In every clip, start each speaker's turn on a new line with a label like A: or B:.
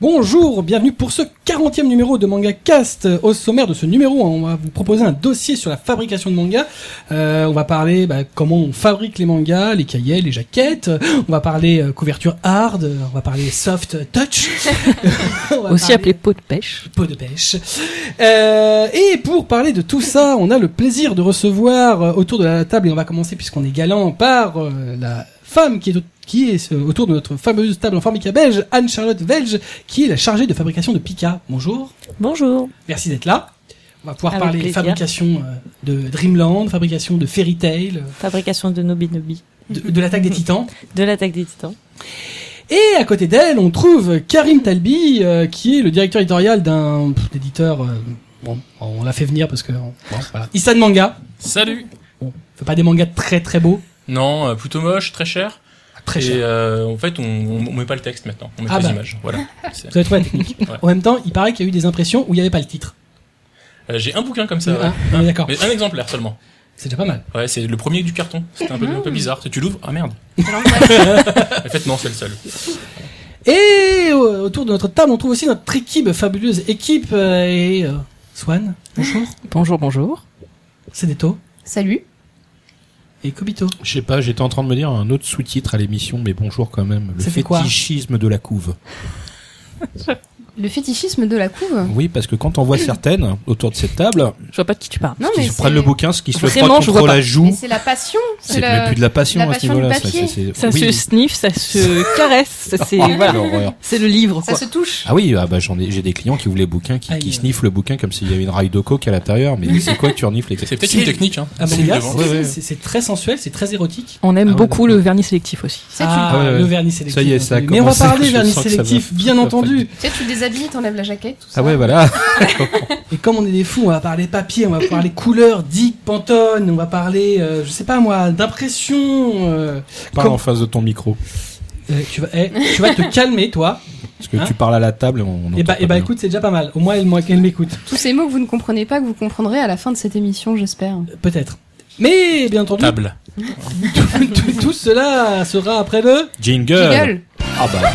A: Bonjour, bienvenue pour ce 40e numéro de Manga Cast. Au sommaire de ce numéro, hein, on va vous proposer un dossier sur la fabrication de mangas. Euh, on va parler bah, comment on fabrique les mangas, les cahiers, les jaquettes. On va parler euh, couverture hard, euh, on va parler soft touch. On va
B: Aussi
A: parler
B: appelé pot de pêche.
A: peau de pêche. Euh, et pour parler de tout ça, on a le plaisir de recevoir euh, autour de la table, et on va commencer puisqu'on est galant par euh, la femme qui est, au- qui est euh, autour de notre fameuse table en formica belge, Anne-Charlotte Velge, qui est la chargée de fabrication de Pika. Bonjour,
B: Bonjour.
A: merci d'être là. On va pouvoir
B: Avec
A: parler
B: plaisir.
A: fabrication euh, de Dreamland, fabrication de Fairy Tail,
B: Fabrication de Nobinobi.
A: de, de l'attaque des titans.
B: De l'attaque des titans.
A: Et à côté d'elle, on trouve Karim Talbi, euh, qui est le directeur éditorial d'un pff, éditeur. euh, bon, on l'a fait venir parce que. Bon, voilà. Issan Manga.
C: Salut
A: Bon, fait pas des mangas très très beaux,
C: Non, euh, plutôt moche, très cher.
A: très
C: et
A: chers.
C: euh, en fait, on, on, on met pas le texte maintenant, on met
A: Ah
C: les
A: bah.
C: images. Voilà. C'est-
A: Vous avez trouvé la technique.
C: Ouais.
A: En même temps, il paraît qu'il y a eu des impressions où il n'y avait pas le titre.
C: Euh, J'ai un bouquin comme ça, ouais.
A: Ah, on est d'accord.
C: mais un exemplaire seulement.
A: C'est déjà pas mal.
C: Ouais, c'est le premier du carton. C'était un peu, un peu bizarre. Tu l'ouvres Ah merde. en fait, non, c'est le seul.
A: Et euh, autour de notre table, on trouve aussi notre équipe, fabuleuse équipe. euh, et euh, Swan, bonjour.
B: Bonjour, bonjour.
A: Sedeto
D: Salut.
A: et Kobito.
E: Je sais pas, j'étais en train de me dire un autre sous-titre à l'émission, mais bonjour quand même. Le
A: Ça fait quoi
E: fétichisme de la couve.
D: Le fétichisme de la couve
E: Oui, parce que quand on voit certaines autour de cette table,
B: Je vois pas de qui tu parles.
D: Hein Non,
E: qui se prennent le bouquin, ce qui se
B: Vraiment,
E: frottent
B: je vois
E: contre
B: pas.
E: la
D: mais
E: joue,
D: c'est la passion.
E: c'est même plus de la passion hein,
D: la
E: à ce
D: passion du
E: niveau-là.
D: papier.
E: c'est-
B: Ça
E: oui.
B: se sniff, ça se caresse, ça c'est
E: Ah,
B: voilà.
E: l'horreur.
B: C'est le livre
D: Ça
B: quoi.
D: se touche.
E: Ah oui, ah bah j'en ai, j'ai des clients qui ouvrent les bouquins, qui,
A: Aïe.
E: qui sniffent le bouquin comme s'il y avait une raille de coke à l'intérieur. Mais c'est quoi que tu renifles
C: C'est
E: exactement
C: peut-être
A: C'est-
C: une technique. Hein.
A: À
C: C'est
A: manga,
C: devant.
E: Ouais, ouais.
A: c'est- c'est très sensuel, c'est très érotique.
B: On aime
E: Ah ouais,
B: beaucoup
E: d'accord.
B: le vernis sélectif aussi.
D: Tu sais, tu,
A: Ah,
E: Ah ouais, ouais.
A: le vernis sélectif.
E: Ça y est, ça a
A: Mais on va
E: commencé,
A: parler
E: je
A: vernis
E: sens que ça va-
A: sélectif, bien
E: ça va
A: entendu.
D: tu sais, tu le déshabilles, t'enlèves la jaquette, tout ça.
E: Ah ouais, voilà.
A: Et comme on est des fous, on va parler papier, on va parler couleur, digue, pantone, on va parler, euh, je sais pas moi, d'impression. euh,
E: Parle
A: Comme-
E: en face de ton micro.
A: euh, tu, vas, eh, tu vas te calmer, toi.
E: Parce que
A: Hein
E: tu parles à la table, on
A: Et bah,
E: n'entend
A: et
E: pas
A: bah
E: bien.
A: écoute, c'est déjà pas mal. Au moins, elle, moi, elle m'écoute.
D: Tous ces mots que vous ne comprenez pas, que vous comprendrez à la fin de cette émission, j'espère.
A: Peut-être. Mais bien entendu,
C: Table.
A: tout, tout cela sera après le.
E: Jingle.
D: Gueule.
E: Ah bah.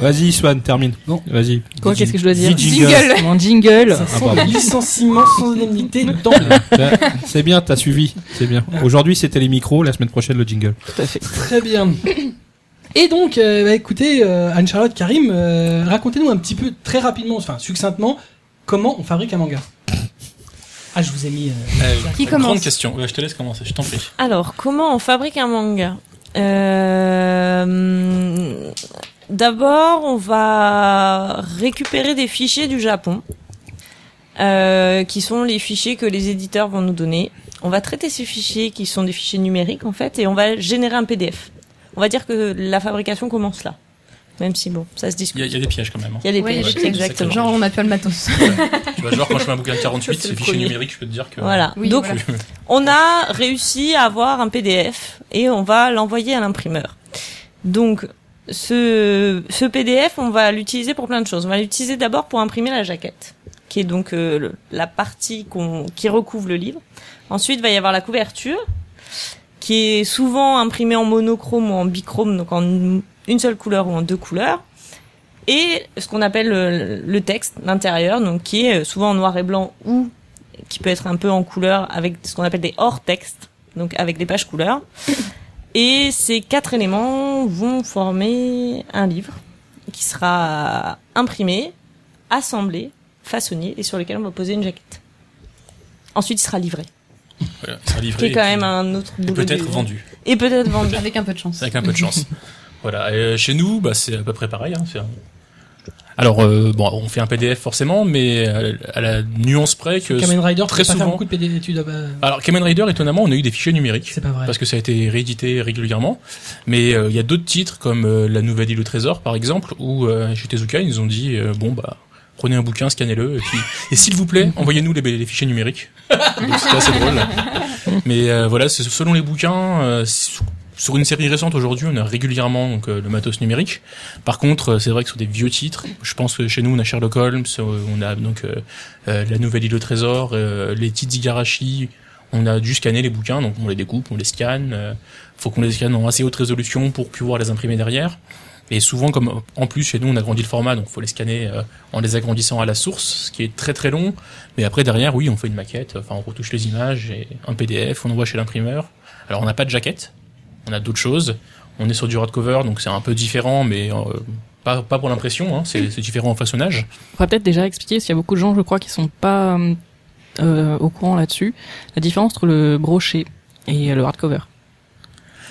E: Vas-y, Swan, termine.
A: Bon.
E: Vas-y.
B: Quoi,
E: Dis-
B: qu'est-ce que je dois dire
E: dis jingle.
B: Mon jingle.
A: Ça sent
E: Ah, pardon.
A: le licenciement sans indemnité dans
E: T'as- C'est bien, t'as suivi. C'est bien. Aujourd'hui, c'était les micros. La semaine prochaine, le jingle.
B: Tout à fait.
A: Très bien. Et donc, euh, bah, écoutez, euh, Anne-Charlotte Karim, euh, racontez-nous un petit peu, très rapidement, enfin succinctement, comment on fabrique un manga. Ah, je vous ai mis. euh,
C: Euh,
D: Qui
C: Grande
D: commence
C: question. Ouais, je te laisse commencer, je t'en prie.
F: Alors, comment on fabrique un manga Euh, D'abord, on va récupérer des fichiers du Japon, euh, qui sont les fichiers que les éditeurs vont nous donner. On va traiter ces fichiers, qui sont des fichiers numériques en fait, et on va générer un PDF. On va dire que la fabrication commence là, même si bon, ça se
C: Il y, a- il
F: discute.
C: y a des pièges quand même. hein.
F: Il y a les
D: Ouais,
F: pièges,
D: il y a des
F: exactement.
D: Genre, on n'a pas le matos.
C: Tu vois, genre quand je fais un bouquin
F: Ça,
C: 48,
F: c'est
C: c'est
F: le
C: fichier
F: premier.
C: numérique, je peux te dire que.
F: Voilà.
D: Oui,
F: Donc,
D: voilà.
F: On a réussi à avoir un PDF et on va l'envoyer à l'imprimeur. Donc, ce, ce PDF, on va l'utiliser pour plein de choses. On va l'utiliser d'abord pour imprimer la jaquette, qui est donc euh, le- la partie qu'on- qui recouvre le livre. Ensuite, va y avoir la couverture, qui est souvent imprimée en monochrome ou en bichrome, donc en une une seule couleur ou en deux couleurs. Et ce qu'on appelle le, le texte, l'intérieur, donc qui est euh, souvent en noir et blanc ou qui peut être un peu en couleur avec ce qu'on appelle des hors-textes, donc avec des pages couleurs. Et ces quatre éléments vont former un livre qui sera imprimé, assemblé, façonné et sur lequel on va poser une jaquette. Ensuite, il sera livré,
C: Voilà, ça livré
F: qui est
C: et
F: quand
C: puis-
F: même un hein. autre
C: et
F: boulot.
C: Peut-être
F: de-
C: vendu.
F: Et peut-être vendu.
D: Avec un peu de chance.
C: avec un peu de chance. voilà. Et euh, chez nous, bah, c'est à peu près pareil. hein, c'est un- Alors, euh, bon, on fait un PDF forcément, mais euh, à la nuance près que.
A: Kamen Rider,
C: très
A: très souvent.
C: souvent.
A: beaucoup de PD, tu dois pas-
C: Alors, Kamen Rider, étonnamment, on a eu des fichiers numériques
A: ah, bah, C'est pas vrai.
C: parce que ça a été réédité régulièrement. Mais euh, il y a d'autres titres comme euh, La Nouvelle Île au Trésor, par exemple, où euh, chez Tezuka, ils nous ont dit euh, bon bah prenez un bouquin, scannez-le et puis et s'il vous plaît, envoyez-nous les, les fichiers numériques. Donc c'était assez drôle. Mais euh, voilà, c'est selon les bouquins. euh, sou- sur une série récente aujourd'hui, on a régulièrement donc, euh, le matos numérique. Par contre, euh, c'est vrai que sur des vieux titres, je pense que chez nous, on a Sherlock Holmes, euh, on a donc euh, euh, La Nouvelle Île au Trésor, euh, les titres d'Igarashi, On a dû scanner les bouquins, donc on les découpe, on les scanne. euh, faut qu'on les scanne en assez haute résolution pour pouvoir les imprimer derrière. Et souvent, comme en plus chez nous on agrandit le format, donc faut les scanner euh, en les agrandissant à la source, ce qui est très très long. Mais après derrière, oui, on fait une maquette, enfin on retouche les images et un PDF, on envoie chez l'imprimeur. Alors on n'a pas de jaquette, on a d'autres choses. On est sur du hardcover, donc c'est un peu différent, mais euh, pas, pas pour l'impression, hein, c'est c'est différent en façonnage.
B: On pourrait peut-être déjà expliquer, parce qu'il y a beaucoup de gens, je crois, qui sont pas euh, euh, au courant là-dessus, la différence entre le brochet et le hardcover.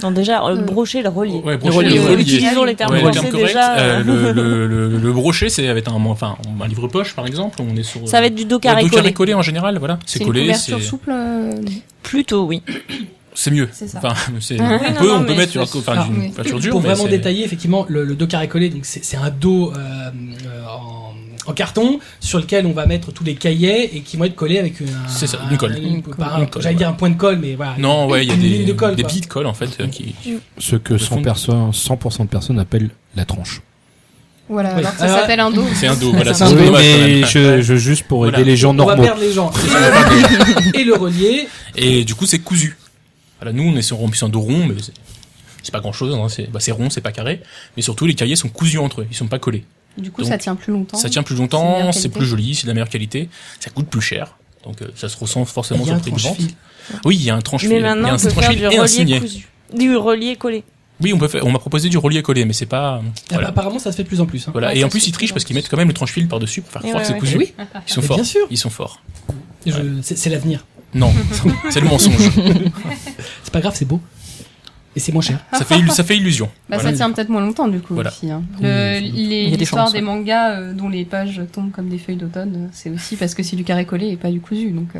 F: Non, déjà, euh, brocher le relier.
C: Ouais,
B: relier,
C: le
B: oui.
C: relier.
F: Utilisons les termes
C: Ouais, le
F: français
C: terme correct.
F: déjà.
C: Euh, le, le, le, le brochet, c'est avec un, enfin, un livre poche, par exemple. On est sur. euh,
F: Ça va être du dos carré
C: Ouais, donc
F: collé.
C: carré-collé en général, voilà. C'est
D: une
C: collé, c'est
D: couverture souple. euh,
F: Plutôt, oui.
C: c'est mieux.
D: C'est ça.
C: Enfin, c'est-
F: Oui,
C: on
F: non,
C: peut,
F: non,
C: on peut
F: mais
C: mettre
F: c'est-
C: une, enfin,
A: Ah,
C: d'une
D: oui.
C: peinture dure,
A: Pour
C: mais
A: vraiment
C: c'est-
A: détailler, effectivement, le, le dos carré collé, donc c'est c'est un dos euh, euh, en, en carton sur lequel on va mettre tous les cahiers et qui vont être collés avec une, un-
C: C'est ça, une colle.
A: un-
B: Une
A: pas
B: colle.
A: un-
C: Une colle,
A: J'allais dire un point de colle, mais voilà.
C: Non, ouais, il y a
A: Une
C: des,
A: ligne de colle,
C: des
A: quoi.
C: petites colles, en fait, euh, qui,
E: Ce que 100%,
C: fond.
E: personnes- 100 de personnes appellent la tranche.
D: Voilà,
A: Oui.
D: alors que ça
A: Alors,
D: s'appelle un dos.
C: c'est un dos, voilà.
E: Ah,
A: C'est
C: C'est
A: un
C: un
A: dos,
C: peu dommage, quand
E: mais
C: même.
E: je, je- juste pour
C: Voilà.
E: aider les gens
A: On va
E: normaux.
A: perdre les gens. et le relier.
C: Et du coup, c'est cousu. Voilà, nous, on est sur on est sur un dos rond, mais c'est- c'est pas grand chose, c'est bah, c'est rond, c'est pas carré. Mais surtout, les cahiers sont cousus entre eux, ils sont pas collés.
D: Du coup,
C: Donc,
D: ça tient plus longtemps.
C: Ça tient plus
D: C'est de la
C: longtemps,
D: meilleure
C: c'est
D: qualité.
C: plus joli, c'est de la meilleure qualité, ça coûte plus cher. Donc euh, ça se ressent
A: Il
C: forcément
A: y
C: sur
A: a un
C: le prix de vente.
A: tranche-fil.
C: Oui, il y a un tranche
F: Mais maintenant, on peut faire du
C: et un
F: relier
C: signé.
F: cousu. Du relier collé.
C: Oui, on peut faire, on m'a proposé du relier collé, mais c'est pas voilà.
A: Ah bah, Apparemment, ça se fait de plus en plus. hein.
C: Voilà.
F: Ouais,
C: et en
F: ça
C: plus
F: se
C: ils
F: fait
C: trichent
F: en
C: parce qu'ils
F: plus.
C: mettent quand même le tranche-fil par-dessus pour faire
F: Et
C: croire que
F: ouais,
C: c'est
F: ouais.
C: cousu.
A: Eh oui.
C: Ils sont
A: Mais
C: forts.
A: bien sûr.
C: Ils sont forts.
A: Je- C'est c'est l'avenir.
C: Non, c'est le mensonge.
A: C'est pas grave, c'est beau. Et c'est moins cher.
C: Ça fait, illu- ça fait illusion.
D: Bah,
C: Voilà.
D: ça tient peut-être moins longtemps du coup
C: Voilà.
D: aussi. Hein.
E: Mmh,
D: Le-
E: sans doute.
D: les-
B: Il y a des
D: L'histoire
B: chances,
D: des, mangas euh, dont les pages tombent comme des feuilles d'automne, euh, c'est aussi parce que c'est du carré collé et pas du cousu. Donc, euh.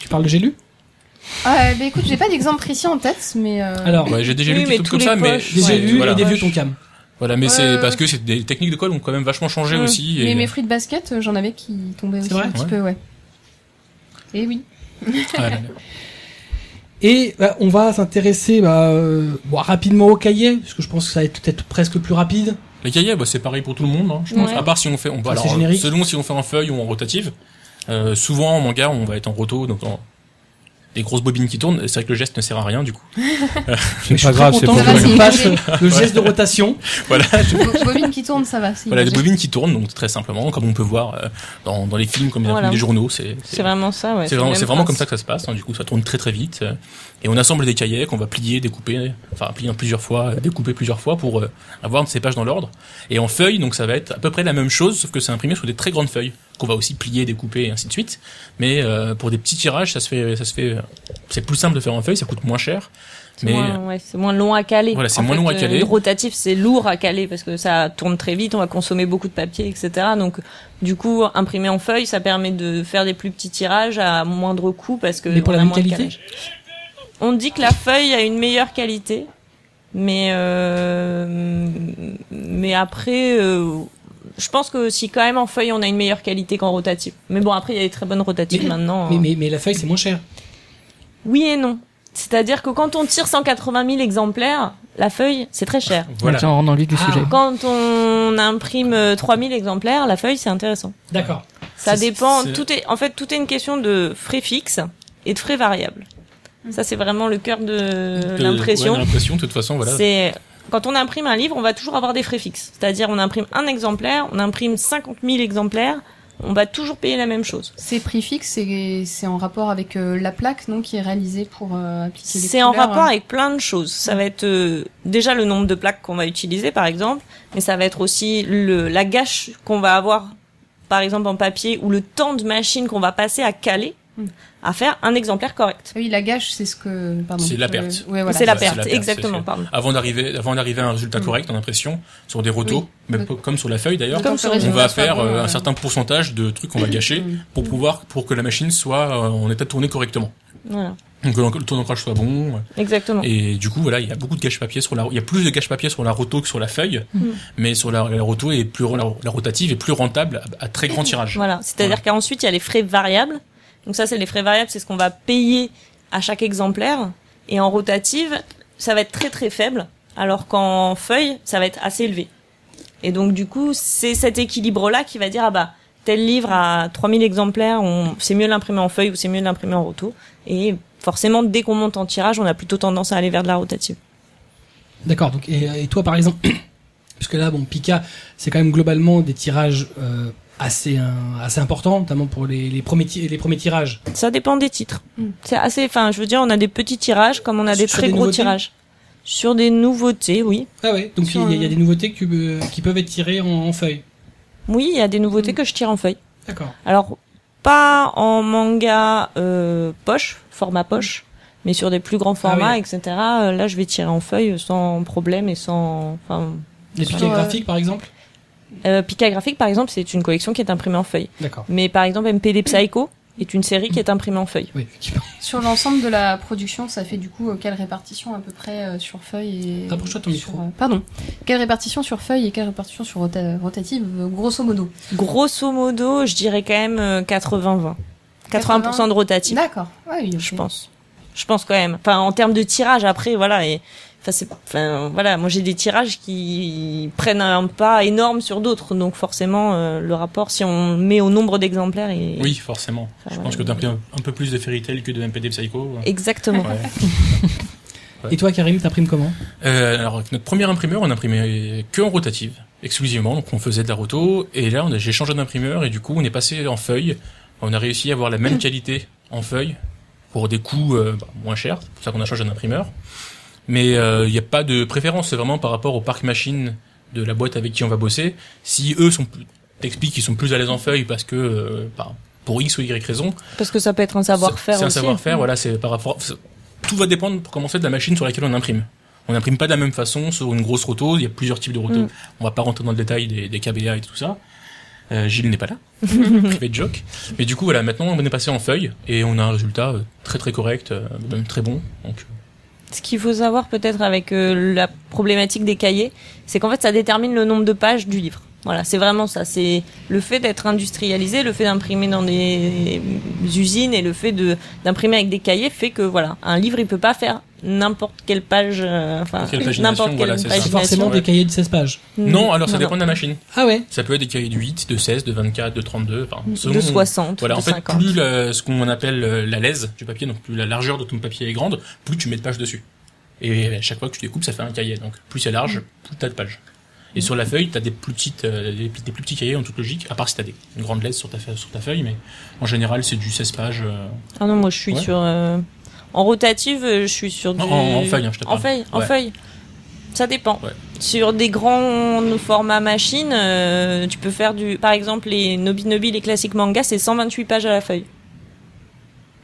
A: Tu parles de Gélu
D: Ah, bah, écoute, j'ai pas d'exemple précis en tête, mais euh,
A: Alors,
C: Ouais, j'ai déjà
F: Oui,
C: lu des
F: mais
C: trucs
F: tous
C: comme
F: les
C: ça, mais
F: poches,
A: des
C: Ouais,
A: Gélu
C: voilà.
A: et des vieux Tonkam.
C: Voilà, mais
D: Ouais,
C: c'est
D: ouais,
C: parce
D: ouais. Mmh.
C: que c'est des techniques de colle ont quand même vachement changé
F: Mm.
C: aussi.
D: euh, mais
C: et-
D: mes fruits de basket, euh, j'en avais qui tombaient aussi
A: vrai
D: un petit
C: Ouais.
D: peu, ouais. Et oui.
C: Ouais.
A: Et bah, on va s'intéresser bah, euh, bon, rapidement au cahier, parce que je pense que ça va être peut-être presque plus rapide.
C: Les cahiers, bah, c'est pareil pour tout le monde, hein, je pense.
F: Ouais.
C: À part si on fait, on va,
A: Ça, c'est
C: alors, euh,
A: générique.
C: selon si on fait en feuille ou en rotative. Euh, souvent, en manga, on va être en roto, donc en- des grosses bobines qui tournent. C'est vrai que le geste ne sert à rien, du coup.
A: Mais
E: C'est
A: je suis
E: pas grave,
A: très
E: c'est
A: content
E: pour
A: que
D: pas grave.
A: tu fasses le geste de rotation.
C: Voilà, je-
D: Bo- Bobine qui tourne, ça va. c'est
C: voilà, des
D: imagé.
C: bobines qui tournent, donc très simplement, comme on peut voir euh, dans, dans les films, comme
F: Voilà.
C: dans les journaux. C'est
F: C'est
C: c'est-
F: vraiment ça, ouais.
C: c'est
F: le
C: vraiment,
F: même
C: c'est vraiment comme ça
F: principe.
C: que ça se passe. hein, du coup, ça tourne très très vite. euh, et on assemble des cahiers qu'on va plier, découper, enfin plier plusieurs fois, euh, découper plusieurs fois pour euh, avoir ces pages dans l'ordre. Et en feuille, donc ça va être à peu près la même chose, sauf que c'est imprimé sur des très grandes feuilles qu'on va aussi plier, découper et ainsi de suite. Mais euh, pour des petits tirages, ça se fait, ça se fait, euh, c'est plus simple de faire en feuille, ça coûte moins cher.
F: C'est
C: Mais
F: moins- ouais, c'est moins long à caler.
C: Voilà, c'est
F: En
C: moins
F: fait,
C: long à
F: euh,
C: caler.
F: Le rotatif, c'est lourd à caler parce que ça tourne très vite, on va consommer beaucoup de papier, etc. Donc, du coup, imprimer en feuille, ça permet de faire des plus petits tirages à moindre coût parce que.
A: Mais pour
F: on
A: la
F: a
A: même
F: moins de
A: qualité
F: calage. On dit que la feuille a une meilleure qualité, mais euh, mais après. euh, je pense que si quand même en feuille on a une meilleure qualité qu'en rotatif. Mais bon après il y a des très bonnes rotatives
A: Mais-
F: maintenant.
A: Mais, mais, mais la feuille, c'est moins cher.
F: Oui et non. C'est-à-dire que quand on tire 180 000 exemplaires, la feuille, c'est très cher.
C: voilà.
B: Genre dans le vif du
A: Ah.
B: sujet.
F: Quand on imprime euh, 3000 exemplaires, la feuille, c'est intéressant.
A: D'accord.
F: Ça
C: C'est-
F: dépend.
C: c'est-
F: Tout est, en fait, tout est une question de frais fixes et de frais variables. Ça, c'est vraiment le cœur de
C: De-
F: Euh, l'impression.
C: ouais, l'impression, de toute façon, voilà.
F: C'est quand on imprime un livre, on va toujours avoir des frais fixes. C'est-à-dire, on imprime un exemplaire, on imprime 50 000 exemplaires, on va toujours payer la même chose.
D: Ces prix fixes, c'est c'est en rapport avec euh, la plaque, non, qui est réalisée pour euh, appliquer les
F: C'est en
D: couleurs,
F: rapport
D: hein.
F: avec plein de choses. Ça va être euh, déjà le nombre de plaques qu'on va utiliser, par exemple, mais ça va être aussi le, la gâche qu'on va avoir, par exemple, en papier, ou le temps de machine qu'on va passer à caler,
D: Mm.
F: à faire un exemplaire correct.
D: Ah Oui, la gâche, c'est ce que. pardon,
C: C'est la
D: je-
C: perte.
D: Ouais, voilà.
F: C'est la
C: Ouais, c'est la perte,
F: perte, exactement,
C: c'est-
F: pardon.
C: Avant d'arriver, avant d'arriver à un résultat
D: Mm.
C: correct en impression, sur des rotos,
D: Oui.
C: même pas- comme sur la feuille d'ailleurs,
D: Comme sur les
C: on
D: autres,
C: va
D: ça
C: faire
D: va,
C: euh,
D: euh,
C: un certain pourcentage de trucs qu'on va gâcher
D: Mm.
C: pour pouvoir, pour que la machine soit euh, en état de tourner correctement.
F: Voilà,
C: Donc que l'en- le taux d'ancrage soit bon. ouais.
F: exactement.
C: Et du coup, voilà, il y a beaucoup de gâche-papier sur la, il y a plus de gâche-papier sur la roto que sur la feuille,
F: Mm.
C: mais sur la, la roto est plus, la, la rotative est plus rentable à, à très grand tirage.
F: Voilà, c'est-à-dire
C: Voilà.
F: qu'ensuite, il y a les frais variables. Donc ça, c'est les frais variables, c'est ce qu'on va payer à chaque exemplaire. Et en rotative, ça va être très très faible, alors qu'en feuille, ça va être assez élevé. Et donc du coup, c'est cet équilibre-là qui va dire, ah bah, tel livre à 3000 exemplaires, on... c'est mieux de l'imprimer en feuille ou c'est mieux de l'imprimer en roto. Et forcément, dès qu'on monte en tirage, on a plutôt tendance à aller vers de la rotative.
A: D'accord. Donc et, et toi par exemple, puisque là bon Pika, c'est quand même globalement des tirages euh, assez hein, assez importants, notamment pour les, les premiers ti- les premiers tirages.
F: Ça dépend des titres. C'est assez, enfin, je veux dire, on a des petits tirages comme on a
A: Sur
F: des très
A: des
F: gros
A: nouveautés
F: tirages. Sur des nouveautés, oui.
A: Ah ouais. Donc il
F: Sur
A: y, a- il y a
F: un-
A: des nouveautés que tu peux- qui peuvent être tirées en, en feuille.
F: Oui, il y a des nouveautés
D: Mm.
F: que je tire en feuille.
A: D'accord.
F: Alors, pas en manga euh, poche, format poche, mais sur des plus grands formats,
A: oui.
F: etc. euh, Là, je vais tirer en feuille sans problème et sans... Enfin,
A: Les
F: Sur,
A: piquets
D: euh,
A: graphiques par exemple.
F: euh, Pika Graphique, par exemple, c'est une collection qui est imprimée en feuille.
A: D'accord.
F: Mais par exemple, MPD Psycho est une série qui est imprimée en feuille.
A: Oui. effectivement.
D: Sur l'ensemble de la production, ça fait du coup euh, quelle répartition à peu près euh, sur feuille et.
A: Rapproche-toi de ton
D: sur,
A: micro.
D: euh, pardon. Quelle répartition sur feuille et quelle répartition sur rota- rotative, euh, grosso modo
F: Grosso modo, je dirais quand même euh, 80-20. 80% de rotatif.
D: D'accord. Ouais, oui, ok.
F: je pense. Je pense quand même. Enfin, en termes de tirage, après, voilà. Et, enfin, c'est, enfin, voilà. Moi, j'ai des tirages qui prennent un pas énorme sur d'autres, donc forcément, euh, le rapport, si on met au nombre d'exemplaires, est...
C: Oui, forcément.
F: Enfin,
C: Je
F: voilà.
C: pense que t'imprimes un, un peu plus de Fairy Tail que de MPD Psycho. ouais.
F: Exactement.
C: Ouais.
A: Et toi Karim, t'imprimes comment
C: Euh, alors, avec notre premier imprimeur, on imprimait que en rotative, exclusivement. Donc, on faisait de la roto. Et là, on a- j'ai changé d'imprimeur et du coup, on est passé en feuille. On a réussi à avoir la même qualité en feuille pour des coûts euh, bah, moins chers. C'est pour ça qu'on a changé d'imprimeur. Mais euh, il n'y a pas de préférence, c'est vraiment par rapport au parc machine de la boîte avec qui on va bosser. Si eux sont plus- t'expliquent qu'ils sont plus à l'aise en feuille parce que euh, bah, pour X ou Y raison,
F: Parce que ça peut être un savoir-faire
C: c'est un
F: aussi. Mm.
C: savoir-faire, voilà, c'est par rapport. c'est- Tout va dépendre pour commencer de la machine sur laquelle on imprime. On n'imprime pas de la même façon sur une grosse roto, il y a plusieurs types de roto.
F: Mm.
C: On va pas rentrer dans le détail des, des KBA et tout ça. Euh, Gilles n'est pas là, privé de joke. Mais du coup, voilà, maintenant on est passé en feuille et on a un résultat euh, très très correct, euh, même très bon. Donc,
F: Ce qu'il faut savoir peut-être avec euh, la problématique des cahiers, c'est qu'en fait ça détermine le nombre de pages du livre. Voilà, c'est vraiment ça. C'est le fait d'être industrialisé, le fait d'imprimer dans des usines et le fait de d'imprimer avec des cahiers fait que voilà, un livre il peut pas faire n'importe quelle page, euh, enfin
C: Quelle pagination,
F: n'importe quelle Mm.
C: voilà, c'est ça.
A: C'est
C: Pagination,
A: forcément des
C: ouais.
A: cahiers de 16 pages.
C: non, alors ça
F: non,
C: dépend de la machine.
A: Ah ouais.
C: Ça peut être des cahiers de 8, de 16, de 24, de 32, enfin,
F: non.
C: selon.
F: de 60,
C: Voilà,
F: de
C: en fait,
F: 50.
C: plus la- ce qu'on appelle euh, la lèse du papier, donc plus la largeur de ton papier est grande, plus tu mets de pages dessus. Et à chaque fois que tu découpes, ça fait un cahier. Donc plus c'est
F: Mm.
C: large, plus t'as de pages. Et sur la feuille, t'as des plus petites, euh, des, des plus petits cahiers en toute logique, à part si t'as des, une grande laisse sur ta, fe- sur ta feuille, mais en général, c'est du 16 pages. euh,
F: Ah non, moi je suis
C: Ouais.
F: sur euh, en rotative, euh, je suis sur du
C: Non, en- en feuille, hein, je te
F: en
C: parle.
F: feuille, en
C: Ouais.
F: feuille. Ça dépend.
C: Ouais.
F: Sur des grands formats machines, euh, tu peux faire du par exemple les Nobi Nobi les classiques mangas, c'est 128 pages à la feuille.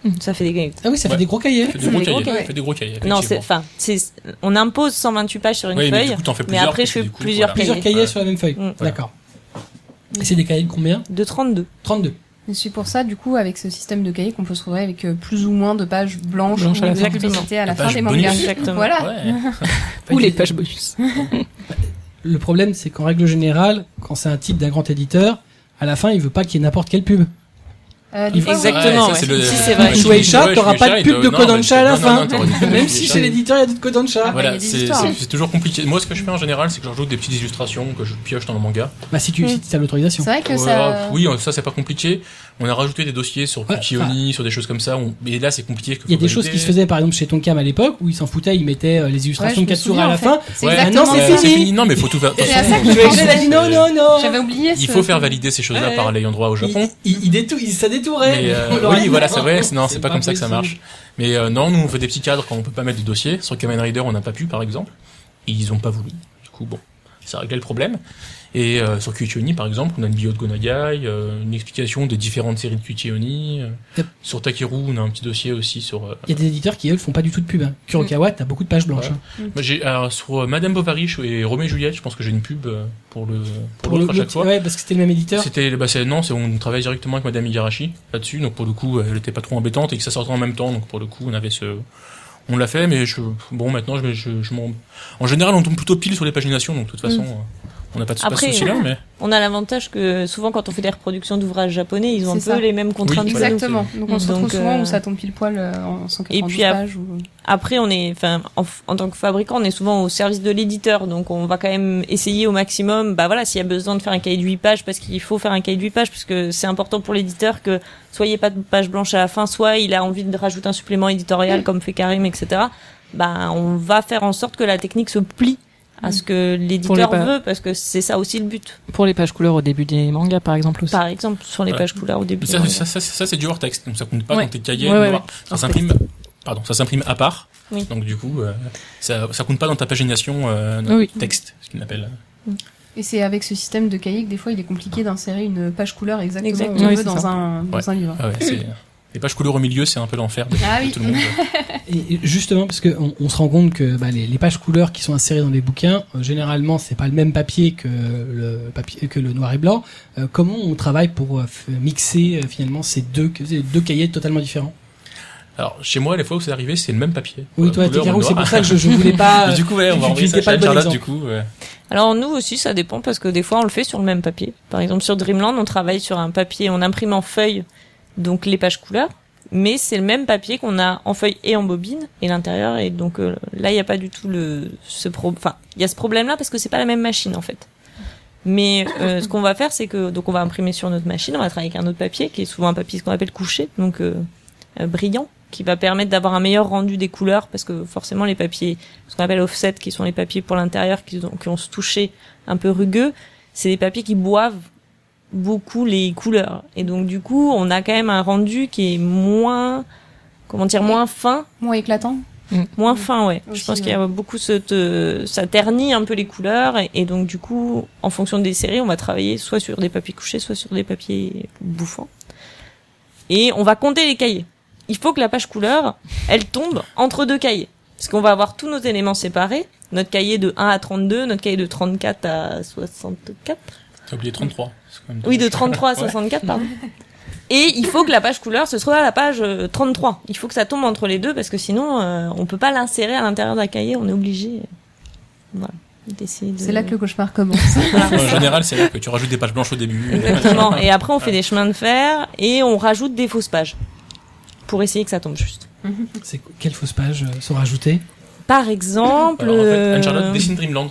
D: Hmm.
B: Mm.
F: Ça fait des
A: Ah oui, ça fait
C: Ouais.
A: des gros cahiers.
C: fait des gros
F: des gros
C: cahiers.
D: cahiers.
C: fait des gros cahiers.
F: Non, c'est
C: effectivement.
F: enfin, c'est on impose 128 pages sur une
C: Oui, mais
F: feuille,
C: du coup, t'en fais
F: mais
C: plusieurs.
F: après
C: puis
F: je
C: tu
F: fais
C: découpes,
F: plusieurs
C: voilà.
A: Plusieurs
F: cahiers
A: cahiers
C: Ouais.
A: sur la même feuille.
F: Mm.
C: Voilà.
A: D'accord. Et c'est des cahiers de combien
F: de 32.
A: 32.
D: Et C'est pour ça, du coup, avec ce système de cahier, qu'on peut se retrouver avec euh, plus ou moins de pages blanches
B: Blanches à
D: ou
B: la
D: de
B: fin.
D: publicité à la
C: Des
D: fin
C: pages
D: des
C: bonus.
D: mangas.
F: Exactement.
D: Voilà.
C: Ouais.
B: Ou les pages bonus.
A: Le problème, c'est qu'en règle générale, quand c'est un titre d'un grand éditeur, à la fin, il veut pas qu'il y ait n'importe quelle pub.
D: Euh, des
A: Il-
D: fois,
A: Exact.
D: ouais.
F: Exactement,
C: Ouais, ça, c'est
F: ouais.
C: le-
F: Si, c'est vrai.
C: Ouais,
A: Shueisha,
C: ouais,
A: t'auras
C: Shueisha,
A: pas de
C: il
A: pub
C: te-
A: de
C: non,
A: code
C: mais
A: en
C: je-
A: chat à la
C: non,
A: fin.
C: non, t'aurais dit-
A: Même si chez l'éditeur, il y a du code en chat.
D: bah, il y
C: Voilà,
D: a des
C: c'est
D: histoires,
C: c'est-
D: hein.
C: c'est toujours compliqué. Moi, ce que je fais en général, c'est que je rajoute des petites illustrations que je pioche dans le manga.
A: Bah, si tu,
F: Mm.
A: si t'as l'autorisation.
D: C'est vrai que
C: Ouais,
D: ça.
C: hop, euh, Oui, ça, c'est pas compliqué. On a rajouté des dossiers sur
A: Ouais,
C: Kukioni, sur des choses comme ça. On- Mais là, c'est compliqué.
A: Il y a des choses qui se faisaient, par exemple, chez Tonkam à l'époque, où ils s'en foutaient, ils mettaient euh, les illustrations
D: Ouais,
A: de
D: je me
A: Katsura à la
D: souviens, en
A: fin.
D: C'est
C: Ouais,
D: exactement
A: maintenant,
D: ça.
A: c'est
C: Ouais,
A: fini.
C: Non, mais faut tout faire.
D: C'est à ça que je
A: Shueisha, il a
D: pensais.
A: dit non, non,
D: J'avais
A: non.
D: oublié.
C: Il
D: ce-
C: faut faire valider ces choses-là
A: Ouais.
C: par l'ayant droit au Japon.
A: Il, il, il détou- il- ça détourait.
C: Mais euh,
A: On leur a
C: oui,
A: dit,
C: voilà,
A: non,
C: c'est vrai. Non, c'est pas, comme ça que
A: possible.
C: ça marche. Mais euh, non, nous on fait des petits cadres quand on peut pas mettre de dossier. Sur Kamen Rider, on n'a pas pu, par exemple. Et ils ont pas voulu. Du coup, bon, ça réglait le problème. Et euh, sur Kuchioni, par exemple, on a une bio de Gonagai, euh, une explication des différentes séries de Kuchioni. euh,
A: Yep.
C: Sur Takeru, on a un petit dossier aussi sur. euh,
A: Il y a des éditeurs qui, eux, font pas du tout de pub. Hein. Kurokawa, t'as beaucoup de pages blanches.
C: Ouais.
A: hein.
C: moi, j'ai alors, sur euh, Madame Bovary et Roméo et Juliette, je pense que j'ai une pub euh, pour le pour,
A: le-
C: l'autre à
A: le-
C: chaque fois.
A: Ouais, parce que c'était le même éditeur.
C: C'était bah c'est non, c'est on travaille directement avec Madame Igarashi là-dessus, donc pour le coup elle était pas trop embêtante et que ça sortait en même temps, donc pour le coup on avait ce on l'a fait, mais je bon maintenant je, je, je m'en en général on tombe plutôt pile sur les paginations, donc de toute façon euh, On n'a pas de espace
F: Après,
C: aussi là,
B: euh,
C: mais
F: On a l'avantage que souvent quand on fait des reproductions d'ouvrages japonais, ils ont un
D: C'est ça.
F: peu les mêmes contraintes.
C: Oui,
F: que
C: voilà.
F: nous.
D: Exactement. Donc on se
F: Donc,
D: retrouve souvent
F: euh,
D: où ça tombe pile poil euh, en 190
F: Et puis, à-
D: pages. Ou...
F: Après, on est, enfin, en, f- en tant que fabricant, on est souvent au service de l'éditeur, donc on va quand même essayer au maximum. Bah voilà, s'il y a besoin de faire un cahier de 8 pages, parce qu'il faut faire un cahier de 8 pages, puisque c'est important pour l'éditeur que soit il n'y ait pas de page blanche à la fin, soit il a envie de rajouter un supplément éditorial comme fait Karim, etc. Bah, on va faire en sorte que la technique se plie à ce que
B: Pour les
F: l'éditeur
B: pa-
F: veut, parce que c'est ça aussi le but.
B: Pour les pages couleurs au début des mangas, par exemple, aussi.
F: Par exemple, sur les
C: Ouais.
F: pages couleurs au début.
C: ça,
F: ouais.
C: ça, ça, ça, c'est du hors texte, donc ça compte pas
B: Ouais.
C: dans tes cahiers
B: Ouais, ouais,
C: noirs. Ça
F: Hors
C: s'imprime, pardon, ça s'imprime à part.
F: Oui.
C: Donc du coup, euh, ça, ça compte pas dans ta pagination euh,
B: Oui.
C: texte, ce qu'on appelle. euh,
D: Et c'est avec ce système de cahier que des fois il est compliqué d'insérer une page couleur exactement,
F: Exactement.
D: où on
B: Oui,
D: veut
B: c'est
D: dans,
B: ça.
D: un, dans
C: Ouais.
D: un livre.
C: Ah ouais, c'est- les pages couleurs au milieu, c'est un peu l'enfer de,
D: Ah
C: de
D: oui.
C: tout le monde. euh.
A: Et justement, parce que on, on se rend compte que bah, les, les pages couleurs qui sont insérées dans les bouquins, euh, généralement, c'est pas le même papier que le papier que le noir et blanc. Euh, comment on travaille pour euh, f- mixer euh, finalement ces deux ces deux cahiers totalement différents
C: Alors chez moi, les fois où c'est arrivé, c'est le même papier.
A: Oui,
C: Euh,
A: toi, t'es
C: couleur
A: Caro,
C: ou
A: c'est
C: noir.
A: pour ça que je, je voulais pas.
C: Mais du coup, ouais, on va
A: tu
C: envoyer ça
A: utilisais pas
C: chez
A: le bon
C: Charlotte,
A: exemple.
C: du coup. ouais.
F: Alors nous aussi, ça dépend parce que des fois on le fait sur le même papier. Par exemple sur Dreamland, on travaille sur un papier, on imprime en feuille, donc les pages couleurs, mais c'est le même papier qu'on a en feuille et en bobine et l'intérieur. Et donc euh, là, il n'y a pas du tout le ce pro- enfin il y a ce problème-là parce que c'est pas la même machine en fait. Mais euh, ce qu'on va faire, c'est que donc on va imprimer sur notre machine, on va travailler avec un autre papier qui est souvent un papier ce qu'on appelle couché, donc euh, euh, brillant, qui va permettre d'avoir un meilleur rendu des couleurs parce que forcément les papiers, ce qu'on appelle offset, qui sont les papiers pour l'intérieur qui ont, qui ont se touché un peu rugueux, c'est des papiers qui boivent beaucoup les couleurs. Et donc du coup, on a quand même un rendu qui est moins comment dire moins fin,
D: Moins éclatant.
F: moins fin ouais.
D: Aussi,
F: Je pense qu'il y a beaucoup cette euh, ça ternit un peu les couleurs et, et donc du coup, en fonction des séries, on va travailler soit sur des papiers couchés, soit sur des papiers bouffants. Et on va compter les cahiers. Il faut que la page couleur, elle tombe entre deux cahiers. Parce qu'on va avoir tous nos éléments séparés, notre cahier de 1 à 32, notre cahier de 34 à 64.
C: T'as oublié 33. c'est quand même
F: Oui, de
C: dommage.
F: 33 à
C: Ouais.
F: 64, pardon. Et il faut que la page couleur se trouve à la page euh, 33. Il faut que ça tombe entre les deux parce que sinon euh, on peut pas l'insérer à l'intérieur d'un cahier, on est obligé euh, voilà, d'essayer de
D: C'est là que le cauchemar commence.
F: Voilà.
C: En général, c'est là que tu rajoutes des pages blanches au début.
F: Exactement. Et après on fait des chemins de fer et on rajoute des fausses pages pour essayer que ça tombe juste.
A: C'est quelle fausse page euh, sont rajoutées
F: Par exemple,
C: Alors, en fait,
F: euh,
C: Anne-Charlotte dessine Dreamland.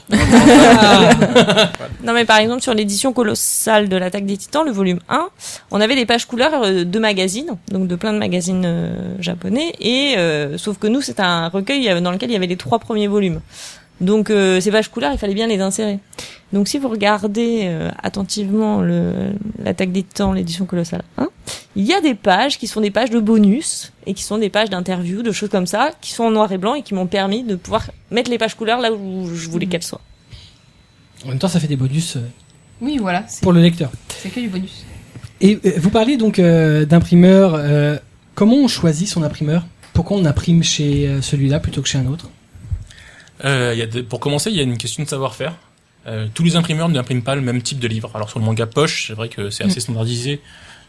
F: Non mais par exemple sur l'édition colossale de l'attaque des titans, le volume 1, on avait des pages couleurs euh, de magazines, donc de plein de magazines euh, japonais, et euh, sauf que nous c'est un recueil euh, dans lequel il y avait les trois premiers volumes. Donc euh, ces pages couleurs, il fallait bien les insérer. Donc si vous regardez euh, attentivement le- l'attaque des titans, l'édition colossale 1, il y a des pages qui sont des pages de bonus, et qui sont des pages d'interviews, de choses comme ça, qui sont en noir et blanc et qui m'ont permis de pouvoir mettre les pages couleurs là où je voulais qu'elles soient.
A: En même temps, ça fait des bonus euh,
D: oui, voilà, c'est
A: pour le lecteur.
D: c'est que du bonus.
A: Et euh, vous parlez donc euh, d'imprimeur. euh, comment on choisit son imprimeur Pourquoi on imprime chez euh, celui-là plutôt que chez un autre
C: Euh, il y a des- pour commencer, il y a une question de savoir-faire. Euh, tous les imprimeurs n'impriment pas le même type de livre. Alors sur le manga poche, c'est vrai que c'est assez standardisé.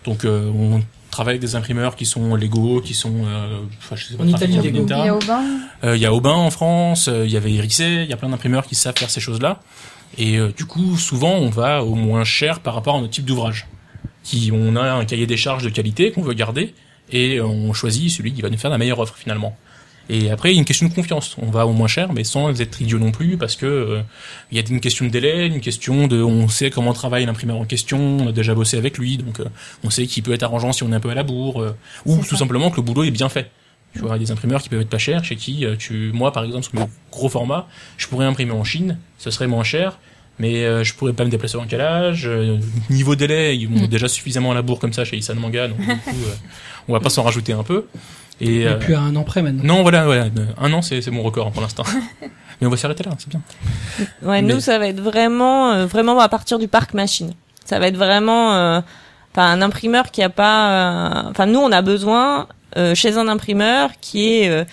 C: Donc euh, on travaille avec des imprimeurs qui sont Lego, qui sont... euh, enfin, je sais pas,
A: En Italie,
C: Traficom,
A: Lego.
D: Il y
C: etc.
D: a Aubin,
C: Euh, Il y a Aubin en France, euh, il y avait Ericé, il y a plein d'imprimeurs qui savent faire ces choses-là. Et euh, du coup, souvent, on va au moins cher par rapport à notre type d'ouvrage. Qui, on a un cahier des charges de qualité qu'on veut garder et euh, on choisit celui qui va nous faire la meilleure offre finalement. Et après, il y a une question de confiance. On va au moins cher, mais sans être idiot non plus, parce que euh, il y a une question de délai, une question de, on sait comment travaille l'imprimeur en question, on a déjà bossé avec lui, donc euh, on sait qu'il peut être arrangeant si on est un peu à la bourre, euh, ou
D: C'est
C: tout
D: ça.
C: simplement que le boulot est bien fait. Tu vois, il y a des imprimeurs qui peuvent être pas chers, chez qui euh, tu, moi par exemple, sur le gros format, je pourrais imprimer en Chine, ce serait moins cher, mais euh, je pourrais pas me déplacer en calage. euh, niveau délai, ils ont
B: Mm.
C: déjà suffisamment à la bourre comme ça chez Isan Manga, donc du coup, euh, on va pas s'en rajouter un peu. Et,
A: Et
C: euh,
A: puis à un an près maintenant.
C: non, voilà, voilà, un an c'est c'est mon record hein, pour l'instant. Mais on va s'arrêter là, c'est bien. Mais-
F: Ouais, nous ça va être vraiment euh, vraiment à partir du parc machine. Ça va être vraiment euh, enfin, un imprimeur qui a pas euh, enfin nous on a besoin euh, chez un imprimeur qui est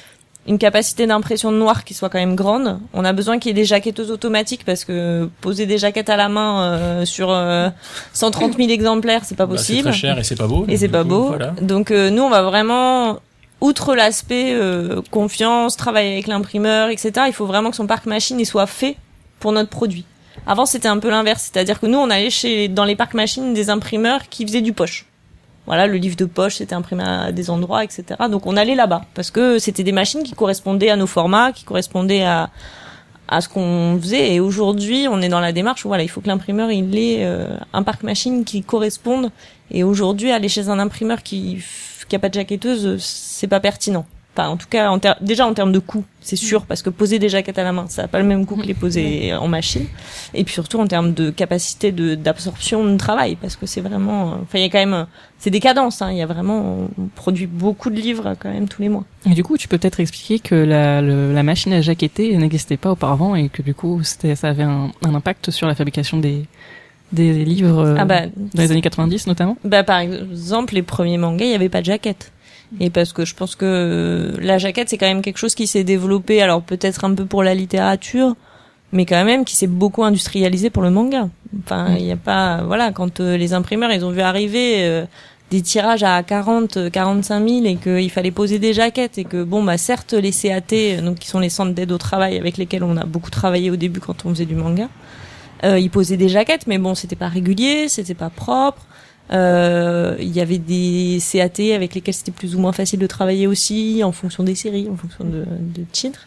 F: une capacité d'impression de noir qui soit quand même grande. On a besoin qu'il y ait des jaquetteuses automatiques parce que poser des jaquettes à la main euh, sur euh, 130 000 exemplaires, c'est pas
C: Bah, c'est
F: possible.
C: très cher et c'est pas beau.
F: Et
C: donc,
F: c'est
C: du
F: pas
C: coup,
F: beau.
C: voilà.
F: Donc euh, nous, on va vraiment, outre l'aspect euh, confiance, travailler avec l'imprimeur, etc., il faut vraiment que son parc machine il soit fait pour notre produit. Avant, c'était un peu l'inverse, c'est-à-dire que nous, on allait chez dans les parcs machines des imprimeurs qui faisaient du poche. Voilà, le livre de poche, c'était imprimé à des endroits, etc. Donc on allait là-bas parce que c'était des machines qui correspondaient à nos formats, qui correspondaient à à ce qu'on faisait. Et aujourd'hui, on est dans la démarche où voilà, il faut que l'imprimeur il ait euh, un parc machine qui corresponde. Et aujourd'hui, aller chez un imprimeur qui f- qui a pas de jaquetteuse, euh, c'est pas pertinent. Enfin, en tout cas, en ter- déjà en termes de coût, c'est sûr, parce que poser des jaquettes à la main, ça n'a pas le même coût que les poser en machine. Et puis surtout en termes de capacité de d'absorption de travail, parce que c'est vraiment, euh, enfin, il y a quand même, euh, c'est des cadences. hein. Il y a vraiment, on produit beaucoup de livres euh, quand même tous les mois.
B: Et du coup, tu peux peut-être expliquer que la, le- la machine à jaqueter n'existait pas auparavant et que du coup, c'était, ça avait un, un impact sur la fabrication des, des livres euh,
F: ah bah,
B: dans les années 90 notamment.
F: Bah par exemple, les premiers mangas, il n'y avait pas de jaquette. Et parce que je pense que euh, la jaquette, c'est quand même quelque chose qui s'est développé, alors peut-être un peu pour la littérature, mais quand même qui s'est beaucoup industrialisé pour le manga. Enfin, il n'y a pas... Voilà, quand euh, les imprimeurs, ils ont vu arriver euh, des tirages à 40, euh, 45 000 et qu'il fallait poser des jaquettes et que, bon, bah certes, les CAT, euh, donc qui sont les centres d'aide au travail avec lesquels on a beaucoup travaillé au début quand on faisait du manga, euh, ils posaient des jaquettes, mais bon, c'était pas régulier, c'était pas propre. Euh, Il y avait des CAT avec lesquels c'était plus ou moins facile de travailler aussi, en fonction des séries, en fonction de, de titres.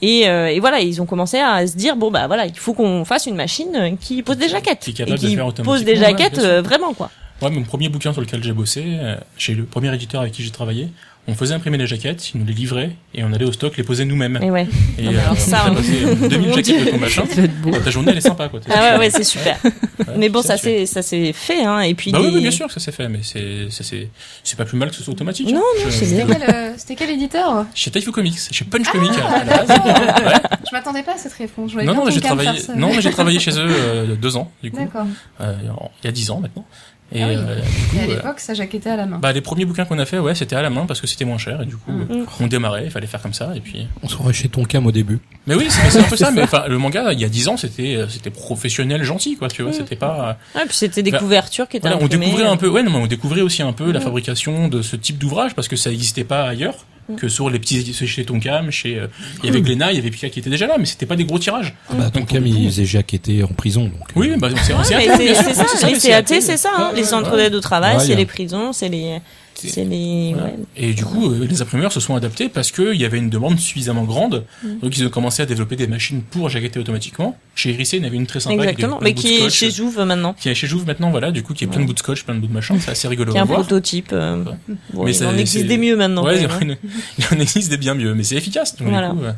F: Et, euh, et voilà, ils ont commencé à se dire bon bah voilà, il faut qu'on fasse une machine qui pose des jaquettes,
C: Qui est
F: et
C: capable de
F: qui
C: faire
F: pose
C: automatiquement,
F: des
C: ouais,
F: jaquettes
C: bien sûr.
F: euh, vraiment quoi.
C: Ouais, mon premier bouquin sur lequel j'ai bossé, euh, chez le premier éditeur avec qui j'ai travaillé, on faisait imprimer les jaquettes, ils nous les livraient, et on allait au stock les poser nous-mêmes.
F: Et ouais.
C: Et euh,
F: Ah bah alors ça,
C: t'as
F: hein.
C: passé 2000
F: Mon
C: jaquettes de
F: Dieu.
C: ton machin,
B: Ça va être beau.
C: bah, ta journée elle est sympa quoi. T'es-
F: Ah ouais ouais, c'est super.
C: ouais,
F: Mais bon
C: c'est
F: ça
C: sûr.
F: c'est ça s'est fait hein. Et puis
C: Bah
F: des-
C: oui, oui, bien sûr que ça s'est fait, mais c'est c'est- c'est c'est pas plus mal que ce soit automatique.
F: Non,
C: non,
F: c'est
D: C'était quel, euh, c'était quel éditeur
C: Chez Taifu Comics, chez Punch Comics à la base.
D: Ah, D'accord. Je m'attendais pas à cette réponse. Je voyais
C: Non,
D: bien
C: non, mais j'ai
D: quelqu'un me
C: travaillé,
D: faire ça.
C: non, mais j'ai travaillé chez eux euh, deux ans, du coup,
D: D'accord.
C: euh, en- il y a dix ans maintenant. Et,
D: Ah oui.
C: euh, du coup,
D: Et à
C: euh,
D: l'époque, ça jaquettait à la main.
C: bah, les premiers bouquins qu'on a fait, ouais, c'était à la main parce que c'était moins cher, et du coup,
D: Mm-hmm.
C: euh, on démarrait, il fallait faire comme ça, et puis.
E: On serait chez Tonkam au début.
C: Mais oui, c'est c'est un peu ça, mais enfin, le manga, il y a dix ans, c'était, euh, c'était professionnel, gentil, quoi,
D: Mm.
C: tu vois, c'était pas, euh,
F: Ah, puis c'était des
C: Bah,
F: couvertures qui étaient
C: voilà, on
F: imprimées.
C: découvrait un peu, ouais, non, mais on découvrait aussi un
F: Mhm.
C: peu la fabrication de ce type d'ouvrage parce que ça n'existait pas ailleurs
F: Mhm.
C: que sur les petits éditeurs chez Tonkam, chez, euh, il y avait Glénat, il y avait Pika qui était déjà là, mais c'était pas des gros tirages.
E: Bah, Tonkam,
C: Donc,
E: il faisait jaqueté en prison. Donc,
C: Oui,
E: euh,
C: bah, c'est
F: Ouais,
C: c'est
F: mais
C: un peu,
F: c'est-
C: bien sûr,
F: c'est
C: ouais,
F: ça, les CAT, c'est ça, hein, les centres d'aide au travail,
E: Ouais, y
F: c'est
E: a-
F: les prisons, c'est les, c'est les,
C: Voilà.
F: ouais,
C: Et du coup, euh, les imprimeurs se sont adaptés parce qu'il y avait une demande suffisamment grande.
F: Mhm.
C: Donc, ils ont commencé à développer des machines pour jaqueter automatiquement. Chez Hérissé, il y en avait une très sympa. avec des-
F: Exactement,
C: plein
F: mais
C: de bouts
F: qui
C: de
F: est
C: scotch.
F: chez Jouve maintenant,
C: Qui est chez Jouve maintenant, voilà, du coup, qui est plein de bouts de scotch, plein de bouts de machin. C'est assez rigolo
F: qui est
C: à
F: un
C: voir.
F: prototype. euh, bon,
C: Mais
F: il
C: c'est-
F: en
C: c'est-
F: existe des mieux maintenant.
C: Ouais,
F: quand
C: il y
F: même, hein.
C: en a une- il en existe des bien mieux, mais c'est efficace. Donc,
F: Voilà.
C: du coup, euh,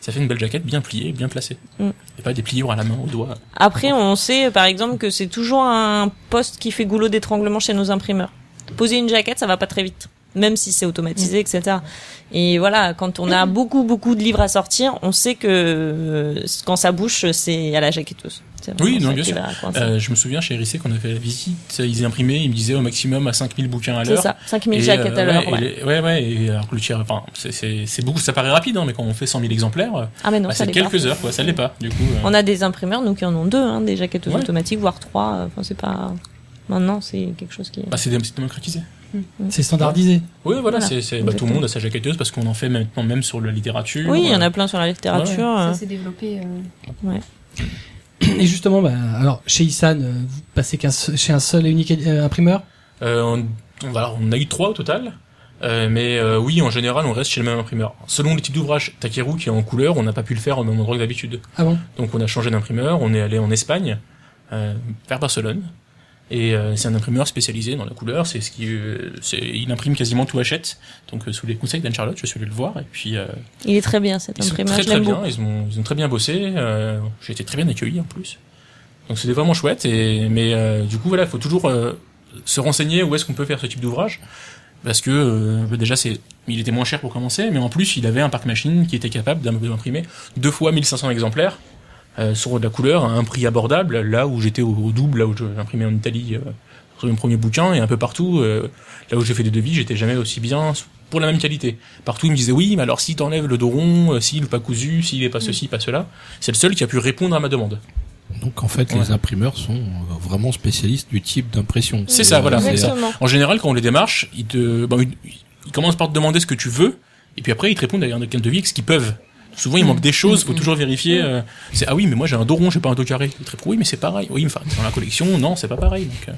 C: ça fait une belle jaquette bien pliée, bien placée.
F: Mm.
C: Et pas des pliures à la main, au doigt.
F: hein. Après, on sait par exemple que c'est toujours un poste qui fait goulot d'étranglement chez nos imprimeurs. Poser une jaquette, ça va pas très vite, même si c'est automatisé, etc. Et voilà, quand on a beaucoup beaucoup de livres à sortir, on sait que euh, quand ça bouche, c'est à la jaquetteuse. C'est
C: Oui,
F: vraiment
C: non,
F: ça
C: bien
F: qui
C: sûr.
F: va coincer.
C: Euh, je me souviens chez Hérissé, qu'on a fait la visite, ils imprimaient, ils me disaient au maximum à 5000 bouquins à
F: c'est
C: l'heure.
F: ça, 5000
C: Et,
F: jaquettes
C: euh,
F: à l'heure.
C: Ouais,
F: ouais.
C: et les- ouais, ouais, et alors que le tir, enfin, c'est- c'est c'est beaucoup, ça paraît rapide, hein, mais quand on fait 100 000 exemplaires, euh,
F: Ah mais non,
C: bah,
F: ça
C: c'est
F: l'est pas.
C: quelques heures, quoi, ça l'est pas, du coup. euh,
F: On a des imprimeurs, nous qui en ont deux, hein, des jaquettes
C: Ouais.
F: automatiques, voire trois. euh, Enfin, c'est pas. Maintenant, c'est quelque chose qui.
C: bah, c'est dé- c'est démocratisé.
A: C'est standardisé.
C: Oui, voilà,
F: Voilà,
C: c'est c'est- bah, tout le
F: exactement.
C: monde a sa jaquetteuse parce qu'on en fait maintenant même sur la littérature.
F: Oui, il y en
C: euh,
F: a plein sur la littérature. euh,
D: Ça s'est développé. euh,
A: Et justement, bah, alors chez Isan, euh, vous passez qu'un seul- chez un seul et unique euh, imprimeur.
C: euh, on, on va- on a eu trois au total. euh, mais euh, oui, en général, on reste chez le même imprimeur. Selon le type d'ouvrage, Takeru qui est en couleur, on n'a pas pu le faire au même endroit que d'habitude.
A: Ah bon
C: Donc on a changé d'imprimeur, on est allé en Espagne, euh, vers Barcelone. Et euh, c'est un imprimeur spécialisé dans la couleur, c'est ce qui, euh, c'est, il imprime quasiment tout Hachette. Donc euh, sous les conseils d'Anne Charlotte, je suis allé le voir et puis euh,
F: Il est très bien cet
C: ils sont
F: imprimeur.
C: très
F: je
C: très
F: l'aime
C: bien,
F: beaucoup.
C: ils ont, ils ont très bien bossé, euh, j'ai été très bien accueilli en plus. Donc c'était vraiment chouette. Et mais euh, du coup voilà, il faut toujours euh, se renseigner où est-ce qu'on peut faire ce type d'ouvrage parce que euh, bah, déjà c'est, il était moins cher pour commencer, mais en plus il avait un parc machine qui était capable d'im- d'imprimer deux fois 1500 exemplaires euh, sur de la couleur à un prix abordable. Là où j'étais au, au double, là où je imprimais en Italie. euh, sur mon premier bouquin et un peu partout euh, là où j'ai fait des devis j'étais jamais aussi bien pour la même qualité partout ils me disaient oui mais alors si t'enlèves le dos rond euh, s'il est pas cousu s'il est pas
E: Mm.
C: ceci pas cela c'est le seul qui a pu répondre à ma demande
E: Donc, en fait,
C: Ouais.
E: les imprimeurs sont euh, vraiment spécialistes du type d'impression.
C: C'est ça,
E: Euh,
C: voilà, c'est ça.
F: Exactement.
C: en général quand on les démarche ils te bon, ils, ils commencent par te demander ce que tu veux et puis après ils te répondent avec un devis avec ce qu'ils peuvent Souvent,
E: Mm.
C: il manque des choses, faut toujours vérifier. euh, c'est ah oui, mais moi j'ai un dos rond, j'ai pas un dos carré. Le trip, oui, mais c'est pareil. Oui, mais enfin, dans la collection, non, c'est pas pareil. Donc, euh,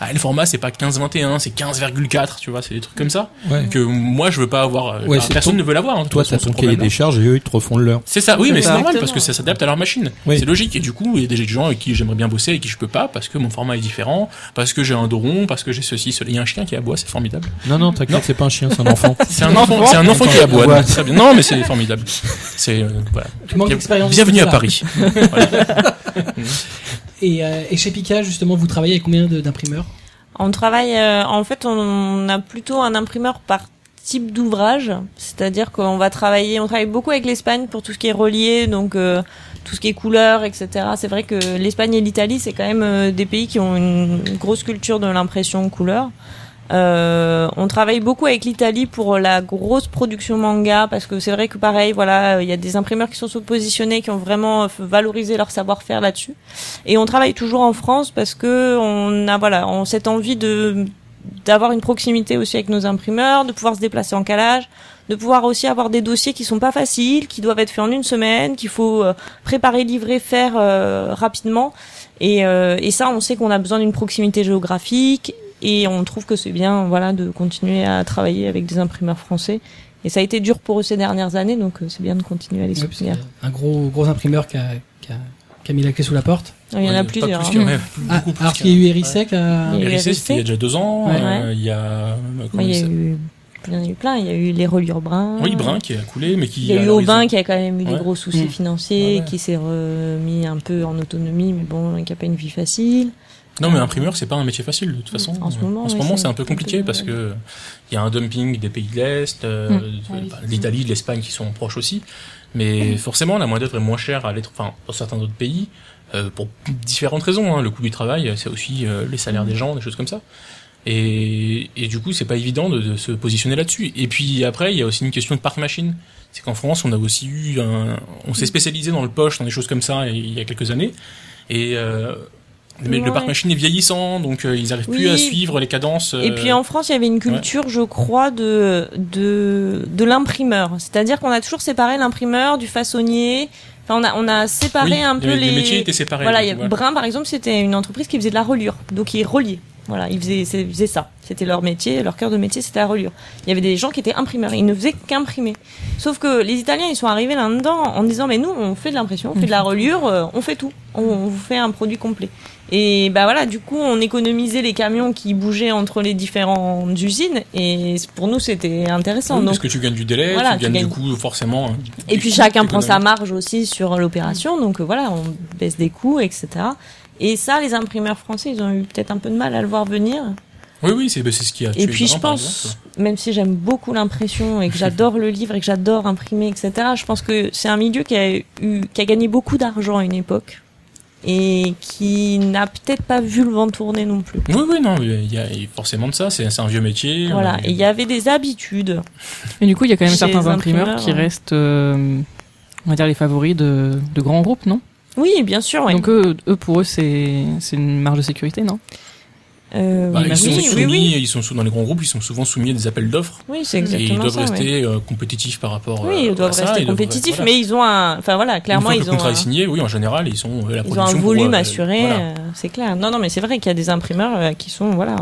C: ah, le format, c'est pas 15-21, c'est 15,4, tu vois, c'est des trucs comme ça.
A: Ouais.
C: Que moi, je veux pas avoir. euh,
E: Mm. Ouais,
C: enfin,
E: c'est
C: personne
E: ton-
C: ne veut l'avoir. hein, de
E: Toi,
C: toute façon,
E: t'as
C: ce
E: ton
C: problème-là.
E: cahier des charges et eux, ils te refont le leur.
C: C'est ça, oui, mais c'est normal
F: Exactement.
C: parce que ça s'adapte à leur machine.
E: Oui.
C: C'est logique. Et du coup, il y a des gens avec qui j'aimerais bien bosser et qui je peux pas parce que mon format est différent, parce que j'ai un dos rond, parce que j'ai ceci, cela. Il y a un chien qui aboie, c'est formidable.
E: Non, non, t'inquiète, c'est pas un chien, c'est un enfant.
C: C'est un enfant, c'est un enfant qui aboie.
E: Ouais.
C: donc c'est très bien. Non, mais c'est formidable. C'est euh, voilà.
A: Tu manques
C: Bien-
A: d'expérience.
C: Bienvenue à
A: Voilà.
C: Paris.
A: Et, euh, et chez Pika, justement, vous travaillez avec combien de- d'imprimeurs
F: On travaille, euh, en fait, on a plutôt un imprimeur par type d'ouvrage, c'est-à-dire qu'on va travailler, on travaille beaucoup avec l'Espagne pour tout ce qui est relié, donc euh, tout ce qui est couleur, etc. C'est vrai que l'Espagne et l'Italie, c'est quand même euh, des pays qui ont une grosse culture de l'impression couleur. Euh, on travaille beaucoup avec l'Italie pour la grosse production manga parce que c'est vrai que pareil, voilà, il y a des imprimeurs qui sont sous-positionnés, qui ont vraiment euh, valorisé leur savoir-faire là-dessus. Et on travaille toujours en France parce que on a voilà, on cette envie de d'avoir une proximité aussi avec nos imprimeurs, de pouvoir se déplacer en calage, de pouvoir aussi avoir des dossiers qui sont pas faciles, qui doivent être faits en une semaine, qu'il faut euh, préparer, livrer, faire euh, rapidement. Et, euh, et ça, on sait qu'on a besoin d'une proximité géographique et on trouve que c'est bien voilà de continuer à travailler avec des imprimeurs français. Et ça a été dur pour eux ces dernières années, donc euh, c'est bien de continuer à les
A: Ouais, parce
F: soutenir.
A: qu'il y a Un gros, gros imprimeur qui a, qui a- qui a mis la clé sous la porte.
F: Il y en a
C: Pas
F: plusieurs.
C: plus
F: hein.
C: qu'il y en a,
A: Ah,
C: beaucoup plus
A: alors
C: qu'il
A: qu'il y a eu euh, Erisec à...
F: Il y a eu
C: RIC, c'était il y a
F: RIC.
C: déjà deux ans.
F: Ouais.
C: euh, Il y a. euh, comment
F: Mais il
C: il
F: y a
C: s'appelle
F: eu, il y en a eu plein. Il y a eu les reliures Brun.
C: Oui, Brun qui a coulé, mais qui.
F: Il y a eu
C: alors, ils
F: Aubin
C: ont-
F: qui a quand même eu
C: Ouais.
F: des gros soucis
A: Mmh.
F: financiers,
C: Ouais, ouais.
F: qui s'est remis un peu en autonomie, mais bon, qui a pas une vie facile.
C: Non, mais imprimeur, c'est pas un métier facile, de toute façon.
F: Mm, En ce
C: Euh,
F: moment,
C: en ce
F: ouais,
C: moment,
F: c'est
C: c'est un peu compliqué
F: compliqué,
C: parce
F: ouais.
C: que euh, il y a un dumping des pays de l'Est, euh,
B: Mm.
C: de-
D: Ah oui.
C: bah, de l'Italie, de l'Espagne qui sont proches aussi. Mais
F: Mm.
C: forcément, la main d'œuvre est moins chère à l'étranger, enfin, dans certains autres pays, euh, pour différentes raisons. hein. Le coût du travail, c'est aussi euh, les salaires
F: Mm.
C: des gens, des choses comme ça. Et, et du coup, c'est pas évident de, de se positionner là-dessus. Et puis après, il y a aussi une question de parc machine. C'est qu'en France, on a aussi eu un, on s'est spécialisé dans le poche, dans des choses comme ça, il y a quelques années. Et euh, mais le
F: Ouais.
C: parc machine est vieillissant, donc euh, ils arrivent plus
F: Oui.
C: à suivre les cadences.
F: Et
C: euh,
F: puis en France, il y avait une culture, je crois, de de de l'imprimeur. C'est-à-dire qu'on a toujours séparé l'imprimeur du façonnier. Enfin, on a on a séparé
C: oui,
F: un peu
C: les,
F: les,
C: métiers étaient séparés.
F: Voilà,
C: du
F: il y a-
C: coup, voilà.
F: Brun par exemple, c'était une entreprise qui faisait de la reliure, donc ils reliaient. Voilà, ils faisaient, c'est- ils faisaient ça. C'était leur métier, leur cœur de métier, c'était la reliure. Il y avait des gens qui étaient imprimeurs, ils ne faisaient qu'imprimer. Sauf que les Italiens, ils sont arrivés là-dedans en disant mais nous, on fait de l'impression, on fait de
C: Mm.
F: la reliure, euh, on fait tout, on, on vous fait un produit complet. Et bah voilà, du coup, on économisait les camions qui bougeaient entre les différentes usines, et pour nous, c'était intéressant.
C: Oui,
F: donc
C: parce que tu gagnes du délai,
F: Voilà,
C: tu,
F: tu
C: gagnes
F: gagnes.
C: du coup forcément. hein,
F: et
C: des
F: puis
C: coûts,
F: chacun
C: des
F: prend sa
C: économies.
F: marge aussi sur l'opération, donc euh, voilà, on baisse des coûts, etc. Et ça, les imprimeurs français, ils ont eu peut-être un peu de mal à le voir venir.
C: Oui, oui, c'est bah, c'est ce qui a. tué
F: Et puis
C: Brun,
F: je
C: par
F: pense,
C: exemple.
F: même si j'aime beaucoup l'impression et que j'adore le livre et que j'adore imprimer, etc., je pense que c'est un milieu qui a, eu, qui a gagné beaucoup d'argent à une époque et qui n'a peut-être pas vu le vent tourner non plus.
C: Oui, oui, non, mais il y a il y a forcément de ça. C'est c'est un vieux métier.
F: Voilà,
C: on-
F: et il y avait des habitudes.
B: Mais du coup, il y a quand même
F: Chez
B: certains
F: les
B: imprimeurs,
F: imprimeurs,
B: qui
F: ouais.
B: restent, euh, on va dire, les favoris de, de grands groupes, non
F: Oui, bien sûr, oui.
B: Donc eux, eux, pour eux, c'est c'est une marge de sécurité, non
F: Euh,
C: Bah,
F: oui,
C: ils, sont
F: oui,
C: soumis,
F: oui, oui,
C: ils sont sous- dans les grands groupes, ils sont souvent soumis à des appels d'offres
F: oui, c'est
C: et ils
F: exactement
C: doivent
F: ça. ouais.
C: rester euh, compétitifs par rapport.
F: Oui,
C: euh,
F: ils doivent
C: à ça,
F: rester compétitifs, mais ils ont un. Enfin voilà, clairement,
C: une fois que
F: ils
C: le
F: ont,
C: contrat
F: un,
C: est signé, oui, en général, ils sont euh, la
F: ils ont un
C: production pour,
F: volume
C: euh,
F: assuré,
C: voilà.
F: euh, c'est clair. Non, non, mais c'est vrai qu'il y a des imprimeurs euh, qui sont. Voilà.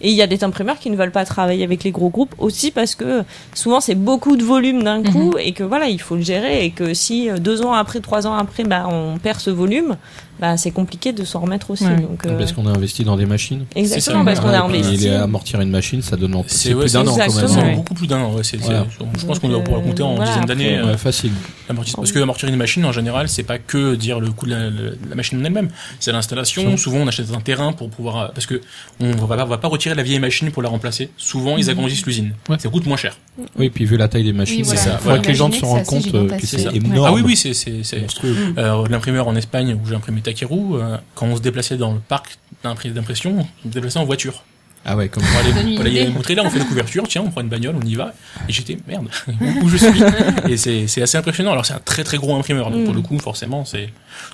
F: Et il y a des imprimeurs qui ne veulent pas travailler avec les gros groupes aussi parce que souvent c'est beaucoup de volume d'un coup et que voilà, il faut le gérer et que si euh, deux ans après, trois ans après, bah, on perd ce volume, bah, c'est compliqué de s'en remettre aussi.
B: Ouais.
F: Donc, euh,
E: Parce qu'on a investi dans des machines.
C: Ah, C'est ça,
F: exactement, parce
C: ouais,
F: qu'on a
C: ouais,
F: investi.
E: Et amortir une machine, ça donne en-
C: C'est
E: c'est
C: ouais,
E: plus
C: c'est
E: d'un an quand même. hein.
C: exactement,
B: ouais.
C: beaucoup plus d'un an. ouais, c'est-
E: Voilà.
C: c'est- Je pense
F: Donc,
C: qu'on doit pouvoir
F: euh,
C: compter en
F: voilà,
C: dizaines d'années.
F: après,
C: euh,
E: Ouais, facile.
C: l'amortissement. Parce que amortir une machine, en général, c'est pas que dire le coût de la, la- la machine en elle-même. C'est l'installation. Souvent, on achète un terrain pour pouvoir, euh, parce que on va pas, on va pas retirer la vieille machine pour la remplacer. Souvent,
F: Mhm.
C: ils agrandissent l'usine.
E: Ouais.
C: Ça coûte moins cher.
E: Oui, puis vu la taille des machines,
D: Oui,
E: c'est
D: voilà.
E: ça.
C: Faut
E: Il faudrait
C: imaginer
E: que les gens se
D: que
E: rendent
D: c'est assez
E: compte euh, que
D: gigantesque.
E: c'est
D: Ouais.
E: énorme.
C: Ah oui, oui, c'est, c'est, c'est-
E: monstrueux.
C: Euh, l'imprimeur en Espagne où j'ai imprimé Takeru, euh, quand on se déplaçait dans le parc d'imprim- d'impression, on se déplaçait en voiture.
E: Ah ouais, comme
C: Pour aller,
D: Bonne
C: pour aller
D: idée.
C: montrer là, on fait la couverture, tiens, on prend une bagnole, on y va. Et j'étais, merde, où je suis Et c'est, c'est assez impressionnant. Alors c'est un très très gros imprimeur, donc
F: Mm.
C: pour le coup, forcément, c'est...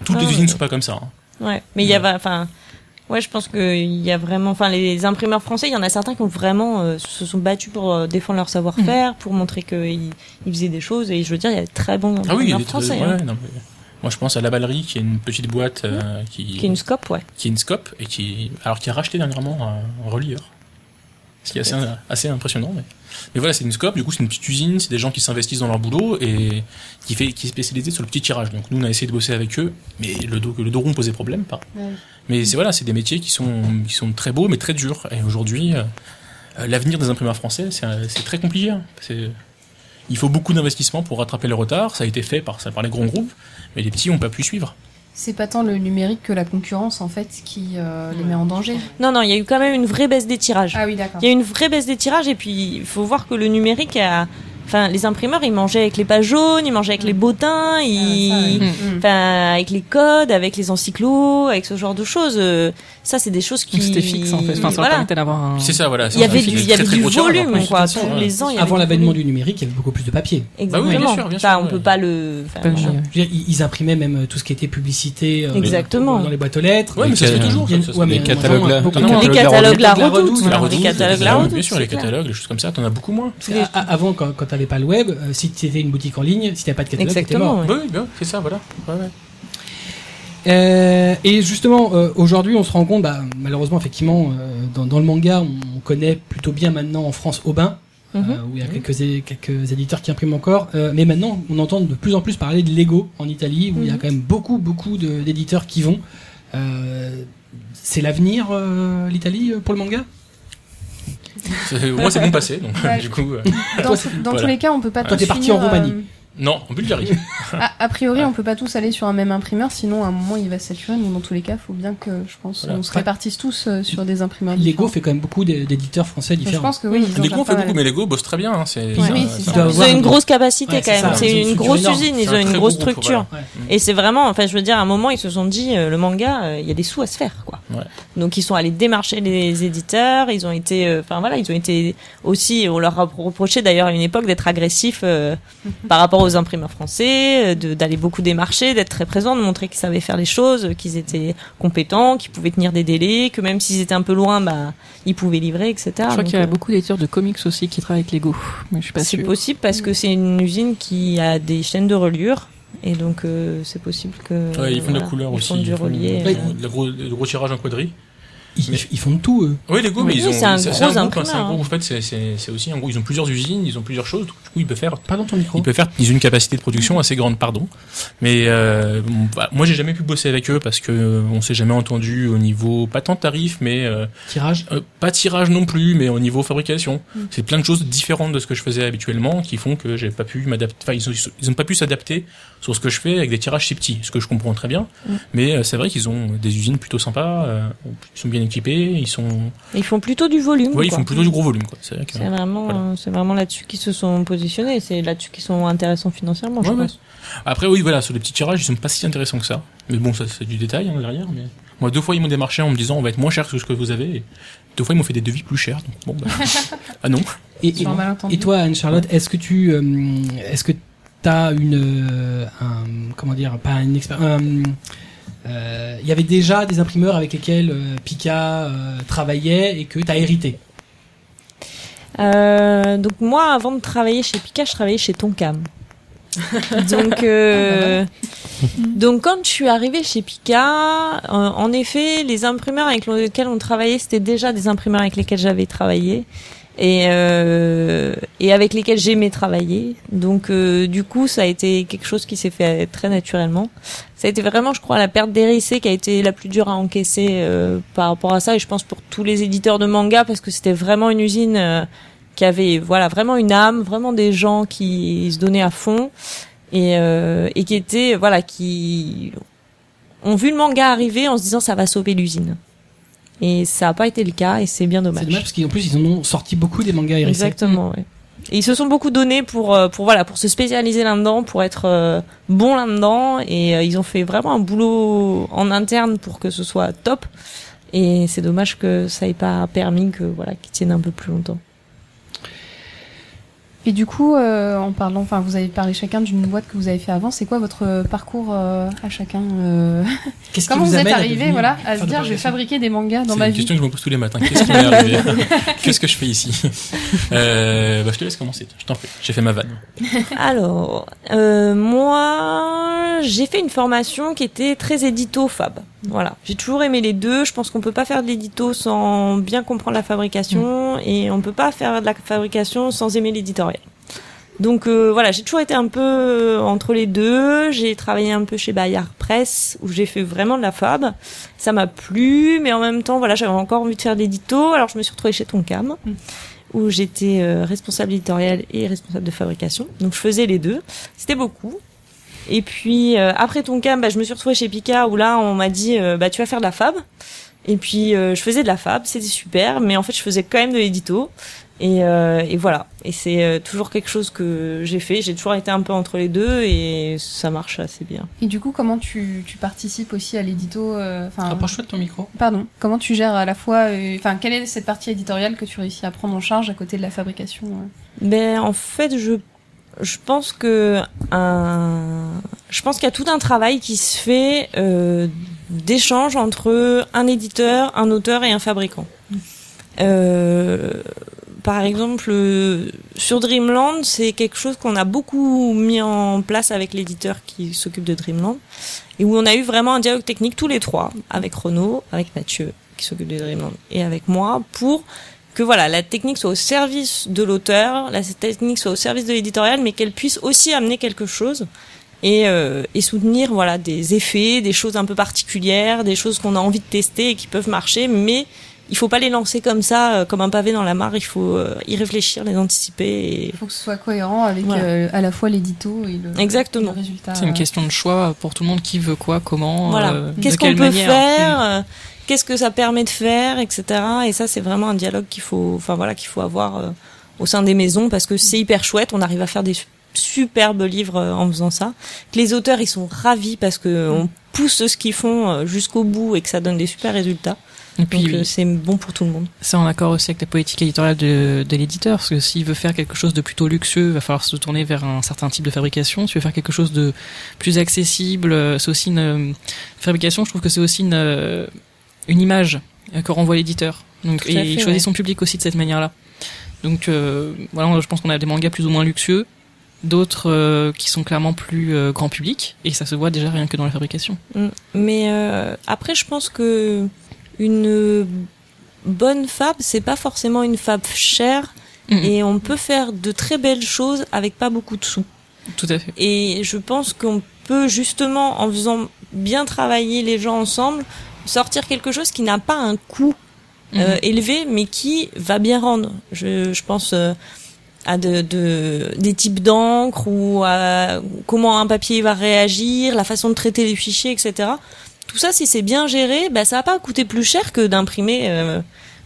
C: Toutes
F: Ah
C: les
F: ouais.
C: usines ne sont pas comme ça. hein.
F: Ouais, mais il y avait, enfin, Ouais, je pense qu'il y a vraiment, enfin, les imprimeurs français, il y en a certains qui ont vraiment euh, se sont battus pour euh, défendre leur savoir-faire, pour montrer qu'ils ils faisaient des choses. Et je veux dire, il y a de très bons
C: Ah
F: imprimeurs
C: oui, il y a des
F: français,
C: très-
F: hein,
C: ouais, non, mais Moi, je pense à La Ballerie, qui est une petite boîte euh, qui,
F: qui est une scope, ouais.
C: qui est une scope et qui, alors qui a racheté dernièrement un relieur. Ce qui est assez, assez impressionnant. Mais, mais voilà, c'est une scope, du coup, c'est une petite usine, c'est des gens qui s'investissent dans leur boulot et qui, fait, qui est spécialisée sur le petit tirage. Donc, nous, on a essayé de bosser avec eux, mais le dos, le dos rond posait problème. Par.
D: Ouais.
C: Mais c'est voilà, c'est des métiers qui sont, qui sont très beaux, mais très durs. Et aujourd'hui, euh, euh, l'avenir des imprimeurs français, c'est euh, c'est très compliqué. hein. C'est- Il faut beaucoup d'investissement pour rattraper le retard. Ça a été fait par, par les grands groupes, mais les petits n'ont pas pu suivre.
D: C'est pas tant le numérique que la concurrence en fait qui euh, les met en danger.
F: Non, non, il y a eu quand même une vraie baisse des tirages.
D: Ah oui, d'accord.
F: Il y a une vraie baisse des tirages et puis il faut voir que le numérique a, enfin, les imprimeurs ils mangeaient avec les pages jaunes, ils mangeaient avec les bottins,
D: Ah, Euh,
F: ils,
B: oui.
D: Mmh.
F: enfin, avec les codes, avec les encyclos, avec ce genre de choses. Euh, Ça, c'est des choses qui.
B: C'était fixe en fait. Enfin, ça leur
F: voilà.
B: permettait d'avoir un.
C: C'est ça, voilà.
F: Il y avait
C: c'est
F: du,
C: des
F: il y
C: très,
F: avait
C: très
F: du
C: gros tirs, alors,
F: volume,
C: de
F: quoi.
C: toute façon,
F: Tous
C: ouais.
F: les ans, il y avait
A: Avant
F: du
A: l'avènement
F: volume.
A: du numérique, il y avait beaucoup plus de papier.
C: Bah
F: Exactement.
C: oui, bien sûr, bien sûr,
F: Enfin, on
C: ouais.
F: peut pas le. enfin,
B: Pas
F: voilà.
B: vu.
A: Je veux dire, ils ils imprimaient même tout ce qui était publicité euh,
F: Exactement.
A: dans les boîtes aux lettres. Euh,
C: Ouais, mais ça se fait
E: Des
C: toujours. ça, ça se fait.
E: Les
A: mais
E: catalogues
A: vraiment,
E: là.
C: beaucoup. Non,
F: Les
E: de la
F: catalogues la
A: redoute. La
F: redoute.
A: redoute,
C: La
A: Ah,
F: Les
C: redoute,
F: catalogues
C: les-
F: la
C: oui,
F: redoute.
C: Bien sûr, les
F: c'est clair.
C: catalogues, les choses comme ça, t'en as beaucoup moins.
A: Parce que, a- Avant, quand, quand t'avais pas le web, euh, si t'étais une boutique en ligne, si t'avais pas de catalogue, t'étais
F: Exactement.
A: mort.
F: ouais.
C: Bah oui, bah oui, c'est ça, voilà. Ouais, ouais.
A: Euh, et justement, euh, aujourd'hui, on se rend compte, bah, malheureusement, effectivement, euh, dans, dans le manga, on connaît plutôt bien maintenant en France Aubin, euh,
F: Mhm.
A: où il y a quelques, é- quelques éditeurs qui impriment encore. Euh, mais maintenant, on entend de plus en plus parler de Lego en Italie, où il y a
F: Mhm.
A: quand même beaucoup, beaucoup de- d'éditeurs qui vont. Euh, c'est l'avenir, euh, l'Italie, euh, pour le manga
C: C'est- Moi, c'est mon passé, donc
D: Ouais.
C: du coup. euh,
D: Dans, tout- dans
C: Voilà.
D: tous les cas, on peut pas
A: Toi,
D: tous
A: t'es parti
D: finir,
A: en Roumanie.
D: euh,
C: Non, en Bulgarie.
D: Ah, a, a priori, on peut pas tous aller sur un même imprimeur, sinon à un moment il va se saturer. Donc dans tous les cas, faut bien que je pense
C: Voilà.
D: on se répartisse tous euh, sur des imprimeurs.
A: Lego
D: différents.
A: fait quand même beaucoup d'é- d'éditeurs français
D: Donc, Je
A: différents.
D: pense que oui. ils en
C: Lego, on
D: gèrent
C: fait
D: pas
C: beaucoup, mais
D: mal.
C: Lego bosse très bien. hein, C'est
A: Puis,
C: ça-
D: oui,
C: ça-
D: c'est
A: Ils
D: ça.
A: doivent
F: Ils
A: avoir
F: ont une
A: un-
F: grosse capacité
A: Ouais,
F: quand
A: c'est
F: même.
A: ça,
F: C'est
A: ils ont
F: une
A: une
F: grosse
A: structure
C: énorme.
F: usine. Ils
C: C'est
F: ont
C: un
F: une
C: très
F: grosse
C: gros groupe,
F: structure.
A: voilà.
F: Et c'est vraiment, enfin, je veux dire, à un moment, ils se sont dit, euh, le manga, euh, il y a des sous à se faire, quoi.
C: Ouais.
F: Donc, ils sont allés démarcher les éditeurs. Ils ont été, euh, enfin voilà, ils ont été aussi. On leur a reproché d'ailleurs à une époque d'être agressifs euh, par rapport aux imprimeurs français, euh, de- d'aller beaucoup démarcher, d'être très présents, de montrer qu'ils savaient faire les choses, euh, qu'ils étaient compétents, qu'ils pouvaient tenir des délais, que même s'ils étaient un peu loin, bah, ils pouvaient livrer, etc.
B: Je crois
F: Donc,
B: qu'il y a
F: euh,
B: beaucoup d'éditeurs de comics aussi qui travaillent avec Lego, mais je suis pas
F: c'est
B: sûre.
F: possible parce que c'est une usine qui a des chaînes de reliure et donc euh, c'est possible que.
C: Ouais, ils font de la
F: voilà,
C: couleur
F: ils
C: aussi.
F: font du relier.
C: du
F: euh.
C: gros- de gros, de gros tirage en quadrille.
A: Ils,
C: Mais-
A: ils font de tout, eux.
C: Oui, Lego,
F: Oui,
C: mais ils ont.
F: c'est un
C: c'est
F: gros
C: groupe, hein, C'est un
F: imprimeur,
C: groupe. En fait, c'est- c'est c'est aussi un groupe. Ils ont plusieurs usines, ils ont plusieurs choses. donc, Du coup, ils peuvent faire
A: Pardon ton micro.
C: Ils peuvent faire, ils ont une capacité de production assez grande, pardon. Mais euh, bon, bah, moi, j'ai jamais pu bosser avec eux parce que euh, on s'est jamais entendu au niveau pas tant tarif, mais euh,
A: Tirage.
C: euh, pas tirage non plus, mais au niveau fabrication. C'est plein de choses différentes de ce que je faisais habituellement qui font que j'ai pas pu m'adapter. Enfin, ils ont, ils ont pas pu s'adapter sur ce que je fais avec des tirages si petits, ce que je comprends très bien. Mais euh, c'est vrai qu'ils ont des usines plutôt sympas, euh, ils sont bien équipés, ils sont,
F: Ils font plutôt du volume.
C: ouais, ils
F: quoi.
C: font plutôt du gros volume. quoi. C'est vrai que-
F: C'est vraiment,
C: Voilà.
F: euh, c'est vraiment là-dessus qu'ils se sont positionnés. C'est là-dessus qu'ils sont intéressants financièrement, je
C: Ouais,
F: pense.
C: Après, oui, voilà, sur les petits tirages, ils sont pas si intéressants que ça. Mais bon, ça, c'est du détail, hein, derrière. Mais... Moi, deux fois, ils m'ont démarché en me disant, on va être moins cher que ce que vous avez. Et deux fois, ils m'ont fait des devis plus chers. Donc, bon, bah. ah non.
A: Et,
D: Sur un
A: et-
D: malentendu.
A: Et toi, Anne-Charlotte, est-ce que tu, euh, est-ce que t'as une, euh, un- comment dire, pas une expérience. Il y avait déjà des imprimeurs avec lesquels euh, Pika euh, travaillait et que t'as hérité.
F: Euh, donc moi, avant de travailler chez Pika, je travaillais chez Tonkam. donc, euh, donc quand je suis arrivée chez Pika, euh, en effet, les imprimeurs avec lesquels on travaillait, c'était déjà des imprimeurs avec lesquels j'avais travaillé et euh, et avec lesquels j'aimais travailler. Donc euh, du coup, ça a été quelque chose qui s'est fait très naturellement. Ça a été vraiment, je crois, la perte d'RIC qui a été la plus dure à encaisser euh, par rapport à ça et je pense pour tous les éditeurs de manga parce que c'était vraiment une usine. euh, qui avait voilà vraiment une âme, vraiment des gens qui se donnaient à fond et euh, et qui étaient voilà qui ont vu le manga arriver en se disant ça va sauver l'usine. Et ça n'a pas été le cas et c'est bien
A: C'est
F: dommage.
A: dommage parce qu'en plus ils en ont sorti beaucoup des mangas hérissés.
F: Exactement. ouais. Et ils se sont beaucoup donnés pour euh, pour voilà pour se spécialiser là-dedans, pour être euh, bon là-dedans et euh, ils ont fait vraiment un boulot en interne pour que ce soit top. Et c'est dommage que ça ait pas permis que voilà qu'ils tiennent un peu plus longtemps.
D: Et du coup, euh, en parlant, enfin, vous avez parlé chacun d'une boîte que vous avez fait avant. C'est quoi votre euh, parcours euh, à chacun euh,
A: Qu'est-ce qui
D: Comment vous êtes
A: amène à
D: arrivé,
A: devenir-
D: voilà, à
A: faire
D: se
A: de
D: dire, je vais
A: fabrication
D: fabriquer des mangas dans
C: C'est
D: ma
C: une
D: vie.
C: question que je me pose tous les matins. Qu'est-ce qui m'est arrivé Qu'est-ce que je fais ici euh, bah, Je te laisse commencer. Je t'en prie. J'ai fait ma vanne.
F: Alors, euh, moi, j'ai fait une formation qui était très édito fab. Voilà, j'ai toujours aimé les deux. Je pense qu'on peut pas faire de l'édito sans bien comprendre la fabrication et on peut pas faire de la fabrication sans aimer l'éditorial. Donc euh, voilà, j'ai toujours été un peu euh, entre les deux. J'ai travaillé un peu chez Bayard Press où j'ai fait vraiment de la fab. Ça m'a plu, mais en même temps, voilà, j'avais encore envie de faire de l'édito. Alors je me suis retrouvée chez Tonkam où j'étais euh, responsable éditoriale et responsable de fabrication. Donc je faisais les deux. C'était beaucoup. Et puis euh, après Tonkam, bah, je me suis retrouvée chez Picard où là on m'a dit euh, bah tu vas faire de la fab. Et puis euh, je faisais de la fab, c'était super, mais en fait je faisais quand même de l'édito. Et, euh, et voilà. Et c'est euh, toujours quelque chose que j'ai fait. J'ai toujours été un peu entre les deux et ça marche assez bien.
D: Et du coup, comment tu, tu participes aussi à l'édito euh, Enfin,
A: Rapproche-toi de ton micro.
D: pardon. Comment tu gères à la fois, euh, enfin, quelle est cette partie éditoriale que tu réussis à prendre en charge à côté de la fabrication euh
F: Ben en fait, je je pense que un je pense qu'il y a tout un travail qui se fait euh, d'échange entre un éditeur, un auteur et un fabricant. Euh, par exemple, euh, sur Dreamland, c'est quelque chose qu'on a beaucoup mis en place avec l'éditeur qui s'occupe de Dreamland, et où on a eu vraiment un dialogue technique tous les trois, avec Renaud, avec Mathieu qui s'occupe de Dreamland, et avec moi, pour que voilà, la technique soit au service de l'auteur, la technique soit au service de l'éditorial, mais qu'elle puisse aussi amener quelque chose et, euh, et soutenir voilà des effets, des choses un peu particulières, des choses qu'on a envie de tester et qui peuvent marcher, mais il faut pas les lancer comme ça, euh, comme un pavé dans la mare. Il faut euh, y réfléchir, les anticiper.
D: Il faut que ce soit cohérent avec
F: Voilà.
D: euh, à la fois l'édito et le,
F: Exactement.
D: et le résultat.
B: C'est une question de choix pour tout le monde. Qui veut quoi, comment,
F: Et Euh. voilà.
B: euh, de
F: Qu'est-ce qu'on
B: quelle
F: peut
B: manière.
F: faire euh, Qu'est-ce que ça permet de faire, etc. Et ça, c'est vraiment un dialogue qu'il faut, enfin voilà, qu'il faut avoir euh, au sein des maisons parce que c'est hyper chouette. On arrive à faire des su- superbes livres euh, en faisant ça. Que les auteurs, ils sont ravis parce
B: Mm.
F: que on pousse ce qu'ils font euh, jusqu'au bout et que ça donne des super résultats.
B: Et puis,
F: Donc euh, c'est bon pour tout le monde.
B: C'est en accord aussi avec la politique éditoriale de, de l'éditeur, parce que s'il veut faire quelque chose de plutôt luxueux, il va falloir se tourner vers un certain type de fabrication. S'il veut faire quelque chose de plus accessible, euh, c'est aussi une euh, fabrication, je trouve que c'est aussi une, euh, une image euh, que renvoie l'éditeur. Donc
F: Tout à
B: et
F: fait,
B: il choisit
F: ouais.
B: son public aussi de cette manière-là. Donc euh, voilà, je pense qu'on a des mangas plus ou moins luxueux, d'autres euh, qui sont clairement plus euh, grand public, et ça se voit déjà rien que dans la fabrication.
F: Mm. Mais euh, après, je pense que une bonne fab, c'est pas forcément une fab chère.
B: Mhm.
F: Et on peut faire de très belles choses avec pas beaucoup de sous.
B: Tout à fait.
F: Et je pense qu'on peut justement, en faisant bien travailler les gens ensemble, sortir quelque chose qui n'a pas un coût euh, élevé, mais qui va bien rendre. Je, je pense euh, à de, de- des types d'encre ou à comment un papier va réagir, la façon de traiter les fichiers, etc. Tout ça, si c'est bien géré, bah, ça va pas coûter plus cher que d'imprimer. euh,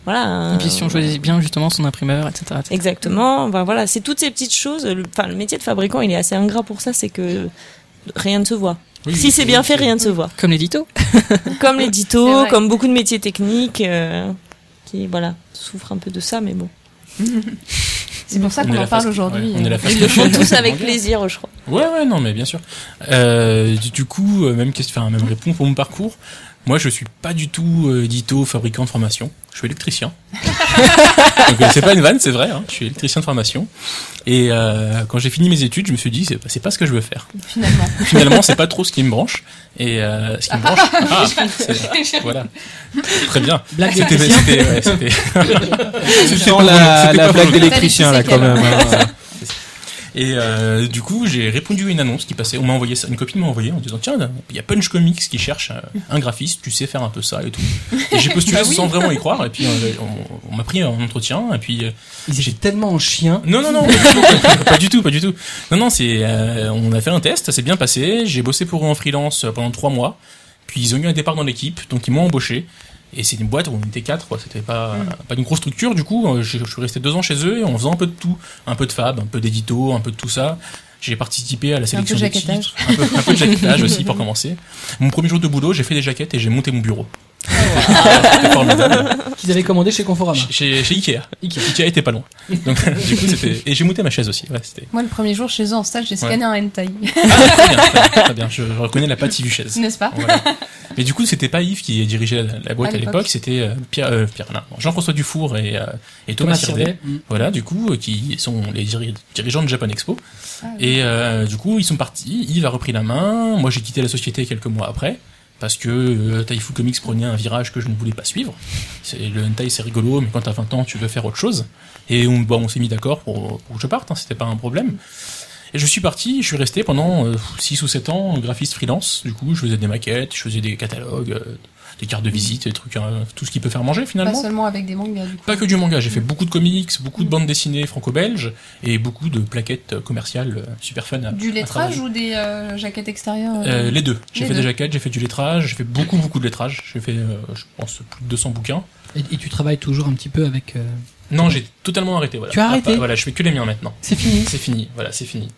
F: voilà.
B: Et
F: un-
B: puis si on choisit bien justement son imprimeur, etc. etc.
F: Exactement. Ben voilà, c'est toutes ces petites choses. Le, enfin, le métier de fabricant, il est assez ingrat pour ça, c'est que rien ne se voit.
C: Oui,
F: si c'est
C: oui,
F: bien
C: oui,
F: fait,
C: c'est-
F: rien ne se voit.
B: Comme l'édito.
F: Comme
D: C'est
F: l'édito,
D: vrai.
F: comme beaucoup de métiers techniques, euh, qui voilà souffrent un peu de ça, mais bon.
D: C'est pour ça
C: On
D: qu'on
C: est la
D: en parle
C: face-
D: aujourd'hui.
C: ouais, on est la face
F: Ils le font
C: cachée du
F: tous avec
C: manga.
F: plaisir, je crois.
C: Ouais, ouais, non, mais bien sûr. Euh, du, du coup, euh, même question, enfin, même réponse pour mon parcours. Moi, je suis pas du tout euh, édito, fabricant de formation. Je suis électricien. Donc, euh, c'est pas une vanne, c'est vrai. hein. Je suis électricien de formation. Et euh, quand j'ai fini mes études, je me suis dit, c'est c'est pas ce que je veux faire.
D: euh, finalement.
C: Finalement, c'est pas trop ce qui me branche. Et euh, ce qui me branche, Ah, c'est- voilà, très bien.
A: Blague
C: C'était,
A: d'électricien.
C: c'était, ouais, c'était-
E: Tu sens la,
C: c'était
E: la
C: pas
E: blague
C: volontaire.
E: d'électricien là quand même. hein.
C: Et euh, du coup, j'ai répondu à une annonce qui passait. On m'a envoyé ça, une copine m'a envoyé en disant tiens, il y a Punch Comics qui cherche euh, un graphiste, tu sais faire un peu ça et tout. Et j'ai postulé sans vraiment y croire. Et puis euh, on, on m'a pris en entretien. Et puis euh,
A: Ils étaient tellement en chien.
C: non non non, pas du tout, pas du tout, pas du tout. Non non, c'est euh, on a fait un test, ça s'est bien passé. J'ai bossé pour eux en freelance euh, pendant trois mois. Puis ils ont eu un départ dans l'équipe, donc ils m'ont embauché. Et c'est une boîte où on était quatre, quoi. C'était pas, pas une grosse structure, du coup. euh, Je, je suis resté deux ans chez eux et en faisant un peu de tout. Un peu de fab, un peu d'édito, un peu de tout ça. J'ai participé à la sélection des titres.
D: jaquettage.
C: Un peu, un peu de jaquettage aussi, pour commencer. Mon premier jour de boulot, j'ai fait des jaquettes et j'ai monté mon bureau. C'était formidable.
A: qu'ils avaient commandé chez Conforama.
C: Chez, chez Ikea. Ikea. était pas loin. Donc, du coup, c'était. Et j'ai monté ma chaise aussi. Ouais, c'était.
D: Moi, le premier jour chez eux en stage, j'ai scanné un hentai,
C: Ah, très bien, très bien, très bien. Je, je reconnais la patte du chaise.
D: n'est-ce pas
C: Voilà. Mais du coup, c'était pas Yves qui dirigeait la, la boîte
D: À
C: à
D: l'époque.
C: l'époque, c'était euh, Pierre, euh, Pierre, non, Jean-François Dufour et, euh, et Thomas, Sirdet.
A: Mm.
C: Voilà, du coup, euh, qui sont les diri- dirigeants de Japan Expo.
D: Ah oui.
C: Et euh, du coup, ils sont partis. Yves a repris la main. Moi, j'ai quitté la société quelques mois après. Parce que euh, Taifu Comics prenait un virage que je ne voulais pas suivre. C'est, le hentai, c'est rigolo, mais quand t'as 20 ans, tu veux faire autre chose. Et on, bon, on s'est mis d'accord pour, pour que je parte, hein, c'était pas un problème. Et je suis parti, je suis resté pendant 6 ou 7 ans graphiste freelance. Du coup, je faisais des maquettes, je faisais des catalogues, euh, des cartes de visite, des trucs, hein, tout ce qui peut faire manger
D: Pas
C: finalement.
D: seulement avec des mangas, du coup.
C: Pas que du manga, j'ai fait beaucoup de comics, beaucoup de bandes dessinées franco-belges et beaucoup de plaquettes euh, commerciales euh, super fun. à-
D: Du
C: à
D: lettrage
C: travailler.
D: ou des euh, jaquettes extérieures
C: Euh, Les deux. J'ai
D: les
C: fait des
D: deux.
C: jaquettes, j'ai fait du lettrage, j'ai fait beaucoup beaucoup de lettrage. J'ai fait, euh, je pense, plus de 200 bouquins.
A: Et, et tu travailles toujours un petit peu avec. euh,
C: Non, j'ai totalement arrêté. Voilà.
A: Tu as
C: Ah,
A: arrêté
C: pas- Voilà, je fais que les miens maintenant.
A: C'est fini.
C: C'est fini, voilà, c'est fini.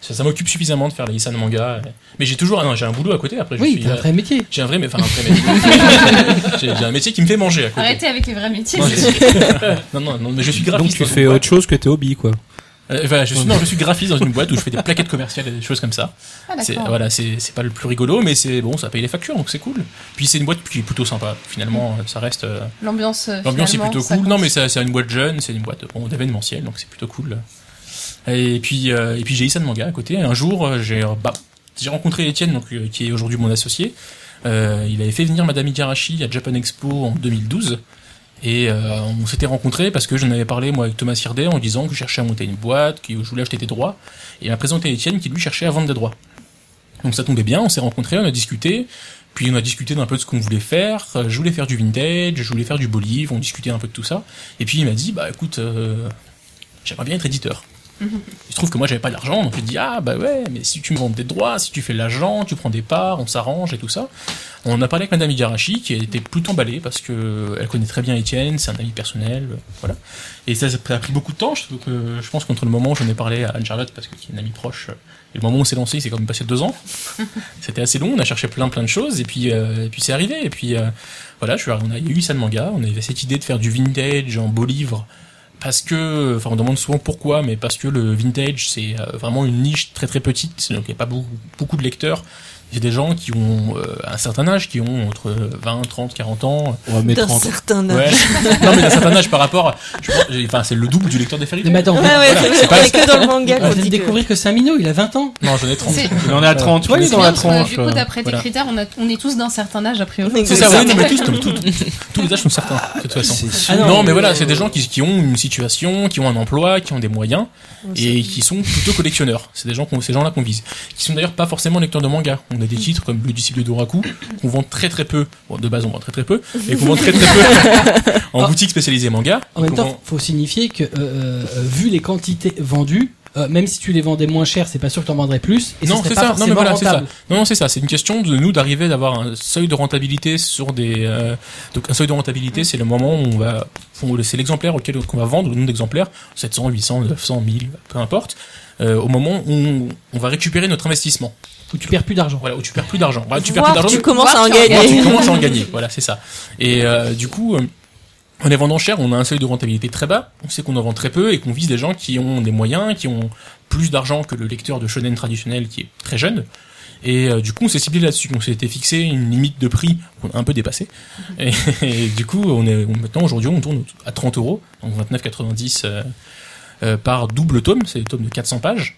C: Ça, ça m'occupe suffisamment de faire les dessins de manga. euh. Mais j'ai toujours, ah non, j'ai un boulot à côté. Après, je
A: Oui,
C: suis,
A: t'as un
C: euh,
A: vrai métier.
C: j'ai un vrai, mais enfin un vrai métier. j'ai, j'ai un métier qui me fait manger à côté.
D: Arrêtez avec les vrais métiers.
C: Non, je suis- non, non, non, mais je suis
E: Donc
C: graphiste.
E: tu
C: dans une
E: fais
C: boîte.
E: autre chose que tes hobbies, quoi.
C: Euh, voilà, je suis, non, je suis graphiste dans une boîte où je fais des plaquettes commerciales et des choses comme ça.
D: Ah,
C: C'est,
D: d'accord.
C: voilà, c'est, c'est pas le plus rigolo, mais c'est bon, ça paye les factures, donc c'est cool. Puis c'est une boîte qui est plutôt sympa. Finalement, ça reste. euh,
D: L'ambiance. euh,
C: L'ambiance est
D: finalement,
C: plutôt
D: ça
C: cool.
D: compte.
C: Non, mais ça- c'est une boîte jeune, c'est une boîte bon, d'événementiel, donc c'est plutôt cool. Et puis, euh, et puis j'ai Issan Manga à côté. Un jour, euh, j'ai bah, j'ai rencontré Étienne, donc euh, qui est aujourd'hui mon associé. Euh, il avait fait venir Madame Igarashi à Japan Expo en 2012. Et euh, on s'était rencontrés parce que j'en avais parlé moi avec Thomas Sirdet en disant que je cherchais à monter une boîte, que je voulais acheter des droits. Et il m'a présenté Étienne qui lui cherchait à vendre des droits. Donc ça tombait bien, on s'est rencontrés, on a discuté, puis on a discuté d'un peu de ce qu'on voulait faire. Euh, Je voulais faire du vintage, je voulais faire du beau livre, on discutait un peu de tout ça. Et puis il m'a dit, bah écoute, euh, j'aimerais bien être éditeur. Il se trouve que moi j'avais pas d'argent, donc je dis ah bah ouais, mais si tu me vends des droits, si tu fais l'agent, tu prends des parts, on s'arrange et tout ça. On a parlé avec Madame Igarashi qui était plutôt emballée parce que euh, elle connaît très bien Étienne, c'est un ami personnel, euh, voilà. Et ça, ça a pris beaucoup de temps. Je, trouve que- je pense qu'entre le moment où j'en ai parlé à Anne-Charlotte, parce que qui est une amie proche, euh, et le moment où on s'est lancé, c'est quand même passé deux ans. C'était assez long. On a cherché plein plein de choses et puis euh, et puis c'est arrivé. Et puis euh, voilà, je suis, arrivé- on a eu ça de manga. On avait cette idée de faire du vintage en beau livre. Parce que, enfin, on demande souvent pourquoi, mais parce que le vintage, c'est euh, vraiment une niche très très petite, donc il n'y a pas beaucoup, beaucoup de lecteurs. Il y a des gens qui ont euh, un certain âge, qui ont entre 20, 30, 40 ans,
E: On va mettre
F: D'un
E: en...
F: certain âge.
C: Ouais. non, mais d'un certain âge par rapport. je pense- j'ai- Enfin, c'est le double du lecteur des fairy
A: Mais
C: Tales.
A: attends,
F: Ouais, ouais,
C: Voilà,
F: c'est-
C: c'est
F: on
C: pas-
F: est que dans le manga.
A: on
F: qu'on
A: vient de
F: dit que-
A: découvrir que c'est un minot, il a 20 ans.
C: Non, j'en ai 30.
D: C'est-
E: Il en est à 30, tu vois, il est
D: C'est
E: dans
D: bien,
E: la
D: parce que,
E: tranche.
D: Du coup, d'après tes
C: euh, Voilà.
D: critères, on, a- on est tous d'un certain âge, a priori.
F: Oui,
C: C'est ça, oui, non, mais tous, tous, tous, tous les âges sont certains, de toute façon.
A: Ah
C: non, mais euh, voilà, c'est des gens qui, qui ont une situation, qui ont un emploi, qui ont des moyens, et qui sont plutôt collectionneurs. C'est des gens qu'on, ces gens-là qu'on vise. Qui sont d'ailleurs pas forcément lecteurs de manga. On a des titres comme Le Disciple d'Oraku, qu'on vend très très peu. Bon, de base, on vend très très peu, et qu'on vend très très peu en
A: Ah.
C: boutique spécialisée manga.
A: En même
C: Qu'on
A: temps,
C: vend-
A: faut signifier que euh, euh, vu les quantités vendues, euh, même si tu les vendais moins cher, c'est pas sûr que t'en vendrais plus. Et ce
C: non,
A: serait
C: c'est
A: pas
C: ça. Non,
A: forcément
C: mais voilà, c'est ça.
A: rentable.
C: Non, non, c'est ça. C'est une question de nous d'arriver d'avoir un seuil de rentabilité sur des. euh, donc un seuil de
A: Mm.
C: rentabilité, c'est le moment où on va. on- C'est l'exemplaire auquel on va vendre, le nombre d'exemplaires, 700, 800, 900, 1000, peu importe. euh, au moment où on, on va récupérer notre investissement.
A: Où tu perds plus d'argent.
C: Voilà, où tu perds plus d'argent. Voilà, tu perds plus
F: Voir,
C: d'argent.
F: tu commences à en
C: Moi, tu
F: gagner.
C: commences à en gagner. Voilà, c'est ça. Et euh, du coup, euh, en les vendant cher, on a un seuil de rentabilité très bas. On sait qu'on en vend très peu et qu'on vise des gens qui ont des moyens, qui ont plus d'argent que le lecteur de shonen traditionnel qui est très jeune. Et euh, du coup, on s'est ciblé là-dessus. On s'était fixé une limite de prix qu'on a un peu dépassée. Et, et du coup, on est on- maintenant aujourd'hui, on tourne à 30 euros, donc 29,90 euh, euh, par double tome. C'est le tome de 400 pages,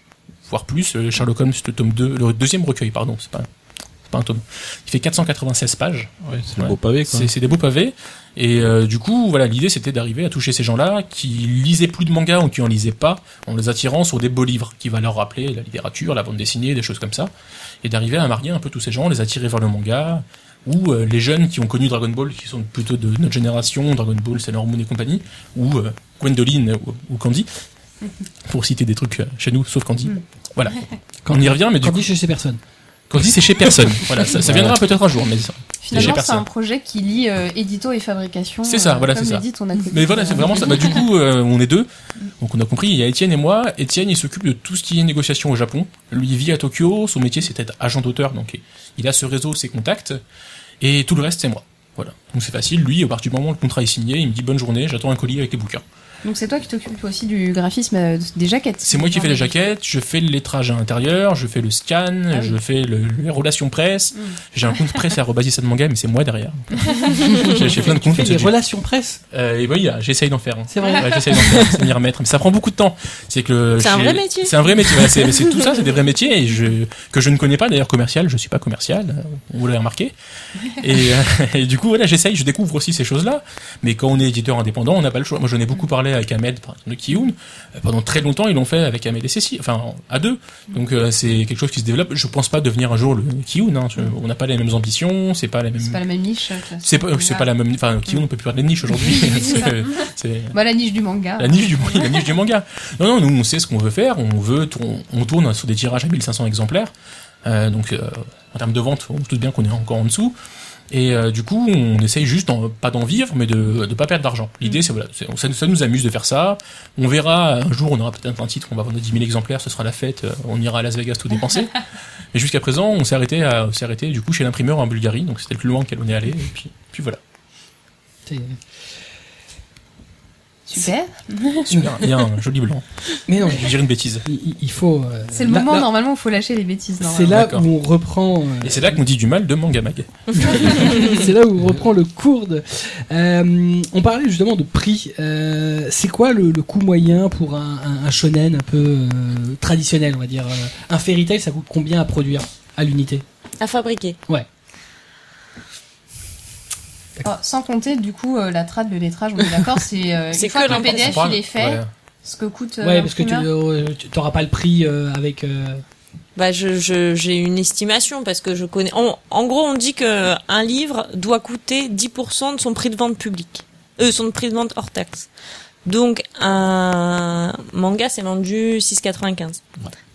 C: voire plus. Euh, Sherlock Holmes, le tome 2, le deuxième recueil, pardon. C'est pas, c'est pas un tome. Il fait 496 pages.
E: C'est le beau pavé, quoi.
C: C'est c'est des beaux pavés. Et euh, du coup, voilà, l'idée c'était d'arriver à toucher ces gens-là qui lisaient plus de mangas ou qui en lisaient pas, en les attirant sur des beaux livres qui va leur rappeler la littérature, la bande dessinée, des choses comme ça, et d'arriver à marier un peu tous ces gens, les attirer vers le manga ou euh, les jeunes qui ont connu Dragon Ball, qui sont plutôt de notre génération, Dragon Ball, Sailor Moon et compagnie, ou euh, Gwendoline ou, ou Candy, pour citer des trucs euh, chez nous, sauf Candy. Voilà. Quand on y revient, mais du
A: Quand
C: coup,
A: dit chez ces personnes.
C: Candy c'est chez personne. Voilà, ça, ça viendra peut-être un jour, mais J'ai
D: Finalement, c'est
C: personne.
D: un projet qui lie euh, édito et fabrication.
C: C'est ça,
D: euh,
C: voilà,
D: comme
C: c'est ça.
D: l'édite, on a connu,
C: Mais voilà, c'est
D: euh,
C: vraiment ça. Bah, du coup, euh, on est deux. Donc, on a compris, il y a Étienne et moi. Étienne, il s'occupe de tout ce qui est négociation au Japon. Lui, il vit à Tokyo. Son métier, c'est d'être agent d'auteur. Donc, il a ce réseau, ses contacts. Et tout le reste, c'est moi. Voilà. Donc c'est facile. Lui, à partir du moment où le contrat est signé, il me dit bonne journée, j'attends un colis avec les bouquins.
D: Donc c'est toi qui t'occupes aussi du graphisme euh, des jaquettes.
C: C'est moi qui fais la jaquette, je fais le lettrage à l'intérieur, je fais le scan,
D: Ah oui. Mm.
C: je fais le, les relations presse. J'ai un compte presse à rebaser ça de manga, mais c'est moi derrière. j'ai j'ai plein de
A: Tu fais
C: comptes. comme ça,
A: des
C: j'ai-
A: relations presse,
C: Euh, et oui, là, j'essaye d'en faire. hein.
A: c'est vrai.
C: Ouais, j'essaie d'en faire, c'est de m'y remettre, mais ça prend beaucoup de temps. C'est que le-
F: C'est un
C: chez-
F: vrai métier.
C: C'est un vrai métier. voilà, c'est mais c'est tout ça, c'est des vrais métiers et je, que je ne connais pas. D'ailleurs, commercial, je suis pas commercial. euh, Vous l'avez remarqué. Et, euh, et du coup, voilà, j'essaye, je découvre aussi ces choses-là. Mais quand on est éditeur indépendant, on n'a pas le choix. Moi, j'en ai beaucoup parlé avec Ahmed par exemple, de Kiun. Euh, Pendant très longtemps, ils l'ont fait avec Ahmed et Cécile, enfin à deux. Donc euh, c'est quelque chose qui se développe. Je pense pas devenir un jour le Kiun. hein. Je- On n'a pas les mêmes ambitions, c'est pas les mêmes.
D: C'est pas la même niche. euh, classe.
C: C'est pas, c'est pas la même. Enfin, Kiun, on peut plus parler de niche aujourd'hui.
D: C'est ça.
C: C'est-
D: Bah, la niche du manga.
C: la niche du, la niche du manga. Non, non, nous, on sait ce qu'on veut faire. On veut, tour- on tourne sur des tirages à 1500 exemplaires. Euh, donc, euh, en termes de vente, on se doute bien qu'on est encore en dessous. Et euh, du coup, on essaye juste, d'en- pas d'en vivre, mais de ne pas perdre d'argent.
D: Mm.
C: L'idée, c'est voilà, c'est- ça, nous- ça nous amuse de faire ça. On verra, un jour, on aura peut-être un titre, on va vendre 10 000 exemplaires, ce sera la fête, euh, on ira à Las Vegas tout dépenser. Mais jusqu'à présent, on s'est arrêté, à- on s'est arrêté du coup chez l'imprimeur en Bulgarie, donc c'était le plus loin qu'elle en est allé. Et puis, puis voilà.
A: C'est-
D: Super.
C: Super, il y a un joli blanc.
A: Mais non,
C: Je vais dire une bêtise.
A: il- il, il faut. euh,
D: C'est le
A: là-
D: moment,
A: là-
D: normalement, où faut lâcher les bêtises.
A: C'est
D: normalement.
A: là
C: D'accord.
A: où on reprend. euh,
C: Et c'est là qu'on dit du mal de Manga Mag.
A: c'est là où on reprend le Kurde. Euh, on parlait justement de prix. Euh, c'est quoi le, le coût moyen pour un, un- un shonen un peu euh, traditionnel, on va dire euh, Un fairy tale, ça coûte combien à produire à l'unité
F: à fabriquer.
D: Oh, sans compter, du coup, euh, la trad, le lettrage, on est d'accord, c'est euh,
F: C'est
D: une fois
F: que
D: que le
F: l'impression.
D: PDF il est fait,
C: Ouais.
D: ce que coûte. euh,
A: Ouais, parce que tu
D: l'imprimeur.
A: euh, tu- t'auras pas le prix euh, avec. euh,
F: Bah, je, je- j'ai une estimation parce que je connais. En, en gros, on dit que un livre doit coûter 10% de son prix de vente public, euh, son prix de vente hors taxe. Donc un manga c'est vendu 6,95.
C: Ouais.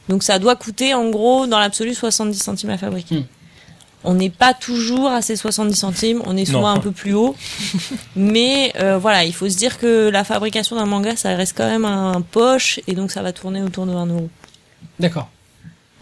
F: Donc ça doit coûter en gros dans l'absolu 70 centimes à fabriquer.
A: Hmm.
F: On n'est pas toujours à ces 70 centimes, on est
C: Non.
F: souvent un peu plus haut. Mais euh, voilà, il faut se dire que la fabrication d'un manga ça reste quand même un poche et donc ça va tourner autour de 1 euro.
A: D'accord.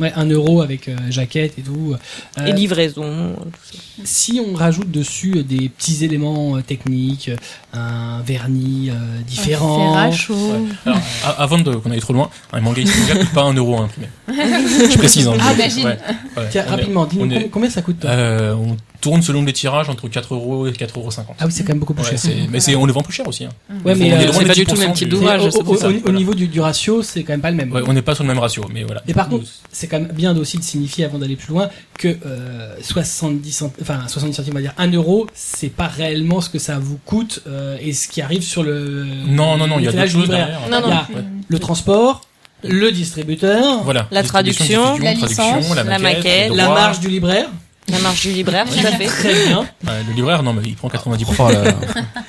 A: Ouais, un euro avec euh, jaquette et tout. Euh,
F: Et livraison, tout ça.
A: si on rajoute dessus des petits éléments euh, techniques, euh, un vernis euh,
D: Un fer
A: différent,
D: à chaud.
C: Ouais. Alors, a- avant de- qu'on aille trop loin, un manga italien coûte pas un euro à imprimer. Je précise. hein,
D: Ah,
C: je-
D: imagine.
C: ouais, ouais.
A: Tiens,
C: On est-
A: rapidement, dis-nous
C: on est-
A: com- combien ça coûte toi
C: euh, on tourne selon les tirages entre 4 euros et 4,50 euros.
A: Ah oui, c'est quand même beaucoup plus
C: Ouais,
A: cher.
C: c'est- mais c'est, on le vend plus cher aussi. hein.
A: Ouais,
C: On
A: mais
C: est
A: euh,
C: loin
B: c'est
C: des
B: pas du tout le
C: 10%
B: même type
C: du-
A: Mais
B: d'ouvrage.
A: au,
B: c'est
A: au-
B: pour ça.
A: au- au
C: Voilà.
A: niveau du, du ratio, c'est quand même pas le même.
C: Ouais, on n'est pas sur le même ratio, mais voilà.
A: Et par contre, c'est quand même bien aussi de signifier avant d'aller plus loin que euh, 70 centimes, enfin 70 centimes, on va dire 1 euro, c'est pas réellement ce que ça vous coûte euh, et ce qui arrive sur le.
C: non, non, non, il y a d'autres
A: l'étalage
C: choses
A: libraire.
C: derrière.
F: Non, non.
A: Il y
D: Ah,
A: a
C: Ouais.
A: le transport, le distributeur,
C: Voilà.
F: La
C: Distribution,
F: traduction,
C: diffusion,
D: la
C: traduction,
D: licence,
F: la maquette,
C: le
A: la
C: droit.
A: marge du libraire.
F: La marge du libraire, tout à fait.
A: Très bien.
C: Ouais, le libraire, non, mais il prend 90%.
E: Oh là là.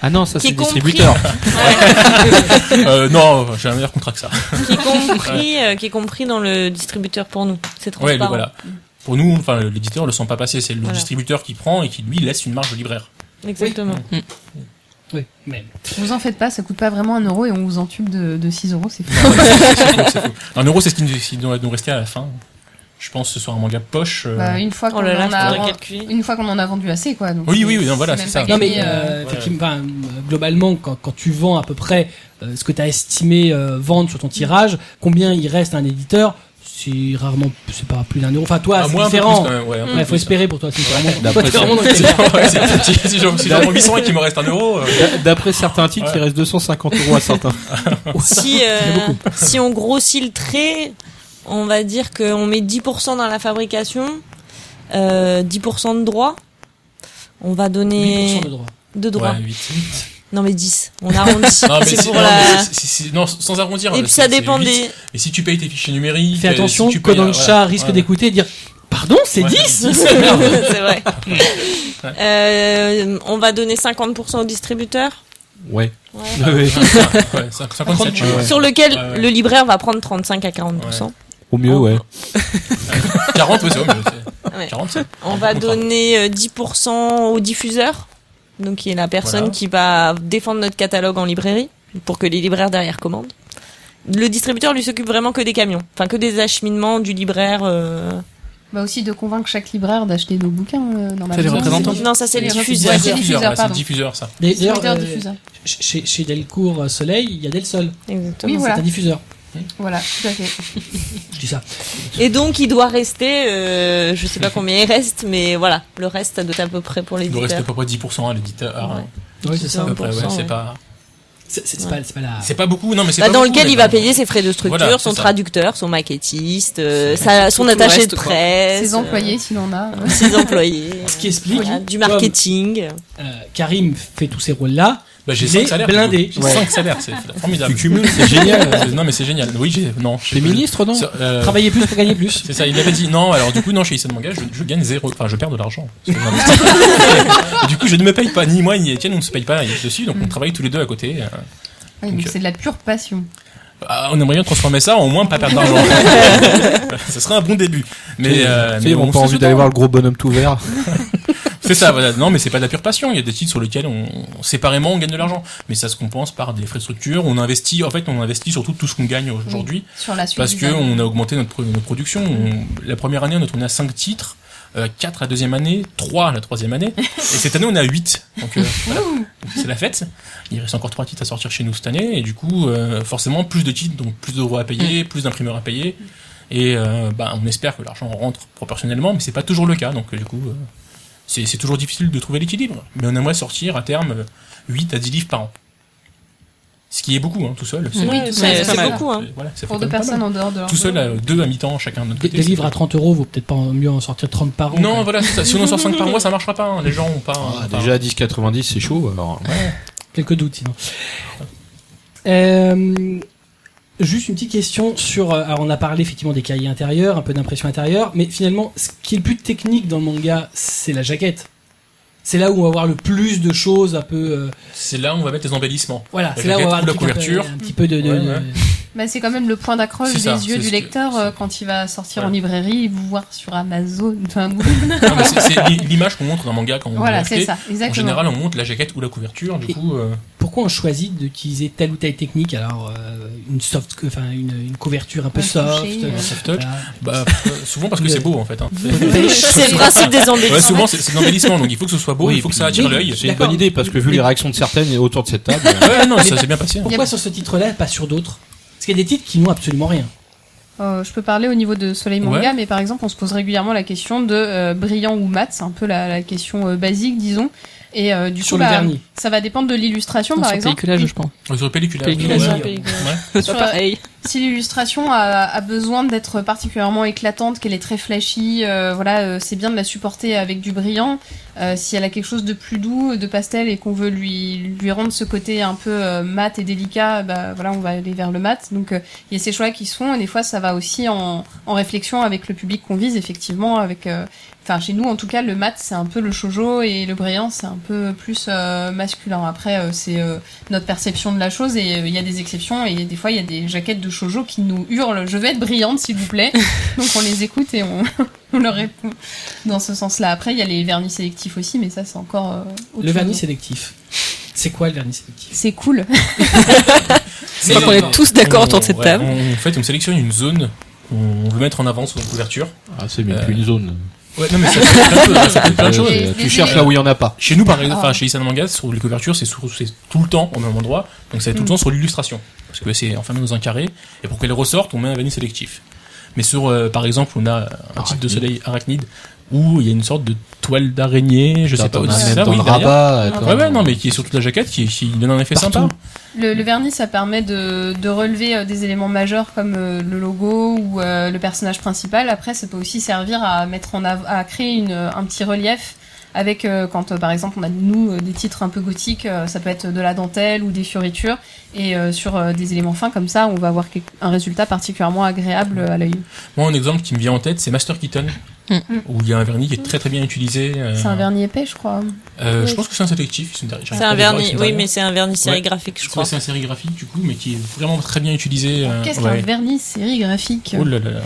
E: Ah non, ça
F: Qui
E: c'est
F: est
E: le distributeur.
C: euh, non, j'ai un meilleur contrat que ça.
F: qui est compris, euh, qui est compris dans le distributeur pour nous. C'est
C: Ouais,
F: transparent.
C: le- voilà. Pour nous, enfin, l'éditeur le sent pas passer. C'est le
F: Voilà.
C: distributeur qui prend et qui lui laisse une marge au libraire.
F: Exactement.
A: Oui, mais
D: Vous en faites pas, ça coûte pas vraiment un euro et on vous entube de, de 6 euros, c'est fou.
C: Un euro, c'est ce qui nous- ce qui doit nous rester à la fin. Je pense que ce sera un manga poche. euh,
D: Bah, une fois qu'on
F: Oh là là,
D: en,
F: je
D: a-
F: faudrait calculer.
D: une fois qu'on en a vendu assez, quoi. donc
C: Oui,
D: c'est-
C: oui, oui, non, voilà,
D: même
C: c'est
D: pas
C: ça.
A: Non
D: gagné,
A: mais
D: euh,
A: euh, effectivement, enfin, euh, globalement, quand, quand tu vends à peu près euh, ce que tu as estimé euh, vendre sur ton tirage, combien il reste à un éditeur C'est rarement, c'est pas plus d'un euro. Enfin toi,
C: à
A: c'est
C: Ah, moins un peu
A: différent.
C: plus, quand même, ouais, un peu
A: Ouais, faut
C: plus.
A: espérer pour toi. C'est vraiment, toi,
E: d'après
A: t'es
E: ça.
A: vraiment dans le
C: Si
A: galère.
C: si- si j'en si j'en vends 800 et qu'il me reste un euro, euh,
E: D'a- D'après certains titres,
C: Ouais.
E: il reste 250 euros à certains.
F: Si, euh, si on grossit le trait, on va dire qu'on met 10% dans la fabrication, euh, 10% de droit. On va
A: 8%
F: donner
A: de droit.
F: de droit.
C: ouais, huit.
F: Non mais 10. On arrondit.
C: Non, mais
F: c'est
C: si-
F: pour
C: non,
F: la...
C: mais si- si- si- non, sans arrondir. euh,
F: Et puis ça
C: c'est- c'est
F: dépend
C: huit.
F: des.
C: Et si tu payes tes fichiers numériques.
A: Fais
C: euh,
A: attention,
C: si tu payes,
A: code dans le
C: euh,
A: chat
C: ouais,
A: risque
C: ouais.
A: d'écouter et dire Pardon, c'est
C: Ouais,
A: 10
F: c'est vrai. Euh, on va donner 50% au distributeur.
E: Ouais.
F: Ouais.
E: Ouais.
C: Ouais, cinq- 57, je crois.
F: Sur lequel
C: Ah Ouais, ouais.
F: le libraire va prendre 35 à 40%.
E: Au mieux, ouais.
C: 40, ouais, c'est vrai, mais c'est-
F: Ouais.
C: 40, c'est-
F: On va
C: Contrat.
F: donner euh, 10% au diffuseur, donc qui est la personne
C: Voilà.
F: qui va défendre notre catalogue en librairie pour que les libraires derrière commandent. Le distributeur lui s'occupe vraiment que des camions, enfin que des acheminements du libraire euh,
D: Bah aussi de convaincre chaque libraire d'acheter nos bouquins euh, normalement.
B: les représentants.
F: Non, ça c'est les
D: Les
F: diffuseurs.
D: Ouais, c'est diffuseur,
C: là, c'est
D: pardon.
C: diffuseur, ça.
A: Et D'ailleurs,
D: Distributeurs,
A: euh,
D: diffuseurs.
A: ch- chez, chez Delcourt euh, Soleil, il y a Delsol.
F: Exactement.
D: Oui, voilà.
A: C'est un diffuseur.
D: Voilà, tout à fait.
A: Je dis ça.
F: Et donc il doit rester, euh, je sais pas combien il reste, mais voilà, le reste ça doit être à peu près pour
C: Il nous reste à peu
F: l'éditeur.
C: près 10% à hein, l'éditeur.
F: Ouais.
A: Oui, c'est
C: À
A: ça.
C: peu près, ouais,
F: 1%,
C: c'est
F: ouais.
C: pas,
A: C'est c'est
F: Ouais.
A: pas, c'est pas la.
C: c'est pas beaucoup, non, mais c'est
F: Bah,
C: pas
F: dans
C: beaucoup,
F: lequel
C: mais
F: il va
C: bon.
F: payer ses frais de structure,
C: Voilà, c'est
F: son
C: ça.
F: traducteur, son maquettiste, euh,
C: C'est-
F: sa- son
B: tout le
F: attaché
B: reste,
F: de
B: quoi.
F: presse,
D: Ses
F: euh,
D: employés, s'il en a. euh,
F: ses employés,
A: Ce qui explique
F: voilà, du
A: comme,
F: marketing.
A: euh, Karim fait tous ces rôles-là.
C: Bah, j'ai
A: Il
C: 5
A: est
C: salaires.
A: blindé.
C: J'ai 5 salaires, c'est formidable.
E: Tu cumules, c'est génial.
C: Euh, non, mais c'est génial. Oui, j'ai. Non. je sais
E: T'es
C: plus.
E: ministre, non
C: Ça, euh,
A: Travailler plus pour gagner plus.
C: C'est ça, il avait dit non, alors du coup, non, chez Isen Manga, je, je gagne zéro, enfin, je perds de l'argent. Parce que j'investis. Et du coup, je ne me paye pas, ni moi, ni Étienne, on ne se paye pas dessus,
E: Mm.
C: donc on travaille tous les deux à côté. euh.
D: oui, donc
C: Ok.
D: c'est de la pure passion.
C: Ah, on aimerait bien transformer ça, en au moins pas perdre d'argent. ça serait un bon début. Mais, euh,
E: Tu sais,
C: mais
E: ils n'ont
C: on
E: pas
C: se
E: envie
C: saute
E: d'aller
C: dans-
E: voir le gros bonhomme tout vert.
C: C'est ça, voilà. Non, mais c'est pas de la pure passion. Il y a des titres sur lesquels on, séparément, on gagne de l'argent. Mais ça se compense par des frais de structure. On investit, en fait, on investit surtout tout ce qu'on gagne aujourd'hui.
D: Sur la suite.
C: Parce
D: des
C: que
D: années.
C: on a augmenté notre, pro- notre production. On- la première année, on a tourné à 5 titres, 4 la deuxième année, 3 la troisième année, et cette année, on a 8. Donc euh, voilà, c'est la fête. Il reste encore 3 titres à sortir chez nous cette année, et du coup, euh, forcément, plus de titres, donc plus de droits à payer, plus d'imprimeurs à payer. Et euh, bah, on espère que l'argent rentre proportionnellement, mais c'est pas toujours le cas. Donc euh, du coup, euh, c'est c'est toujours difficile de trouver l'équilibre. Mais on aimerait sortir à terme euh, 8 à 10 livres par an. Ce qui est beaucoup, hein, tout seul. C'est-
F: Oui,
D: Ouais,
F: c'est
D: c'est pas
F: c'est
D: mal.
F: beaucoup. Hein.
C: Voilà, ça fait
D: Pour
C: quand
D: deux
C: même pas mal.
D: personnes en dehors de leur
C: Tout seul,
D: boulot.
C: à deux à mi-temps, chacun de notre
A: Des,
C: côté.
A: des
C: c'est
A: livres
C: pas-
A: à 30 euros, vaut peut-être pas mieux en sortir 30 par an.
C: Non,
A: quoi.
C: voilà, c'est ça. Si on en sort 5 par mois, ça marchera pas. hein. Les gens ont pas.
E: Ah,
C: ont pas-
E: déjà 10,90, c'est chaud. Alors,
A: Quelques doutes, sinon. Euh, juste une petite question sur. euh, Alors, on a parlé effectivement des cahiers intérieurs, un peu d'impression intérieure, mais finalement, ce qui est le plus technique dans le manga, c'est la jaquette. C'est là où on va voir le plus de choses, un peu. euh,
C: C'est là où on va mettre les embellissements.
A: voilà,
C: La
A: c'est là où on va avoir
C: jaquette,
A: le
C: la
A: truc un peu-
C: couverture.
A: Un, petit peu de. de-
C: Ouais,
A: de-
C: ouais.
D: Bah, c'est quand même le point d'accroche
C: C'est
D: des
C: ça, c'est
D: yeux
C: ce
D: du
C: que-
D: lecteur
C: c'est-
D: euh, quand il va sortir en
C: Ouais.
D: librairie, voir sur Amazon. Enfin, Google.
C: Non, mais c'est- c'est li- l'image qu'on montre d'un manga quand on va
D: voilà,
C: l'acheter.
D: c'est ça,
C: En
D: exactement.
C: général, on montre la jaquette ou la couverture. Du
A: Et-
C: coup, euh,
A: Pourquoi on choisit d'utiliser telle ou telle technique Alors, euh, une soft. Enfin, une, une couverture un peu
D: Un
A: soft.
D: toucher,
A: euh,
C: un soft touch.
A: voilà.
C: Bah, euh, souvent parce que c'est beau en fait. hein.
F: C'est le principe des
C: Ouais,
F: embellissements.
C: souvent c'est c'est de l'embellissement, donc il faut que ce soit beau,
E: Oui,
C: il faut que ça attire
A: oui.
C: l'œil.
E: c'est une bonne idée parce que vu les réactions de certaines et autour de cette table, euh,
C: Ouais, non, ça s'est bien passé. hein.
A: Pourquoi sur ce titre-là, pas sur d'autres Parce qu'il y a des titres qui n'ont absolument rien.
D: Euh, je peux parler au niveau de Soleil Manga, mais par exemple, on se pose régulièrement la question de euh, brillant ou mat, c'est un peu la, la question euh, basique, disons. Et euh, du
A: Sur
D: coup,
A: le
D: bah,
A: vernis.
D: ça va dépendre de l'illustration,
B: Sur
D: par
B: le
D: exemple.
B: pelliculage, je pense.
C: Sur le pelliculage.
B: Pelliculage,
C: ouais.
F: pelliculage.
C: Ouais.
B: C'est
D: Sur-
B: pas pareil.
D: Si l'illustration a, a besoin d'être particulièrement éclatante, qu'elle est très flashy, euh, voilà, euh, c'est bien de la supporter avec du brillant. Euh, si elle a quelque chose de plus doux, de pastel, et qu'on veut lui lui rendre ce côté un peu euh, mat et délicat, bah voilà, on va aller vers le mat. Donc euh, il y a ces choix qui sont, et des fois ça va aussi en, en réflexion avec le public qu'on vise, effectivement, avec. euh, Enfin, chez nous, en tout cas, le mat, c'est un peu le shoujo et le brillant, c'est un peu plus euh, masculin. Après, euh, c'est euh, notre perception de la chose et euh, il y a des exceptions et des fois il y a des jaquettes de shoujo qui nous hurlent je vais être brillante s'il vous plaît donc on les écoute et on, on leur répond dans ce sens là après il y a les vernis sélectifs aussi mais ça c'est encore euh, autre
A: Le vernis
D: chose.
A: sélectif. C'est quoi le vernis sélectif
D: c'est cool
B: Je crois qu'on est tous d'accord autour de cette
C: Ouais,
B: table.
C: on- En fait, on sélectionne une zone qu'on veut mettre en avant sur une couverture.
E: ah, c'est même
C: Euh,
E: plus une zone.
C: Ouais, non, mais ça peut être plein de choses, ça peut être plein de
E: Euh,
C: choses.
D: Les- les
E: tu cherches
D: élèves.
E: là où il n'y en a pas.
C: Chez nous, par exemple,
D: Ah.
C: enfin, chez Isan Manga, sur les couvertures, c'est sur- c'est tout le temps au même endroit, donc c'est tout le
D: Mm.
C: temps sur l'illustration. Parce que c'est enfermé dans un carré, et pour qu'elle ressorte, on met un vernis sélectif. Mais sur, euh, par exemple, on a un titre de
E: Arachnide.
C: soleil arachnide, où il y a une sorte de toile d'araignée, je sais pas,
E: T'en
C: au-dessus
E: as
C: de
E: même
C: ça,
E: dans
C: oui,
E: le
C: derrière.
E: rabat. attends.
C: Ouais, ouais, non, mais qui est sur toute la jaquette, qui, qui donne un effet
E: Ah bah. Partout.
C: sympa.
D: le, le vernis ça permet de, de relever euh, des éléments majeurs comme euh, le logo ou euh, le personnage principal après ça peut aussi servir à mettre en av- à créer une, euh, un petit relief avec euh, quand euh, par exemple on a nous euh, des titres un peu gothiques, euh, ça peut être de la dentelle ou des fioritures et euh, sur euh, des éléments fins comme ça, on va avoir quel- un résultat particulièrement agréable euh, à l'œil.
C: Moi, un exemple qui me vient en tête, c'est Master Keaton,
B: Mm.
C: où il y a un vernis qui est très très bien utilisé. euh,
D: C'est un vernis épais, je crois.
C: euh, Je pense que c'est un sélectif. ils sont derrière- j'arrive
F: C'est
C: pas
F: un
C: à les voir, ils
F: vernis,
C: sont
F: oui,
C: derrière.
F: mais c'est un vernis sérigraphique, je
C: Je crois
F: crois.
C: que c'est un sérigraphique du coup, mais qui est vraiment très bien utilisé. euh,
D: Qu'est-ce
C: ouais.
D: qu'un vernis sérigraphique
C: Oh là là là.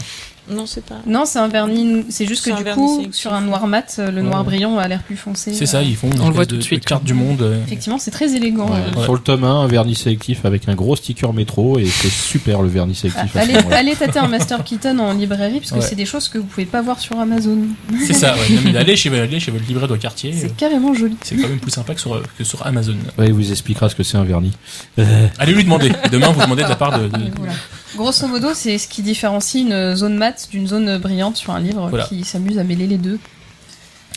F: Non, c'est pas.
D: Non, c'est un vernis. C'est juste
F: C'est
D: que
F: un
D: du
F: vernis
D: coup,
F: sélectif.
D: sur un noir mat, euh, le noir
C: Ouais.
D: brillant a l'air plus foncé.
C: C'est ça,
D: Euh,
C: ils font une
B: On le voit
C: espèce
B: tout de
C: de-
B: suite, hein.
C: de carte
B: quoi.
C: du monde. euh.
D: Effectivement, c'est très élégant. euh.
E: Sur le tome 1, un vernis sélectif avec un gros sticker métro et c'est super le vernis sélectif. à ce
D: Allez,
E: moment-là.
D: allez tâter un Master Keaton en librairie, parce que
C: Ouais.
D: c'est des choses que vous pouvez pas voir sur Amazon.
C: C'est ça, ouais. Non, mais allez chez, allez chez votre libraire de quartier. euh,
D: C'est carrément joli.
C: C'est quand même plus sympa que sur, euh, que sur Amazon.
E: Ouais, il vous expliquera ce que c'est un vernis. Euh,
C: Allez lui demander. Demain, vous demandez de la part de. de-
D: Voilà. Grosso modo, c'est ce qui différencie une zone mate d'une zone brillante sur un livre
C: Voilà.
D: qui s'amuse à mêler les deux.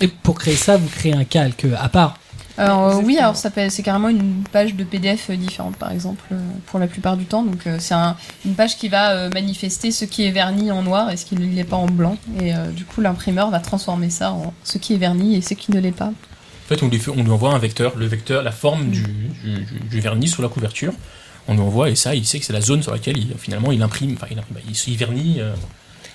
G: Et pour créer ça, vous créez un calque
A: euh,
G: à part.
D: Alors, euh, oui,
F: Exactement.
D: alors ça peut- c'est carrément une page de PDF différente, par exemple, euh, pour la plupart du temps. Donc, euh, c'est un- une page qui va euh, manifester ce qui est verni en noir et ce qui ne l'est pas en blanc. Et euh, du coup, l'imprimeur va transformer ça en ce qui est verni et ce qui ne l'est pas.
C: En fait, on lui, fait- on lui envoie un vecteur, le vecteur, la forme du, du- du- du vernis sur la couverture. On lui envoie et ça, il sait que c'est la zone sur laquelle il, finalement il imprime. Enfin, il, imprime, bah, il, il vernit. euh,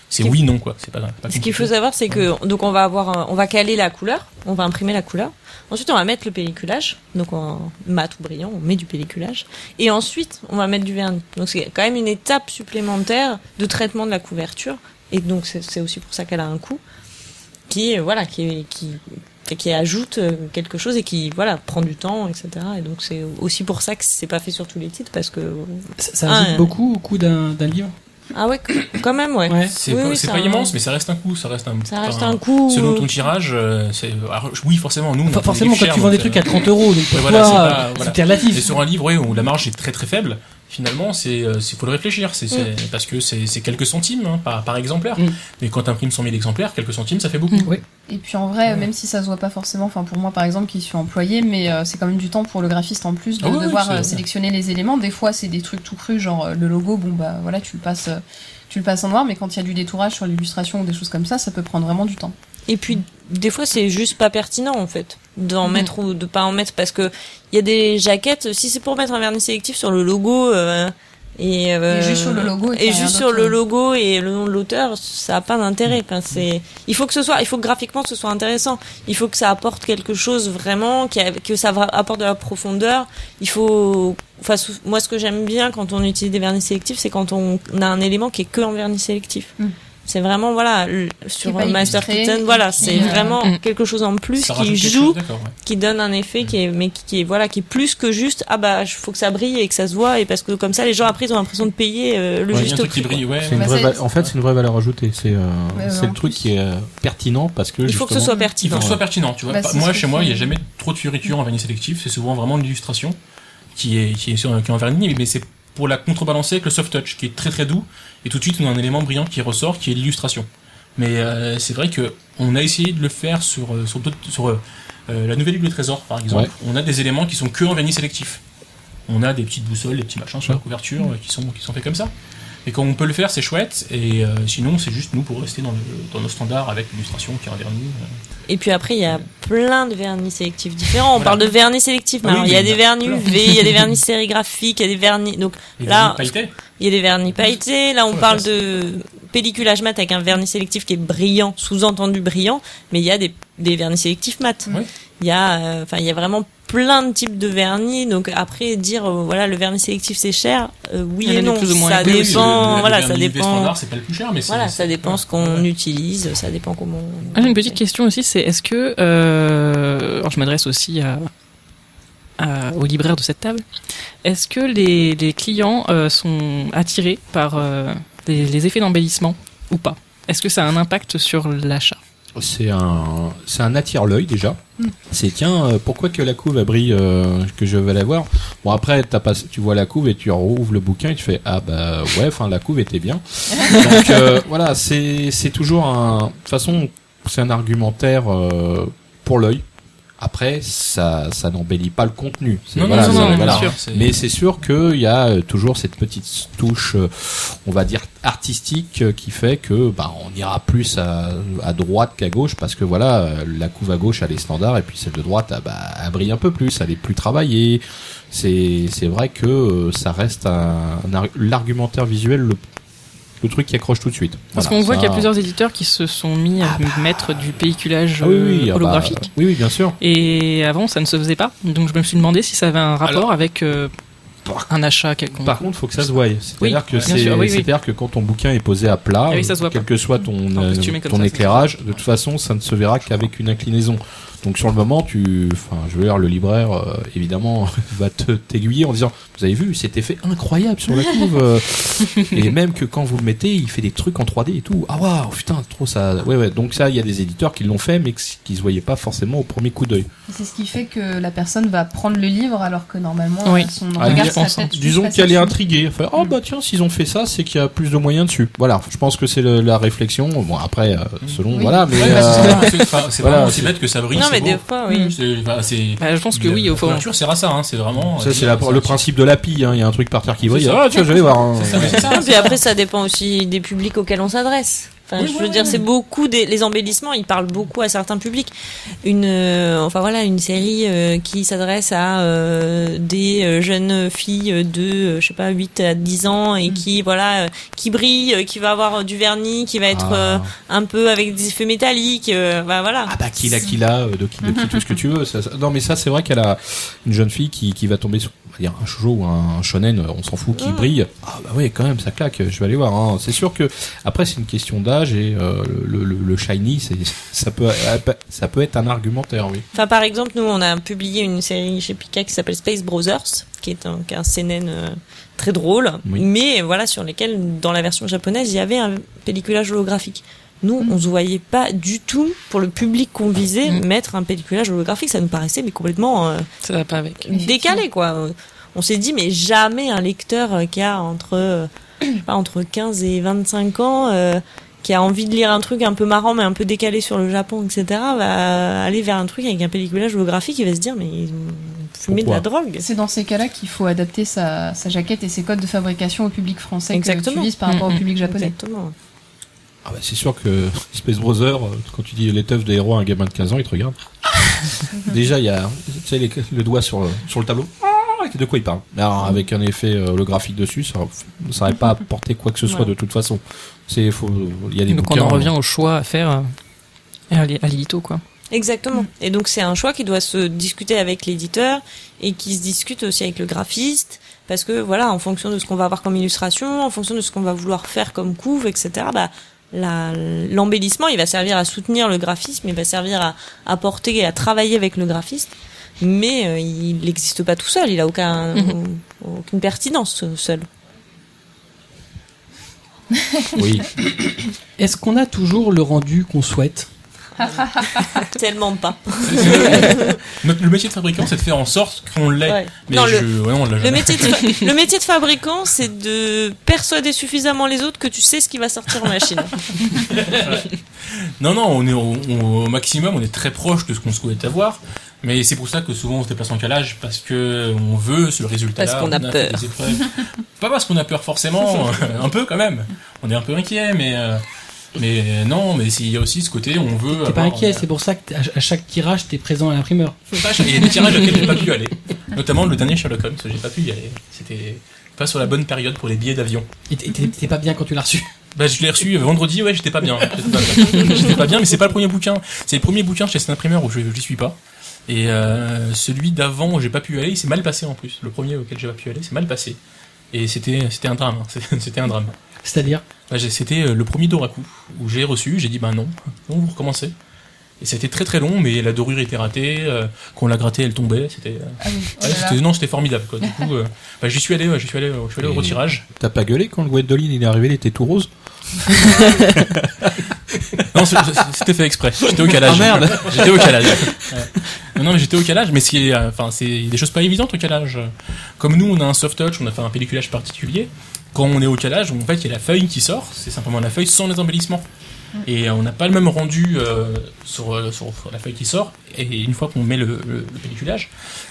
C: c'est
F: Ce qui-
C: oui, non, quoi. C'est pas, pas
F: Ce qu'il faut
C: compliqué.
F: savoir, c'est que donc on va avoir, un- on va caler la couleur, on va imprimer la couleur. Ensuite, on va mettre le pelliculage, donc en mat ou brillant, on met du pelliculage, et ensuite on va mettre du vernis. Donc c'est quand même une étape supplémentaire de traitement de la couverture, et donc c'est c'est aussi pour ça qu'elle a un coût, qui euh, voilà, qui qui qui ajoute euh, quelque chose et qui voilà prend du temps, etc. Et donc c'est aussi pour ça que c'est pas fait sur tous les titres parce que
A: Ça, ça
F: Ah,
A: ajoute
F: ouais.
A: beaucoup au coût d'un d'un livre.
F: ah ouais, quand même ouais.
A: Ouais.
C: C'est
F: Oui,
C: pas,
F: oui,
C: c'est
F: ça-
C: pas immense, mais ça reste un coup. Ça reste un,
F: Ça reste
C: enfin,
F: un coût.
C: Selon ton tirage, euh, c'est. alors, oui, forcément, nous. on a
A: Enfin,
C: fait des
A: forcément,
C: livres
A: quand
C: chers,
A: tu vends des
C: donc, euh,
A: trucs à 30 euros, donc pour
C: voilà,
A: toi,
C: c'est pas-
A: euh,
C: voilà.
A: c'était
C: Et
A: relatif.
C: sur un livre, oui, où la marge est très très faible, finalement, c'est, euh, c'est faut le réfléchir, c'est, c'est-
F: Mm.
C: parce que c'est, c'est quelques centimes hein, par, par exemplaire.
A: Mm.
C: Mais quand t'imprimes 100 000 exemplaires, quelques centimes, ça fait beaucoup.
D: Mm.
A: Oui.
D: Et puis en vrai, même si ça se voit pas forcément, enfin pour moi par exemple qui suis employé, mais euh, c'est quand même du temps pour le graphiste en plus de
C: Ah oui, oui,
D: devoir
C: c'est-
D: euh, sélectionner les éléments. Des fois c'est des trucs tout crus, genre euh, le logo, bon bah voilà, tu le passes, euh, tu le passes en noir, mais quand il y a du détourage sur l'illustration ou des choses comme ça, ça peut prendre vraiment du temps.
F: Et puis des fois c'est juste pas pertinent en fait d'en
D: Mhm.
F: mettre ou de pas en mettre parce que il y a des jaquettes si c'est pour mettre un vernis sélectif sur le logo euh, et, euh,
D: Et juste sur le logo et
F: et
D: t'as rien
F: juste sur
D: d'autre,
F: le
D: euh.
F: logo et le nom de l'auteur ça a pas d'intérêt enfin c'est il faut que ce soit il faut que graphiquement ce soit intéressant il faut que ça apporte quelque chose vraiment qui a- que ça va- apporte de la profondeur il faut enfin sou- moi ce que j'aime bien quand on utilise des vernis sélectifs c'est quand on a un élément qui est que en vernis sélectif
D: Mhm.
F: c'est vraiment voilà le- sur
D: pas
F: Master
D: illustré,
F: Kitten voilà
D: qui,
F: c'est
D: euh,
F: vraiment
B: Mm.
F: quelque chose en plus
C: Ça
F: qui
C: rajoute quelque
F: joue,
C: chose, d'accord, ouais.
F: qui donne un effet qui est mais qui, qui est voilà qui est plus que juste ah bah je- faut que ça brille et que ça se voit et parce que comme ça les gens après ils ont l'impression de payer euh,
C: Ouais, il
F: le
C: y a un
F: juste
C: truc qui
F: prix. quoi.
C: brille, ouais.
E: C'est une
D: Bah,
E: vraie
D: c'est-
E: va- En fait, c'est une vraie valeur ajoutée. C'est euh,
D: Ouais,
E: c'est
D: ouais, en
E: le truc
D: plus.
E: qui est euh, pertinent parce que
F: il faut que ce
E: justement-
F: soit
C: Il faut
F: pertinent
C: que ce soit pertinent, tu vois.
D: Bah,
C: Pas-
D: c'est
C: moi,
D: ce que
C: chez moi,
D: je
C: il n'y a
D: fais.
C: jamais trop de fioritures en vernis sélectif, c'est souvent vraiment de l'illustration qui est, qui est, sur, qui est en vernis, mais c'est pour la contrebalancer avec le soft touch, qui est très très doux, et tout de suite, on a un élément brillant qui ressort, qui est l'illustration. Mais euh, c'est vrai que on a essayé de le faire sur, euh, sur, d'autres- sur euh, euh, la nouvelle île du trésor, par exemple.
E: Ouais.
C: On a des éléments qui sont que en vernis sélectif. On a des petites boussoles, des petits machins sur la couverture euh, qui sont, qui sont faits comme ça. Et quand on peut le faire, c'est chouette, et euh, sinon, c'est juste nous pour rester dans, le, dans nos standards avec l'illustration qui est en vernis. euh,
F: et puis après il y a plein de vernis sélectifs différents on
C: Voilà.
F: parle de vernis sélectifs mais
C: Ah oui,
F: alors, il y a
C: mais
F: des
C: il y en a
F: vernis UV il y a des vernis sérigraphiques il y a des vernis donc
C: Les
F: Là,
C: vernis pailletés.
F: Il y a des vernis pailletés. Là, on
C: Ouais,
F: parle
C: ça,
F: de pelliculage mat avec un vernis sélectif qui est brillant, sous-entendu brillant, mais il y a des, des vernis sélectifs mat.
C: Oui.
F: Il y a, euh, enfin, il y a vraiment plein de types de vernis. Donc après, dire euh, voilà, le vernis sélectif c'est cher, euh, oui
B: Il y en
F: et
B: a de
F: non,
B: plus ou moins.
F: ça
B: Oui, oui,
F: dépend.
C: le- le
F: voilà,
C: vernis
F: ça
C: UV
F: dépend.
C: standard, c'est pas le plus cher, mais c'est-
F: Voilà,
C: c'est-
F: ça dépend
C: voilà.
F: ce qu'on
C: Ouais.
F: utilise, ça dépend comment.
B: Ah, J'ai une petite question aussi, c'est est-ce que... Euh, alors je m'adresse aussi à, à- au libraire de cette table. Est-ce que les, les clients euh, sont attirés par euh, les, les effets d'embellissement ou pas Est-ce que ça a un impact sur l'achat
E: C'est un, c'est un attire l'œil déjà. C'est tiens, euh, pourquoi que la couve elle brille, euh, que je vais la voir. Bon après, t'as pas, tu vois la couve et tu rouvres le bouquin et tu fais ah bah ouais, enfin la couve était bien. Donc euh, voilà, c'est c'est toujours un, de toute façon, c'est un argumentaire euh, pour l'œil. Après, ça ça n'embellit pas le contenu. C'est-
C: Non, non,
E: voilà,
C: non,
E: c'est-
B: non, bien
E: voilà.
B: sûr.
E: Mais c'est sûr qu'il y a euh, toujours cette petite touche, euh, on va dire artistique, euh, qui fait que bah on ira plus à, à droite qu'à gauche parce que voilà euh, la couve à gauche elle est standard et puis celle de droite ah, bah, elle brille un peu plus, elle est plus travaillée. C'est c'est vrai que euh, ça reste un, un ar- l'argumentaire visuel le, le truc qui accroche tout de suite.
B: Parce
E: Voilà,
B: qu'on voit
E: ça-
B: qu'il y a plusieurs éditeurs qui se sont mis à
E: Ah bah.
B: mettre du pelliculage
E: Ah oui, oui,
B: euh,
E: ah bah,
B: holographique.
E: oui oui bien sûr.
B: Et avant, ça ne se faisait pas. Donc je me suis demandé si ça avait un rapport
C: Alors- bah,
B: avec euh,
E: Par,
B: un achat quelconque.
E: par contre, faut que ça se voie. C'est-à-dire
B: Oui,
E: que
B: bien
E: c'est,
B: sûr, oui, oui.
E: c'est-à-dire que quand ton bouquin est posé à plat,
B: Ah oui, ça se voit
E: quel
B: pas.
E: que soit ton,
B: En
E: euh,
B: costumé comme
E: ton
B: ça, c'est-
E: éclairage, de toute façon, ça ne se verra qu'avec une inclinaison. Donc sur le moment, tu, enfin, je veux dire, le libraire euh, évidemment va te t'aiguiller en disant, vous avez vu cet effet incroyable sur la couve, euh, et même que quand vous le mettez, il fait des trucs en 3D et tout. Ah waouh, putain, trop ça. Ouais ouais. Donc ça, il y a des éditeurs qui l'ont fait, mais qui- qui se voyaient pas forcément au premier coup d'œil.
D: hein. C'est ce qui fait que la personne va prendre le livre alors que normalement
B: Oui.
D: son
E: Ah,
D: regard
E: je
D: ça
B: pense,
D: peut
B: hein.
D: être plus
E: Disons
D: facile.
E: qu'elle est intriguée. Enfin, oh bah tiens, s'ils ont fait ça, c'est qu'il y a plus de moyens dessus. Voilà, je pense que c'est le- la réflexion. Bon après, euh, selon
D: Oui.
E: voilà, mais
D: Ouais,
E: euh,
D: bah,
C: c'est- c'est- enfin, c'est
E: Voilà,
C: vraiment aussi
E: c'est-
C: bête que ça brille.
F: non,
C: c'est
F: mais des
C: beau.
F: fois,
B: Mm.
F: oui.
C: C'est- enfin, c'est-
B: Bah, je pense que oui,
C: la
B: au fond.
C: couverture, c'est à ça, hein, c'est vraiment.
E: euh, ça c'est la- le principe de la pie. hein. Il y a un truc par terre qui brille.
C: ça.
E: Ah tiens, je vais voir. hein.
F: Non, puis après, ça dépend aussi des publics auxquels on s'adresse. Enfin,
C: Oui,
F: je
C: ouais,
F: veux
C: ouais,
F: dire,
C: ouais.
F: c'est beaucoup des, les embellissements. Ils parlent beaucoup à certains publics. Une, euh, enfin voilà, une série euh, qui s'adresse à euh, des euh, jeunes filles de, euh, je sais pas, 8 à 10 ans
C: Mm.
F: et qui, voilà, euh, qui brille, euh, qui va avoir euh, du vernis, qui va être euh,
E: Ah.
F: un peu avec des effets métalliques. euh, bah voilà.
E: Ah bah Kila Kila, euh, Doki Doki, tout ce que tu veux. Ça, ça- Non mais ça c'est vrai qu'elle a une jeune fille qui, qui va tomber sur on va dire un shoujo ou un shonen, euh, on s'en fout, qui brille. Ah bah oui quand même ça claque, je vais aller voir. hein. C'est sûr que après c'est une question d'âge et euh, le, le- le shiny c'est ça peut ça peut être un argumentaire oui.
F: Enfin, par exemple, nous, on a publié une série chez Pika qui s'appelle Space Brothers, qui est un, qui est un CNN euh, très drôle,
E: Oui.
F: mais voilà, sur lesquels, dans la version japonaise, il y avait un pelliculage holographique. Nous, on se voyait pas du tout, pour le public qu'on visait,
B: Mm.
F: mettre un pelliculage holographique. Ça nous paraissait, mais complètement euh,
B: Ça va pas avec.
F: décalé, quoi. On s'est dit, mais jamais un lecteur euh, qui a entre, euh, je sais pas, entre 15 et 25 ans, euh, qui a envie de lire un truc un peu marrant mais un peu décalé sur le Japon, etc., va aller vers un truc avec un pelliculage holographique, il va se dire, mais ils ont fumé de la drogue.
D: C'est dans ces cas-là qu'il faut adapter sa, sa jaquette et ses codes de fabrication au public français que
F: Exactement.
D: tu vises par rapport
B: Mm,
D: au public japonais.
F: Exactement.
E: Ah bah c'est sûr que Space Brother, euh, quand tu dis l'étoffe des héros à un gamin de 15 ans, il te regarde. Déjà, il y a tu sais, les- le doigt sur, le- sur le tableau. Ah, De quoi il parle Mais Alors, Avec un effet euh, holographique dessus, ça ça n'aurait pas apporté quoi que ce soit
F: Ouais.
E: de toute façon. C'est faut- Il y a des
B: Donc on
E: bouquins,
C: hein.
B: en revient au choix à faire euh, à l'é- à l'édito, quoi.
F: Exactement. Et donc c'est un choix qui doit se discuter avec l'éditeur et qui se discute aussi avec le graphiste parce que voilà, en fonction de ce qu'on va avoir comme illustration, en fonction de ce qu'on va vouloir faire comme couve, etc. Bah, la- l'embellissement, il va servir à soutenir le graphisme, il va servir à apporter et à travailler avec le graphiste, mais euh, il n'existe pas tout seul, il a aucun,
B: Mhm.
F: aucune pertinence euh, seul.
E: hein. Oui.
A: Est-ce qu'on a toujours le rendu qu'on souhaite
F: Tellement pas.
C: Notre- Le métier de fabricant, c'est de faire en sorte qu'on l'ait.
F: Ouais.
C: Mais
F: Non,
C: je,
F: le-
C: ouais, on l'a
F: Le
C: jamais.
F: métier, de fa- le métier de fabricant, c'est de persuader suffisamment les autres que tu sais ce qui va sortir en machine.
C: Non, non, on est au, on- au maximum, on est très proche de ce qu'on souhaite avoir. Mais c'est pour ça que souvent on se déplace en calage parce que on veut ce résultat-là.
F: Parce qu'on a
C: on
F: peur.
C: fait des épreuves. Pas parce qu'on a peur forcément, un peu quand même. On est un peu inquiet, mais euh, mais non, mais s'il y a aussi ce côté, Euh, on veut.
A: T'es pas
C: avoir-
A: inquiet, c'est pour ça que t'es- à à chaque tirage, t'es présent à l'imprimeur.
C: Il y a des tirages auxquels j'ai pas pu aller. Notamment le dernier Sherlock Holmes, j'ai pas pu y aller. C'était pas sur la bonne période pour les billets d'avion.
A: Et t'es- t'es t'es pas bien quand tu l'as reçu.
C: Bah, je l'ai reçu vendredi, ouais, j'étais pas bien. J'étais pas bien. J'étais pas bien, mais c'est pas le premier bouquin. C'est le premier bouquin chez cet imprimeur où je j'y suis pas. Et euh, celui d'avant où j'ai pas pu aller, il s'est mal passé en plus. Le premier auquel j'ai pas pu aller, c'est mal passé. Et c'était c'était un drame. hein. C'est- C'était un drame.
A: C'est-à-dire,
C: Bah, j'ai- c'était euh, le premier Doraku où j'ai reçu, j'ai dit bah non, non vous recommencez. Et c'était très très long, mais la dorure était ratée, euh, quand on l'a grattée, elle tombait. C'était euh,
D: Ah oui.
C: ouais, c'était- non, c'était formidable. Quoi. Du coup, euh, bah, j'y suis allé, ouais, j'y suis allé, euh, je suis allé au
E: Et-
C: retirage.
E: T'as pas gueulé quand le Gwendoline il est arrivé, il était tout rose
C: Non, c'est- c'est- c'était fait exprès. J'étais au calage.
E: Ah, merde.
C: J'étais au calage. Ouais. Non, non, mais j'étais au calage, mais c'est, euh, enfin, c'est des choses pas évidentes au calage. Comme nous, on a un soft touch, on a fait un pelliculage particulier. Quand on est au calage, en fait, il y a la feuille qui sort. C'est simplement la feuille sans les embellissements. Et euh, on n'a pas le même rendu euh, sur, euh, sur la feuille qui sort. Et une fois qu'on met le, le- le pelliculage,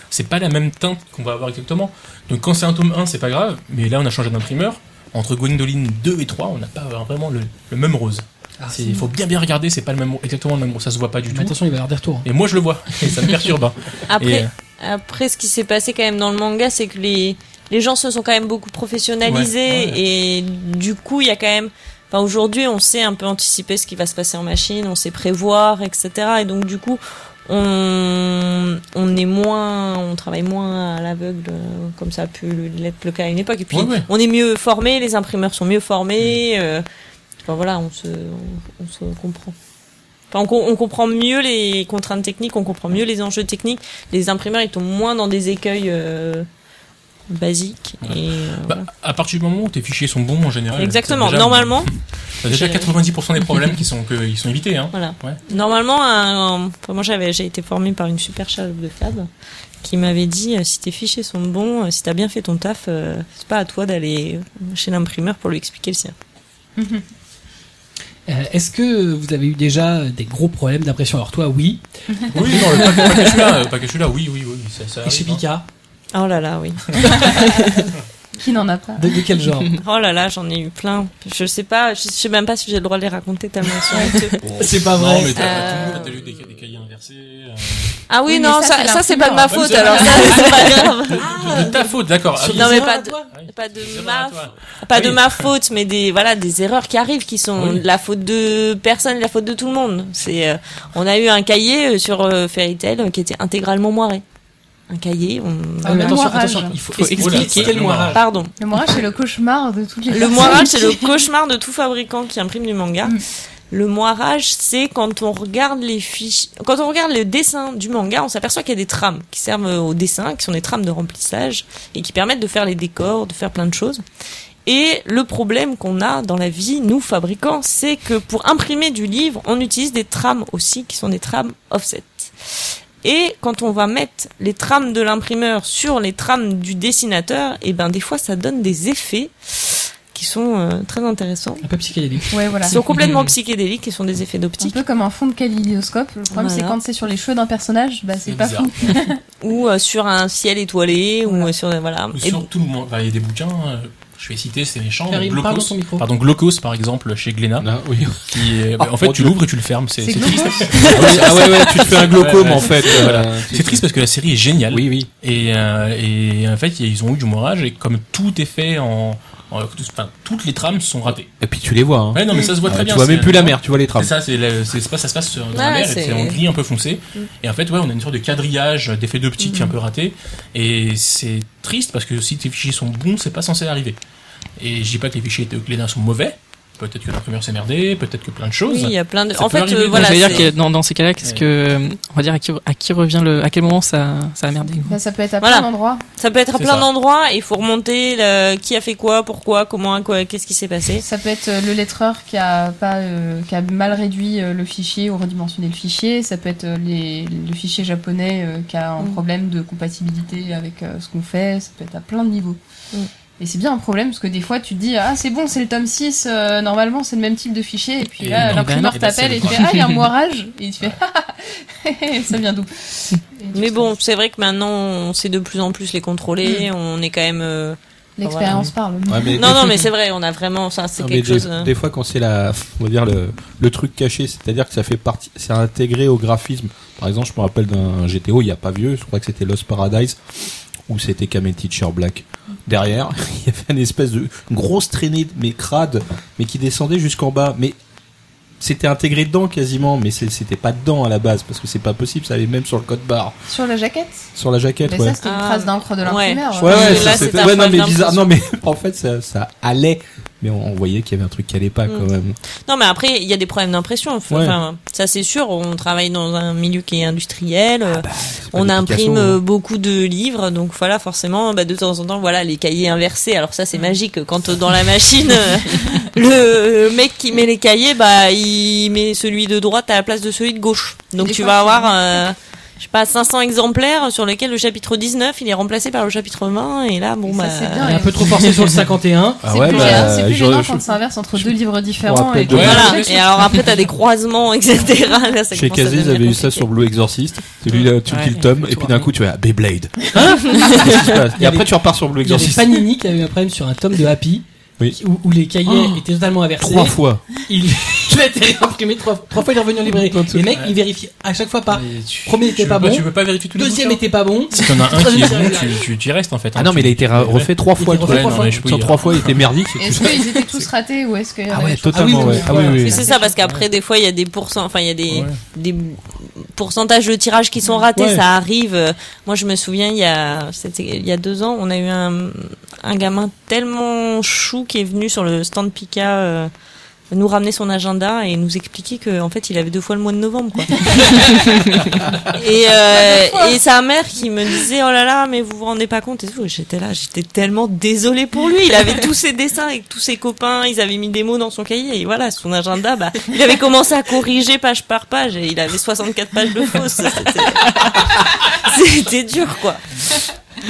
C: c'est pas la même teinte qu'on va avoir exactement. Donc quand c'est un tome 1, c'est pas grave. Mais là, on a changé d'imprimeur. Entre Gwendoline 2 et 3, on n'a pas vraiment le- le même rose.
A: ah,
G: Ah,
C: C'est- Il faut bien bien regarder, c'est pas le même, exactement le même mot, ça se voit pas du
A: Mais
C: tout.
A: attention, il va y avoir des retours. hein.
C: Et moi je le vois, et ça me perturbe. hein.
F: Après,
C: Et, euh,
F: Après, ce qui s'est passé quand même dans le manga, c'est que les, les gens se sont quand même beaucoup professionnalisés
C: Ouais, ouais.
F: et du coup, il y a quand même. Enfin, aujourd'hui, on sait un peu anticiper ce qui va se passer en machine, on sait prévoir, etc. Et donc, du coup, on, on est moins, on travaille moins à l'aveugle euh, comme ça a pu l'être le cas à une époque. Et puis
C: Ouais, ouais.
F: on est mieux formé, les imprimeurs sont mieux formés. euh, enfin, voilà, on se, on, on se comprend. Enfin, on, com- on comprend mieux les contraintes techniques, on comprend mieux les enjeux techniques. Les imprimeurs, ils tombent moins dans des écueils euh, basiques. Et, euh,
C: Bah, à partir du moment où tes fichiers sont bons en général.
F: voilà. Exactement.
C: t'as déjà-
F: Normalement,
C: T'as déjà
F: j'ai-
C: 90% des problèmes qui sont, que, ils sont évités. Hein.
F: Voilà.
C: Ouais.
F: Normalement, un- enfin, moi j'avais, j'ai été formée par une super chef de cab qui m'avait dit euh, si tes fichiers sont bons, euh, si t'as bien fait ton taf, euh, c'est pas à toi d'aller chez l'imprimeur pour lui expliquer le sien.
G: Euh, Est-ce que vous avez eu déjà des gros problèmes d'impression Alors toi, oui.
C: Oui, non, le- pas, pas que celui-là, euh, pas que celui-là, oui, oui, oui, ça, ça
G: Et chez
C: arrive, hein.
G: Pika,
F: Oh là là, oui.
D: Qui n'en a pas
G: de, de quel genre
F: Oh là là, j'en ai eu plein. Je sais pas, je sais même pas si j'ai le droit de les raconter tellement ils sont honteux.
G: C'est pas
C: Oh, Non,
G: vrai.
C: mais t'as
F: Euh,
C: tout le monde a déjà eu des, des cahiers inversés. euh,
F: Ah oui,
D: Oui, mais
F: non,
D: ça,
F: ça,
D: c'est
F: ça, c'est pas de ma
D: l'imprimeur.
F: faute
C: Oui,
F: alors, ça c'est pas grave.
C: euh, de ta faute, d'accord. Ah oui,
F: Non, mais
G: erreurs
F: pas
G: à
F: de,
G: toi.
F: pas de
C: c'est
F: ma
C: vrai, toi.
F: pas
C: Ah
F: de
C: oui.
F: ma faute, mais des voilà des erreurs qui arrivent, qui sont
C: Oui.
F: de la faute de personne, de la faute de tout le monde. C'est euh, on a eu un cahier euh, sur euh, Fairy Tail euh, qui était intégralement moiré. Un cahier, on...
D: Ah, le
A: attention,
D: moirage.
A: attention, il faut,
B: Faut
A: expliquer
C: expliquer.
A: quel moirage.
F: pardon.
D: Le moirage, c'est le cauchemar de toutes les
F: Le
D: personnes
F: moirage, c'est
D: qui-
F: le cauchemar de tout fabricant qui imprime du manga.
D: Mm.
F: Le moirage, c'est quand on regarde les fiches, quand on regarde le dessin du manga, on s'aperçoit qu'il y a des trames qui servent au dessin, qui sont des trames de remplissage et qui permettent de faire les décors, de faire plein de choses. Et le problème qu'on a dans la vie, nous fabricants, c'est que pour imprimer du livre, on utilise des trames aussi, qui sont des trames offset. Et quand on va mettre les trames de l'imprimeur sur les trames du dessinateur, et ben des fois ça donne des effets qui sont euh, très intéressants.
G: Un peu psychédélique.
D: Ouais, voilà.
F: Qui sont complètement psychédéliques et sont des effets
D: Un
F: d'optique
D: peu comme un fond de kaléidoscope. Le problème,
F: Voilà.
D: c'est quand c'est sur les cheveux d'un personnage, bah, c'est
C: C'est
D: pas
C: bizarre.
D: fou.
F: ou euh, sur un ciel étoilé ou
D: Voilà.
F: euh, sur voilà.
C: Ou
F: Et
C: sur tout le monde. Enfin, Il y a des bouquins, euh, je vais citer, c'est méchant. mais
G: Karim, parle dans ton
C: Glaucos.
G: micro. Ah,
C: Pardon, Glaucos, par exemple, chez Glénat.
E: Là, Ah oui.
C: Qui est, bah,
E: Oh,
C: en fait,
E: mon
C: tu
E: Dieu.
C: l'ouvres et tu le fermes. C'est
D: C'est
C: c'est
D: glauque.
C: triste.
E: ah ouais, ouais, tu te fais un glaucome
C: Ouais, ouais.
E: en fait. euh,
C: Voilà.
E: tu-
C: C'est triste parce que la série est géniale.
E: Oui, oui.
C: Et, euh, et en fait, ils ont eu du moirage et comme tout est fait en, en- tout- enfin, toutes les trames sont ratées.
E: Et puis tu les vois. Hein.
C: Ouais, non, mais ça se voit très
E: Euh,
C: bien.
E: tu vois
C: c'est-
E: même plus la mer, tu vois les
C: C'est
E: trames.
C: ça, c'est le- c'est- c'est pas- ça se passe dans la
F: Ouais,
C: mer, et
F: c'est-
C: c'est en gris un peu foncé.
G: Mm.
C: Et en fait, ouais, on a une sorte de quadrillage d'effets d'optique un peu raté. Et c'est triste parce que si tes fichiers sont bons, c'est pas censé arriver. Et je dis pas que les fichiers de Glénat sont mauvais. Peut-être que l'imprimeur s'est merdé, peut-être que plein de
F: oui,
C: choses.
F: il y a plein de.
C: Ça
F: En
C: peut
F: fait,
C: arriver,
F: euh,
C: donc
F: voilà.
C: ça
B: ça veut dire
F: c'est-
B: que dans, dans ces cas-là, qu'est-ce
C: Ouais.
B: que euh, on va dire à qui, à qui revient le, à quel moment ça, ça a merdé quoi.
D: Bah, ça peut être à
F: Voilà.
D: plein d'endroits.
F: Ça peut être à
C: C'est
F: plein
C: ça.
F: d'endroits et il faut remonter le- qui a fait quoi, pourquoi, comment, quoi, qu'est-ce qui s'est passé.
D: Ça peut être euh, le lettreur qui a pas, euh, qui a mal réduit euh, le fichier ou redimensionné le fichier. Ça peut être euh, les, le fichier japonais euh, qui a un
F: Mm.
D: problème de compatibilité avec euh, ce qu'on fait. Ça peut être à plein de niveaux.
F: Mm.
D: Et c'est bien un problème parce que des fois tu te dis ah c'est bon c'est le tome 6 euh, normalement c'est le même type de fichier et puis
C: Et
D: là
C: non, bah
D: l'imprimeur
C: non. Et là, c'est
D: t'appelle
C: le
D: et il fait ah il y a un moirage et il te fait ah ça vient d'où Et tu
F: Mais
D: sais,
F: bon, c'est vrai que maintenant on sait de plus en plus les contrôler.
D: Mm.
F: On est quand même. euh,
D: l'expérience parle
E: Ouais, mais-
F: Non, non, mais c'est vrai, on a vraiment ça. C'est
C: Ah,
E: Non, mais
F: quelque
E: des,
F: chose. euh,
E: des fois, quand c'est la, on va dire le, le truc caché, c'est-à-dire que ça fait partie, c'est intégré au graphisme. Par exemple, je me rappelle d'un GTO, il y a pas vieux, je crois que c'était Lost Paradise, où c'était Kamen Teacher Black. Derrière, il y avait une espèce de une grosse traînée, mais crade, mais qui descendait jusqu'en bas. Mais c'était intégré dedans quasiment, mais c'est- c'était pas dedans à la base parce que c'est pas possible. Ça avait même sur le code barre,
D: sur la jaquette.
E: sur la jaquette.
D: Mais
E: ouais.
D: ça c'était une
F: Ah.
D: trace d'encre de
F: Ouais.
D: l'imprimeur.
E: Ouais, ouais,
F: Parce que
E: ça,
F: là,
E: c'était-
F: c'est un
E: ouais, non,
F: problème
E: mais bizarre.
F: d'impression.
E: Non, mais en fait, ça, ça allait. Mais on, on voyait qu'il y avait un truc qui allait pas, quand
F: Mm.
E: même.
F: Non, mais après, il y a des problèmes d'impression. Enfin,
E: Ouais.
F: enfin, ça, c'est sûr. On travaille dans un milieu qui est industriel. euh,
E: C'est pas
F: on
E: des
F: imprime
E: Picasso, hein.
F: euh, beaucoup de livres. Donc, voilà, forcément, bah, de temps en temps, voilà, les cahiers inversés. Alors, ça, c'est magique. Quand euh, dans la machine, euh, le euh, mec qui met les cahiers, bah, il met celui de droite à la place de celui de gauche. Donc,
D: Des
F: tu
D: fois,
F: vas
D: c'est-
F: avoir, euh, je sais pas, 500 exemplaires sur lesquels le chapitre 19, il est remplacé par le chapitre 20. Et là, bon,
D: Et ça,
F: bah.
D: c'est bien.
G: On est un peu trop forcé sur le 51.
E: Ah
D: c'est
E: ouais,
D: plus,
E: bah,
D: gênant, c'est plus
E: je-
D: gênant
E: je-
D: quand ça inverse entre
E: je-
D: deux livres différents.
E: rappelle
D: Et
E: de-
D: que-
C: Ouais.
F: Voilà. Et alors après, t'as des croisements, etc. Là, ça
E: Chez
F: commence à
E: Kazé, ils
F: devenir
E: avaient eu ça
F: compliqué.
E: sur Blue Exorcist. Celui-là, tu
B: Ouais,
E: kills euh, Tom, et puis d'un coup, tu as Beyblade. Qu'est-ce qui se passe Et après, tu repars sur Blue
G: Il y avait
E: Exorcist.
G: Panini qui avait eu un problème sur un tome de Happy.
E: Oui.
G: qui- Où, où les cahiers
E: Oh.
G: étaient totalement inversés.
E: Trois fois.
G: Il, Je l'ai téléimprimé trois, trois fois, il est revenu en librairie. Les mecs, ils vérifiaient à chaque fois pas.
C: Mais tu-
G: Premier
C: tu
G: était
C: peux
G: pas bon.
C: Tu peux pas vérifier tous les
G: Deuxième
C: bouquins.
G: était pas bon.
C: Si t'en as un qui est
G: Troisième,
C: bon, tu, tu, tu y restes en fait.
E: Ah non, mais il a été ra- refait trois fois.
C: Ouais,
E: le truc.
C: non, mais je- oui,
E: Sur trois fois, il était merdique.
D: Est-ce qu'ils étaient tous ratés ou est-ce que. euh, bah,
E: Ah ouais, totalement,
G: oui,
E: ouais.
G: oui,
E: Ah oui,
G: voilà.
E: oui.
F: Mais c'est ça, parce qu'après, des fois, il y a des pourcents, enfin, il y a des,
C: Ouais.
F: des pourcentages de tirages qui sont ratés,
A: Ouais.
F: ça arrive. Euh, Moi, je me souviens, il y a, c'était- il y a deux ans, on a eu un, un gamin tellement chou qui est venu sur le stand Pika, euh, nous ramener son agenda et nous expliquer que en fait il avait deux fois le mois de novembre quoi. et, euh, et sa mère qui me disait oh là là mais vous vous rendez pas compte et tout j'étais là j'étais tellement désolée pour lui il avait tous ses dessins avec tous ses copains ils avaient mis des mots dans son cahier et voilà son agenda bah il avait commencé à corriger page par page et il avait 64 pages de fausses C'était- c'était dur quoi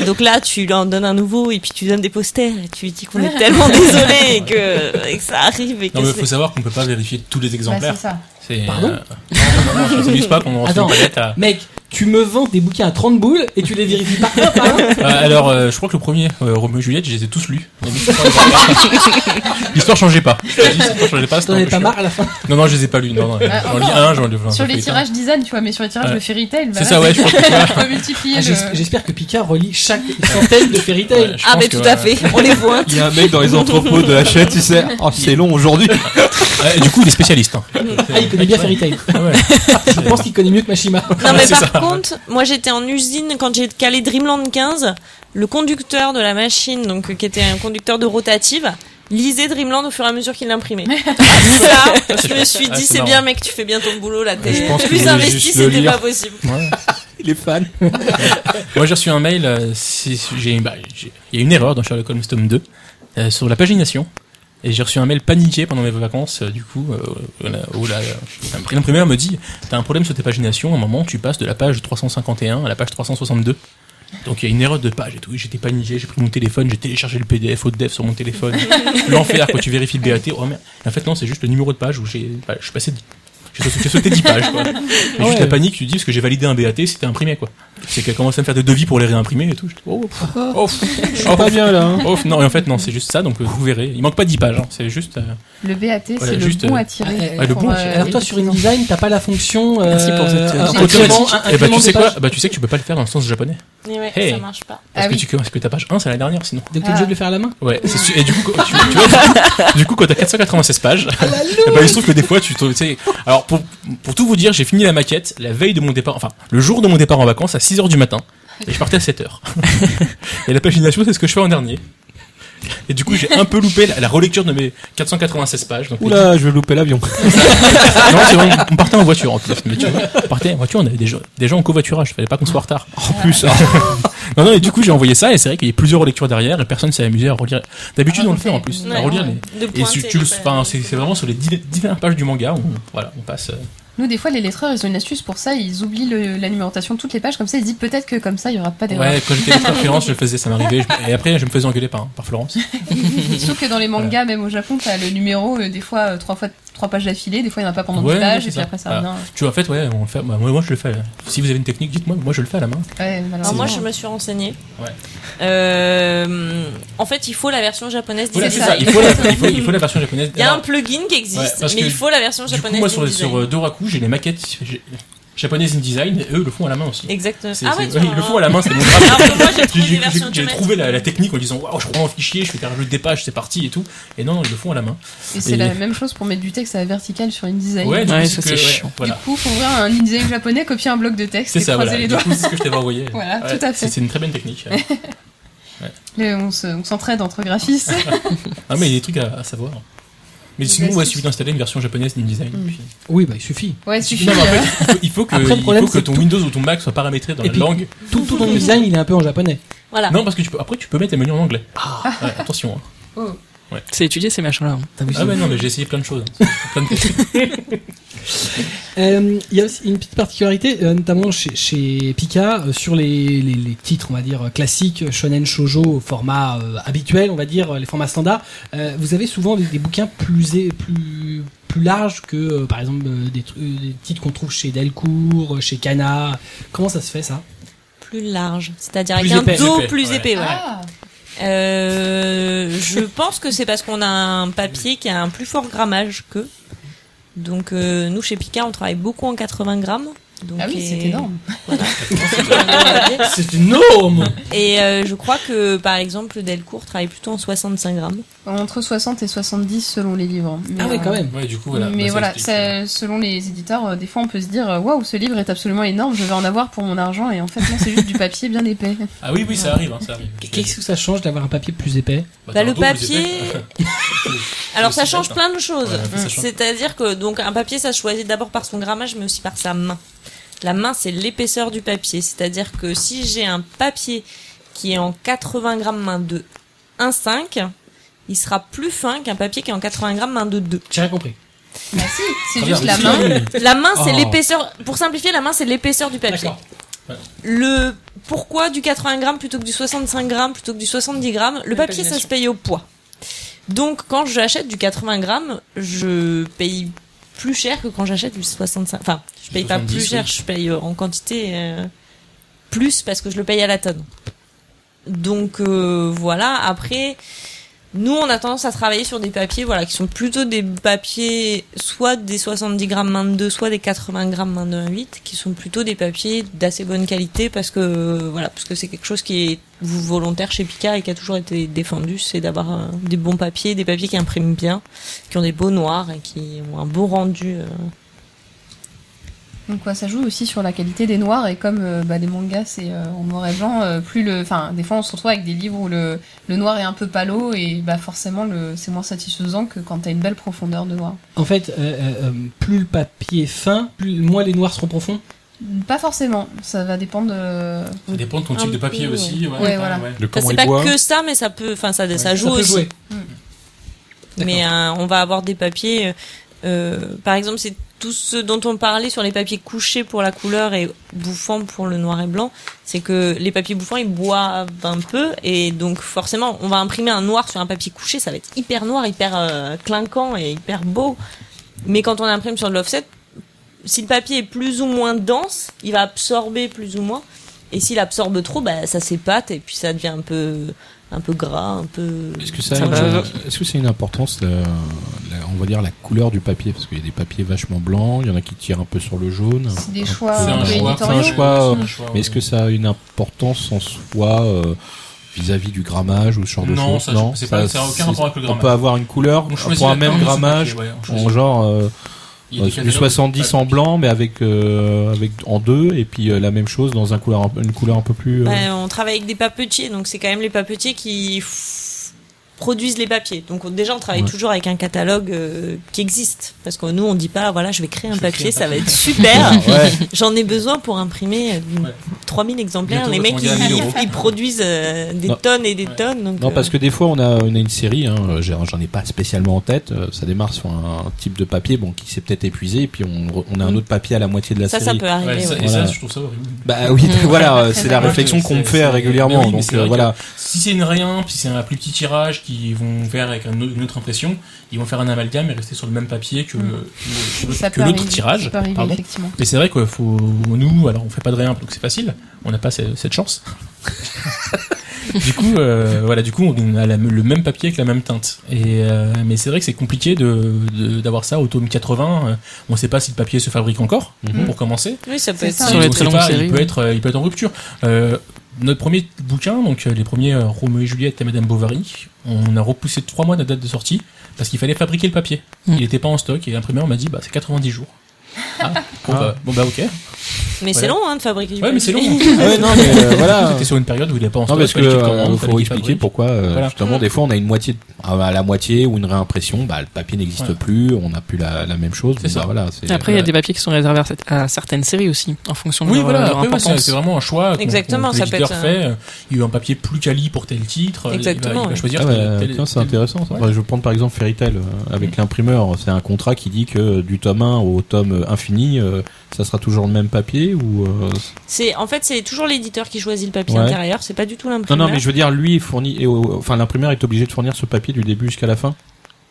F: donc là, tu lui en donnes un nouveau et puis tu donnes des posters et tu lui dis qu'on est tellement désolé et que, et que ça arrive et que
C: Non, mais
F: c'est-
C: faut savoir qu'on peut pas vérifier tous les
D: Bah,
C: exemplaires.
D: c'est ça.
C: C'est,
G: Pardon
C: euh, non, non, non, je t'abuse pas qu'on rentre
G: Attends.
C: une palette euh, à.
G: Mec, tu me vends des bouquins à 30 boules et tu les vérifies pas un par un.
C: Ah, alors, euh, je crois que le premier, euh, Roméo et Juliette, je les ai tous lus. Il y a mis trois exemplaires. L'histoire changeait pas. L'histoire changeait pas. c'était
G: T'en
C: un
G: avais
C: peu
G: pas
C: chiant.
G: marre à la fin
C: Non, non, je les ai pas lus. Non, non,
D: Ah,
C: j'en lis
D: encore.
C: un, j'en lis j'en
D: Sur
C: lis
D: les
C: un.
D: tirages design, tu vois, mais sur les tirages
C: Ouais.
D: de fairy tale. bah
C: C'est
D: là,
C: ça, ouais, je crois que
D: Tu peux multiplier.
G: Ah,
D: le-
G: j'es- J'espère que Picard relit chaque centaine de fairy tales.
C: Ouais, je
F: Ah
C: pense
F: mais
C: que, euh,
F: tout à
C: ouais.
F: fait, on les pointe.
E: Il y a un mec dans les entrepôts de Hachette, tu sais. Oh, c'est long aujourd'hui.
C: Ouais, et du coup, il est spécialiste. hein.
G: Ah, il connaît bien fairy tale.
C: Ah ouais.
G: Je pense qu'il connaît mieux que Mashima.
F: Non mais
C: c'est
F: par
C: ça.
F: contre, moi j'étais en usine quand j'ai calé Dreamland 15, le conducteur de la machine, donc euh, qui était un conducteur de rotative, lisait Dreamland au fur et à mesure qu'il l'imprimait. ça, je me suis
C: Ah,
F: dit
C: c'est
F: c'est
C: marrant.
F: bien mec, tu fais bien ton boulot là,
E: je
F: t'es
E: pense que
F: plus
E: vous voulez
F: investi,
E: juste le
F: c'était
E: lire.
F: pas possible.
C: Ouais.
E: Il est fan.
C: Moi, j'ai reçu un mail. euh, si- si j'ai- bah, j'ai- Il y a une erreur dans Sherlock Holmes tome 2 euh, sur la pagination. Et j'ai reçu un mail paniqué pendant mes vacances. euh, du coup, euh, voilà, oh là, euh, l'imprimeur me dit T'as un problème sur tes paginations. À un moment, tu passes de la page 351 à la page 362. Donc, il y a une erreur de page et tout. J'étais paniqué, j'ai pris mon téléphone, j'ai téléchargé le PDF au dev sur mon téléphone. L'enfer quand tu vérifies le BAT. Oh merde. Et en fait, non, c'est juste le numéro de page où j'ai. bah, je suis passé. de- J'ai sauté- j'ai sauté 10 pages, quoi. Et
G: Ouais.
C: Juste la panique, tu te dis, parce que j'ai validé un BAT, c'était imprimé, quoi. C'est qu'elle commençait à me faire des devis pour les réimprimer et tout. J'étais, Oh, pff, oh, pff, oh,
E: Pas bien là. hein.
C: oh, non, et en fait, non, c'est juste ça, donc euh, vous verrez. Il manque pas 10 pages, hein, c'est juste. euh,
D: Le BAT, c'est
C: juste,
D: le bon
C: euh,
D: à
G: ouais,
D: tirer.
C: ouais, le
D: pour,
C: bon à
D: euh,
C: tirer.
G: Alors toi, sur une design, t'as pas la fonction. euh,
B: Merci pour cette, euh,
G: un- un
C: automatique.
G: incrément- un
C: Eh bah,
G: incrément
C: tu sais
G: des
C: quoi
G: pages.
C: Bah, tu sais que tu peux pas le faire dans le sens japonais.
F: Et ouais,
C: Hey.
F: ça marche pas.
D: Ah
C: Parce, que
D: oui.
C: tu, parce que ta page 1, c'est la dernière, sinon.
G: Donc t'es obligé de le faire à la main.
C: Ouais, c'est su- et du coup, quand- tu, tu vois, du coup- du coup, quand t'as 496 pages, eh ben, il se trouve que des fois, tu te- tu sais. Alors, pour, pour tout vous dire, j'ai fini la maquette la veille de mon départ, enfin, le jour de mon départ en vacances à 6 h du matin. Et je partais à 7 h Et la pagination, c'est ce que je fais en dernier. Et du coup, j'ai un peu loupé la, la relecture de mes 496 pages. Donc,
E: Oula, je vais louper l'avion.
C: non, c'est vrai, on partait en voiture en plus. Mais tu vois, on partait en voiture, on avait des gens, des gens en covoiturage, fallait pas qu'on soit en retard.
E: En plus,
C: Non, non, et du coup, j'ai envoyé ça, et c'est vrai qu'il y a plusieurs relectures derrière, et personne s'est amusé à relire. D'habitude,
D: Ah,
C: on le fait en
D: ouais.
C: plus, à
F: Ouais,
C: relire
F: ouais.
C: les-
F: De
C: et
F: pointer
C: tu, tu le-
F: les pages.
C: enfin, c'est c'est vraiment sur les dix dix dernières pages du manga, on, voilà, on passe. euh,
D: Nous, des fois, les lettreurs, ils ont une astuce pour ça. Ils oublient le- la numérotation de toutes les pages. Comme ça, ils se disent peut-être que comme ça, il y aura pas d'erreur.
C: Ouais, quand j'étais à Florence, je le faisais, ça m'arrivait, je- et après, je me faisais engueuler par, par Florence.
D: Sauf que dans les mangas, même au Japon, t'as le numéro, euh, des fois, euh, trois, fois trois pages d'affilée, des fois, il n'y en a pas pendant
C: Ouais,
D: dix pages,
C: c'est
D: et puis
C: ça.
D: après, ça
C: Ah.
D: revient.
C: Tu vois, en fait, ouais, on le fait, bah, moi, moi, je le fais. Si vous avez une technique, dites-moi, moi, je le fais à la main.
D: Ouais,
F: Alors Ah, moi
D: malheureusement.
F: je me suis renseignée.
C: Ouais.
F: Euh, en fait il faut la version japonaise
C: Voilà,
F: du
C: c'est
D: ça.
C: ça, il faut la, il faut, il faut la version japonaise.
F: Il y a un
C: Alors,
F: plugin qui
C: Ouais,
F: existe,
C: parce
F: mais
C: que
F: il faut la version
C: du coup,
F: japonaise
C: moi,
F: du
C: sur, les-
F: design.
C: sur euh, Doraku, j'ai les maquettes j'ai- japonaises InDesign, et eux le font à la main aussi.
F: Exactement.
C: C'est-
F: Ah
C: c'est-
F: ouais, tu
C: ouais,
F: vois,
C: ils le
F: hein.
C: font à la main, c'est mon
F: Alors
C: travail.
F: que moi j'ai
C: J'ai-
F: trouvé des
C: J'ai
F: versions
C: j'ai
F: japonaises.
C: trouvé la, la technique en disant waouh, je prends un fichier, je fais un rajout des pages, c'est parti et tout. Et non, ils le font à la main.
D: Et c'est la même chose pour mettre du texte à la verticale sur InDesign.
C: Ouais, du
B: Ouais,
C: coup,
B: ça,
C: que-
B: c'est chiant.
C: Voilà.
D: Du coup, faut ouvrir un InDesign japonais, copier un bloc de texte
C: C'est
D: et
C: ça,
D: croiser
C: voilà.
D: les
C: Du
D: doigts.
C: coup, c'est ce que je t'avais envoyé.
D: Voilà,
C: Ouais,
D: tout à
C: c'est-
D: fait.
C: C'est une très bonne technique. Ah,
D: Le- on se- on s'entraide entre graphistes.
C: Ah, mais il y a des trucs à, à savoir. Mais
D: Des
C: sinon, ouais,
D: astuces.
C: suffit d'installer une version japonaise d'InDesign.
D: Mm.
C: puis-
G: Oui, bah il suffit.
D: Ouais, suffit.
C: Non, mais en
D: euh,
C: fait, il faut, il faut que,
G: Après, le
C: il faut
G: problème,
C: que
G: c'est
C: ton
G: tout-
C: Windows ou ton Mac soit paramétré dans
G: Et
C: la
G: puis-
C: langue.
G: Tout, tout ton design, il est un peu en japonais.
F: Voilà.
C: Non, parce que tu peux, après, tu peux mettre les menus en anglais. Ouais, attention. hein.
D: oh.
B: C'est étudié ces machins-là. hein.
G: T'as vu
C: Ah,
G: ça
C: mais non, mais j'ai essayé plein de choses. hein. Plein de techniques.
G: Euh, Il y a aussi une petite particularité, euh, notamment chez, chez Pika, euh, sur les, les, les titres, on va dire, euh, classiques, euh, shonen, shoujo, au format euh, habituel, on va dire, euh, les formats standards. euh, vous avez souvent des, des bouquins plus, é- plus, plus larges que, euh, par exemple, euh, des, tru- euh, des titres qu'on trouve chez Delcourt, euh, chez Kana. Comment ça se fait, ça
F: Plus large, c'est-à-dire
C: Plus
F: avec un
C: épais.
F: dos
C: Épais,
F: plus
C: ouais.
F: épais. ouais.
D: Ah,
F: Euh, je pense que c'est parce qu'on a un papier qui a un plus fort grammage que. Donc euh, nous chez Pika, on travaille beaucoup en 80 grammes. Donc,
D: Ah oui,
F: et-
D: c'est énorme.
A: C'est énorme
F: Et euh, je crois que par exemple Delcourt travaille plutôt en 65 grammes.
D: Entre 60 et 70 selon les livres. Mais,
A: Ah ouais, quand
D: euh,
A: même.
C: Ouais, du coup, voilà.
D: mais
C: Bah, ça
D: voilà,
C: explique.
D: ça- selon les éditeurs, euh, des fois on peut se dire euh, waouh, ce livre est absolument énorme, je vais en avoir pour mon argent, et en fait, non, c'est juste du papier bien épais.
C: Ah oui, oui, ça arrive, hein, ça arrive.
A: Qu'est-ce que ça change d'avoir un papier plus épais
C: Bah,
F: Bah,
C: t'as
F: le
C: un double,
F: papier-
C: c'est fait.
F: Alors
C: C'est
F: ça
C: aussi
F: change
C: bête,
F: plein de choses.
C: Ouais, ça
F: Mm.
C: change.
F: C'est-à-dire que donc un papier ça se choisit d'abord par son grammage mais aussi par sa main. La main c'est l'épaisseur du papier. C'est-à-dire que si j'ai un papier qui est en 80 grammes main de 1,5, il sera plus fin qu'un papier qui est en 80 grammes main de 2.
A: J'ai rien compris.
D: bah si, c'est
C: Ah,
D: juste la
C: merde,
D: main.
C: oui.
F: La main c'est
A: Oh.
F: l'épaisseur. Pour simplifier, la main c'est l'épaisseur du papier.
A: D'accord.
F: Le pourquoi du 80 grammes plutôt que du 65 grammes plutôt que du 70 grammes Le papier, ça se
B: pagination.
F: paye au poids. Donc, quand j'achète du 80 grammes, je paye plus cher que quand j'achète du 65. Enfin, je paye pas
C: 70,
F: plus cher,
C: oui.
F: je paye euh, en quantité euh, plus parce que je le paye à la tonne. Donc euh, voilà. Après, nous, on a tendance à travailler sur des papiers, voilà, qui sont plutôt des papiers, soit des 70 grammes main de 2, soit des 80 grammes main de 1,8, qui sont plutôt des papiers d'assez bonne qualité parce que, euh, voilà, parce que c'est quelque chose qui est volontaire chez Pika et qui a toujours été défendu, c'est d'avoir euh, des bons papiers, des papiers qui impriment bien, qui ont des beaux noirs et qui ont un beau rendu. euh.
D: Donc ouais, ça joue aussi sur la qualité des noirs et comme euh, bah, les mangas c'est euh, en noir et blanc, euh, plus le, enfin des fois on se retrouve avec des livres où le, le noir est un peu palo et bah forcément le c'est moins satisfaisant que quand t'as une belle profondeur de noir.
A: En fait, euh, euh, euh, plus le papier est fin, plus, moins les noirs seront profonds.
D: Pas forcément, ça va dépendre. euh, de-
C: Ça dépend de ton
F: Un
C: type de papier
F: peu,
C: aussi. Ouais,
D: Ouais,
C: enfin,
D: voilà.
C: ouais.
E: Le
F: Enfin,
E: comment
F: c'est
E: il
F: pas
E: boit.
F: que ça, mais ça peut, enfin, ça, ça joue
A: ça peut
F: aussi.
A: jouer.
F: Mais euh, on va avoir des papiers. euh, euh, par exemple, c'est tout ce dont on parlait sur les papiers couchés pour la couleur et bouffants pour le noir et blanc. C'est que les papiers bouffants, ils boivent un peu. Et donc, forcément, on va imprimer un noir sur un papier couché. Ça va être hyper noir, hyper euh, clinquant et hyper beau. Mais quand on imprime sur de l'offset, si le papier est plus ou moins dense, il va absorber plus ou moins. Et s'il absorbe trop, bah, ça s'épate et puis ça devient un peu, un peu gras, un peu.
E: Est-ce que ça a
F: Ça
E: une,
F: va.
E: est-ce que c'est une importance, la- la- on va dire, la couleur du papier Parce qu'il y a des papiers vachement blancs, il y en a qui tirent un peu sur le jaune.
D: C'est des choix.
C: C'est un choix,
D: euh,
E: C'est un
D: éditoriaux.
E: choix. euh,
C: C'est un choix,
E: Mais est-ce que ça a une importance en soi euh, vis-à-vis du grammage ou ce genre de
C: Non,
E: choses
C: ça, c'est pas- ça a aucun rapport avec le
E: On
C: grammage.
E: peut avoir une couleur
C: On choisit
E: pour un
C: la
E: même
C: teinte de ce
E: grammage,
C: papier, ouais, on
E: en
C: choisit.
E: genre euh,
C: Il y a des
E: du
C: catalogues,
E: 70
C: pas
E: en
C: de-
E: blanc, mais avec euh, avec en deux, et puis euh, la même chose dans un couleur, un peu- une couleur un peu plus. euh,
F: Ouais, Ben, on travaille avec des papetiers, donc c'est quand même les papetiers qui f- produisent les papiers. Donc on- déjà, on travaille
E: Ouais.
F: toujours avec un catalogue euh, qui existe. Parce que nous, on dit pas, voilà, je vais créer un
C: Je vais créer
F: papier,
C: un
F: ça va
C: papier.
F: être super.
E: ouais.
F: J'en ai besoin pour imprimer euh,
C: Ouais.
F: 3000 exemplaires.
C: Bientôt,
F: les mecs,
C: votre
F: ils,
C: manga à 1000 euros.
F: ils produisent euh, des
E: Non.
F: tonnes et des
C: Ouais.
F: tonnes. Donc,
E: Non, parce
F: euh,
E: que des fois, on a, on a une série, hein, euh, j'en j'en ai pas spécialement en tête, euh, ça démarre sur un type de papier bon, qui s'est peut-être épuisé, et puis on, re- on a un
F: Mm.
E: autre papier à la moitié de la
F: ça, ça
E: série.
F: peut arriver.
C: Ouais, ça-
F: ouais.
C: Et
E: Voilà.
C: ça, je trouve ça horrible.
E: Bah oui, voilà, euh, c'est la
C: Ouais,
E: réflexion qu'on me
C: Mm. c'est-
E: fait
C: c'est- mais
E: régulièrement.
C: oui, mais
E: donc
C: c'est
E: euh,
C: vrai
E: voilà,
C: Si c'est une rien, puis c'est un plus petit tirage qu'ils vont faire avec un autre- une autre impression, ils vont faire un amalgame et rester sur le même papier que le- que
D: Mm. Ça
C: l'autre que l'autre
D: peut arriver, ça
C: tirage.
D: peut arriver,
C: Pardon.
D: effectivement.
C: Mais c'est vrai que faut, nous, alors on fait pas de rien, donc c'est facile. On n'a pas ce- cette chance. du coup, euh, voilà, du coup, on a la- le même papier avec la même teinte. Et euh, mais c'est vrai que c'est compliqué de de- d'avoir ça au tome 80. euh, On sait pas si le papier se fabrique encore
D: Mm.
E: Mhm.
C: pour commencer.
F: Oui, ça peut
D: C'est
F: être
D: ça.
C: Et
B: Sur les
C: on
B: très
C: sait
B: longues
C: Ah, pas,
B: séries,
C: Il peut
B: ouais.
C: être, euh, il peut être en rupture. Euh, notre premier bouquin, donc euh, les premiers euh, Roméo et Juliette et Madame Bovary, on a repoussé de trois mois la date de sortie parce qu'il fallait fabriquer le papier.
B: Mm.
C: Il n'était pas en stock et l'imprimeur m'a dit bah c'est 90 jours. Ah, bon, bah, bon, bah, ok.
F: Mais c'est
C: Ouais.
F: long hein, de fabriquer du
C: Ouais mais c'est
F: papier.
C: long.
E: Ouais, non, mais, euh, voilà.
C: C'était sur une période où il n'est pas en
E: Non,
C: stock.
E: parce que
C: fallait qu'il
E: euh,
C: commande, fallait
E: faut
C: qu'il
E: expliquer
C: fabrique.
E: pourquoi euh,
C: Voilà.
E: justement des fois on a une moitié de- à la moitié ou une réimpression, bah le papier n'existe
C: Voilà.
E: plus, on n'a plus la, la même chose.
C: C'est
E: bon, bah,
C: ça.
E: voilà, c'est-
B: Après, il y a des papiers qui sont réservés à cette- à certaines séries aussi, en fonction de
C: Oui,
B: leur,
C: voilà,
B: leur
C: après, ouais, c'est
B: importance.
C: c'est vraiment un choix. qu'on-
F: Exactement,
C: qu'on- que
F: ça peut être
C: l'éditeur fait. euh, Il y a eu un papier plus quali pour tel titre. euh, il va-
F: Exactement,
C: Il va
F: ouais.
C: choisir
E: Ah
C: tel-
E: bah,
C: tel-
E: tiens, c'est
C: tel-
E: intéressant. ça.
C: Ouais.
E: Bah, je vais prendre par exemple Fairy Tail euh, avec l'imprimeur. C'est un contrat qui dit que euh, du tome 1 au tome euh, infini, euh, ça sera toujours le même papier ou euh,
F: C'est en fait c'est toujours l'éditeur qui choisit le papier
E: Ouais.
F: intérieur. C'est pas du tout
E: non
F: l'imprimeur.
E: non mais je veux dire lui il fournit et, euh, enfin l'imprimeur est obligé de fournir ce papier du début jusqu'à la fin.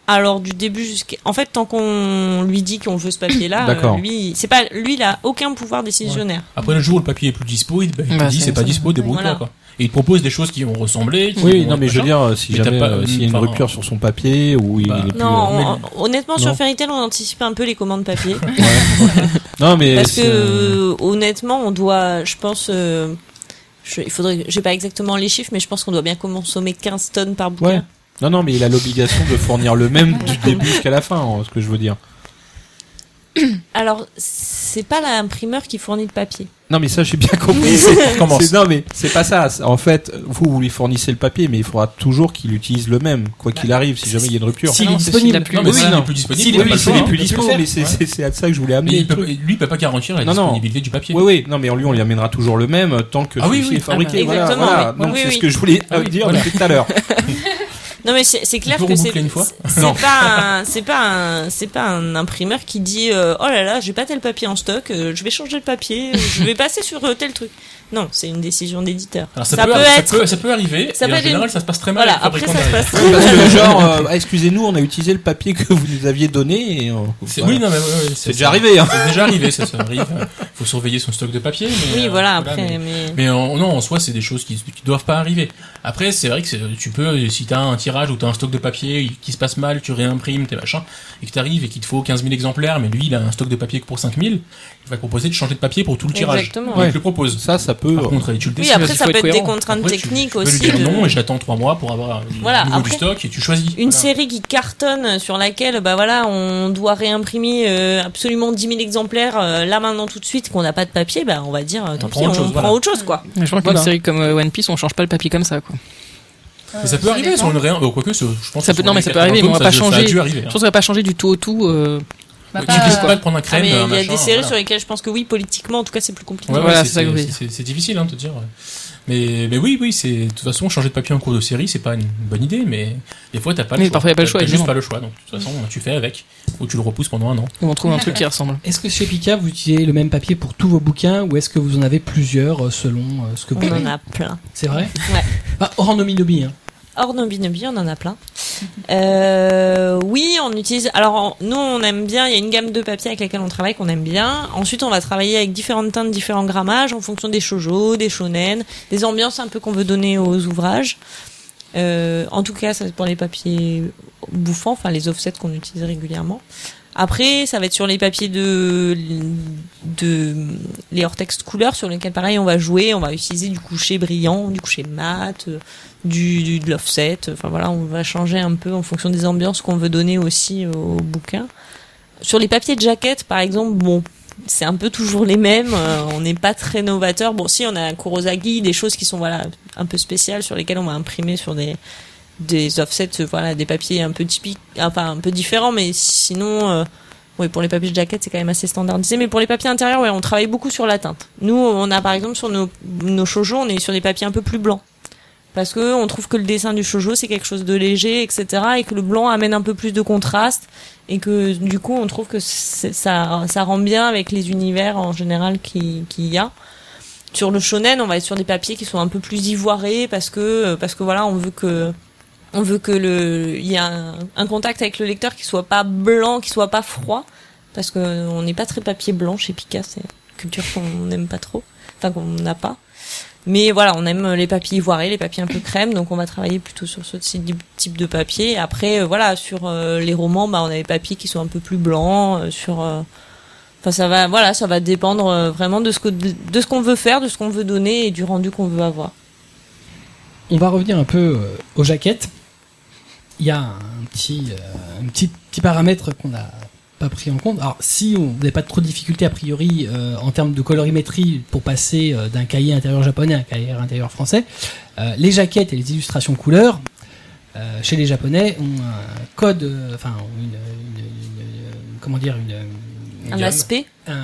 F: Alors du début jusqu'à en fait tant qu'on lui dit qu'on veut ce papier là,
E: D'accord.
F: lui c'est pas lui il a aucun pouvoir décisionnaire.
C: Après le jour où le papier est plus dispo, il, bah, il te
B: Bah,
C: dit
B: c'est
C: c'est pas
B: ça.
C: dispo, débrouille-toi
F: Voilà.
C: quoi. Et il te propose des choses qui vont ressembler. qui
E: Oui,
C: vont
E: non,
C: être
E: mais je veux
C: machin.
E: dire, euh, si
C: Mais t'as
E: jamais
C: pas,
E: euh,
C: euh,
E: s'il y a une
C: enfin,
E: rupture sur son papier ou il,
C: bah,
E: il est plus.
F: Non,
E: euh,
F: on- honnêtement,
E: Non.
F: sur Fairytale, on anticipe un peu les commandes papier.
E: Non, mais
F: Parce que
E: c'est, euh,
F: euh, honnêtement, on doit, je pense, euh, je, il faudrait, j'ai pas exactement les chiffres, mais je pense qu'on doit bien consommer 15 tonnes par bouquin.
E: Ouais. Non, non, mais il a l'obligation de fournir le même du début jusqu'à la fin, hein, ce que je veux dire.
F: Alors, c'est pas l'imprimeur qui fournit le papier.
E: Non, mais ça, j'ai bien compris.
C: On commence.
E: C'est- Non, mais c'est pas ça. C'est- En fait, vous, vous lui fournissez le papier, mais il faudra toujours qu'il utilise le même, quoi qu'il arrive, si jamais il y a une rupture.
A: S'il
B: Ah non,
A: est
B: c'est
A: disponible.
B: celui-là plus-
C: Non, mais
E: Oui,
C: s'il
E: non.
C: est plus
E: Si,
C: disponible,
E: oui,
C: il a pas
E: oui,
C: le
E: c'est
C: choix,
E: les
C: hein.
E: plus
A: il peut le
E: dispo,
A: faire.
E: mais c'est
C: Ouais.
E: c'est- c'est à ça que je voulais amener.
C: Mais il
E: le
C: peut,
E: truc.
C: lui, il peut pas garantir la
E: Non, non.
C: disponibilité du papier.
E: Oui, oui, non, mais on lui, on lui amènera toujours le même euh, tant que
C: Ah oui,
E: celui-ci
C: oui,
E: est
C: ah
E: fabriqué.
F: bah,
E: voilà,
F: exactement,
E: voilà.
F: oui.
E: Donc
F: Oui,
E: c'est
F: oui,
E: ce que je voulais euh,
C: Ah oui,
E: dire
C: voilà.
E: depuis tout à l'heure.
F: Non, mais c'est c'est clair
C: peut
F: que c'est
C: reboucler une fois
F: c'est pas un- c'est pas un c'est pas un imprimeur qui dit euh, oh là là j'ai pas tel papier en stock euh, je vais changer le papier euh, je vais passer sur euh, tel truc non c'est une décision d'éditeur
C: Alors ça, peut, ça, peut, ça peut arriver,
F: ça
C: et
F: peut
C: en
F: être
C: général
F: une-
C: ça se passe très mal.
F: voilà
C: avec le
F: après ça
C: fabricant
F: se
C: derrière.
F: passe
E: Parce que genre, euh, Ah, excusez-nous, on a utilisé le papier que vous nous aviez donné. et, euh,
C: C'est-
E: voilà.
C: Oui, non, mais ouais, ouais,
E: c'est déjà arrivé. Hein.
C: C'est déjà arrivé, ça, ça arrive. Faut surveiller son stock de papier. Mais,
F: oui
C: euh,
F: voilà après
C: mais-
F: mais
C: Mais en, non, en soi, c'est des choses qui, qui doivent pas arriver. Après, c'est vrai que c'est- tu peux, si t'as un tirage ou t'as un stock de papier qui se passe mal, tu réimprimes tes machins, et que t'arrives et qu'il te faut 15 000 exemplaires, mais lui, il a un stock de papier que pour 5 000, il va te proposer de changer de papier pour tout le tirage.
F: Exactement.
C: Donc,
E: Ouais.
C: il te le propose.
E: Ça, ça peut. euh,
C: Par contre, et tu le
F: oui
C: dessines.
B: parce
F: après
B: qu'il
F: ça
B: faut
F: peut
B: être
F: être des
B: cohérent.
F: contraintes
C: Après, tu-
F: techniques
C: tu peux lui
F: aussi
C: dire
F: de-
C: non et j'attends 3 mois pour avoir le
F: Voilà,
C: nouveau du
F: après,
C: stock et tu choisis.
F: une
C: Voilà.
F: série qui cartonne sur laquelle bah voilà on doit réimprimer euh, absolument 10 000 exemplaires euh, là maintenant tout de suite qu'on n'a pas de papier bah on va dire euh, tant
C: prend
F: pis on
C: autre chose,
F: prend
C: voilà.
F: autre chose quoi
B: Mais je crois qu'une
E: Voilà.
B: série comme euh, One Piece, on change pas le papier comme ça, quoi.
C: Mais ça peut arriver sur une réin... euh, Quoique, ce- je pense
B: Ça
C: que
B: peut-
C: sur
B: non,
C: les
B: mais ça peut arriver, mais
C: 80
B: on va
C: tomes,
B: pas
C: ça- ça a
B: changer.
C: dû arriver,
B: Je
C: hein.
B: pense qu'on va pas changer du tout au tout. euh,
D: Bah,
C: Tu
D: pas-
C: décides pas de prendre un
F: Ah,
C: crème.
F: mais
C: un
F: il y a
C: machin,
F: des séries
C: voilà.
F: sur lesquelles je pense que oui politiquement en tout cas c'est plus compliqué
C: Ouais,
B: Voilà,
C: ouais,
B: c'est ça que je voulais dire.
C: c'est- c'est difficile hein, de te dire. ouais. Mais, mais oui, oui, c'est de toute façon changer de papier en cours de série, c'est pas une bonne idée, mais des fois t'as pas le
B: Mais
C: choix.
B: parfois, y a pas le
C: T'as-
B: choix,
C: t'as juste
B: évidemment.
C: pas le choix. Donc de toute façon, tu fais avec ou tu le repousses pendant un an.
B: où on trouve un truc qui ressemble.
A: Est-ce que chez Pika vous utilisez le même papier pour tous vos bouquins ou est-ce que vous en avez plusieurs euh, selon euh, ce que vous
F: on en
A: voulez
F: a plein
A: C'est vrai
F: Ouais.
A: Ah, hors Nominobi, hein.
F: Hors Nobinobi, on en a plein. Euh, oui, on utilise. Alors, en- nous, on aime bien. Il y a une gamme de papier avec laquelle on travaille qu'on aime bien. Ensuite, on va travailler avec différentes teintes, différents grammages en fonction des shoujo, des shonen, des ambiances un peu qu'on veut donner aux ouvrages. Euh, en tout cas, ça c'est pour les papiers bouffants, enfin les offsets qu'on utilise régulièrement. Après, ça va être sur les papiers de, de les hors-textes couleurs sur lesquels, pareil, on va jouer. On va utiliser du coucher brillant, du coucher mat, euh, du, du de l'offset. Enfin voilà, on va changer un peu en fonction des ambiances qu'on veut donner aussi au bouquin. Sur les papiers de jaquette, par exemple, bon, c'est un peu toujours les mêmes. euh, on n'est pas très novateur. Bon, si on a un Kurosaki, des choses qui sont voilà un peu spéciales sur lesquelles on va imprimer sur des des offsets, euh, voilà, des papiers un peu typiques, enfin un peu différents, mais sinon. euh, oui, pour les papiers de jaquette, c'est quand même assez standardisé. Mais pour les papiers intérieurs, ouais, on travaille beaucoup sur la teinte. Nous, on a par exemple sur nos, nos shoujo, on est sur des papiers un peu plus blancs parce que on trouve que le dessin du shoujo c'est quelque chose de léger, etc. et que le blanc amène un peu plus de contraste et que du coup on trouve que c'est- ça ça rend bien avec les univers en général qui qu'il y a. Sur le shonen, on va être sur des papiers qui sont un peu plus ivoirés parce que euh, parce que voilà, on veut que on veut que le il y a un, un contact avec le lecteur qui soit pas blanc, qui soit pas froid parce que euh, on n'est pas très papier blanc chez Pika, c'est une culture qu'on n'aime pas trop, enfin qu'on n'a pas. Mais voilà, on aime les papiers ivoirés, les papiers un peu crème, donc on va travailler plutôt sur ce type type de papier. Après, euh, voilà, sur euh, les romans, bah, on a des papiers qui sont un peu plus blancs, euh, sur. euh, Enfin, ça va, voilà, ça va dépendre euh, vraiment de ce que de ce qu'on veut faire, de ce qu'on veut donner et du rendu qu'on veut avoir.
A: On va revenir un peu euh, aux jaquettes. Il y a un petit, euh, un petit, petit paramètre qu'on n'a pas pris en compte. Alors, si on n'avait pas trop de difficultés, a priori, euh, en termes de colorimétrie pour passer euh, d'un cahier intérieur japonais à un cahier intérieur français, euh, les jaquettes et les illustrations couleurs, euh, chez les japonais, ont un code, euh, enfin, ont une, une- une- une- comment dire, une,
D: Ah,
F: Un
C: gamme.
F: aspect.
A: un-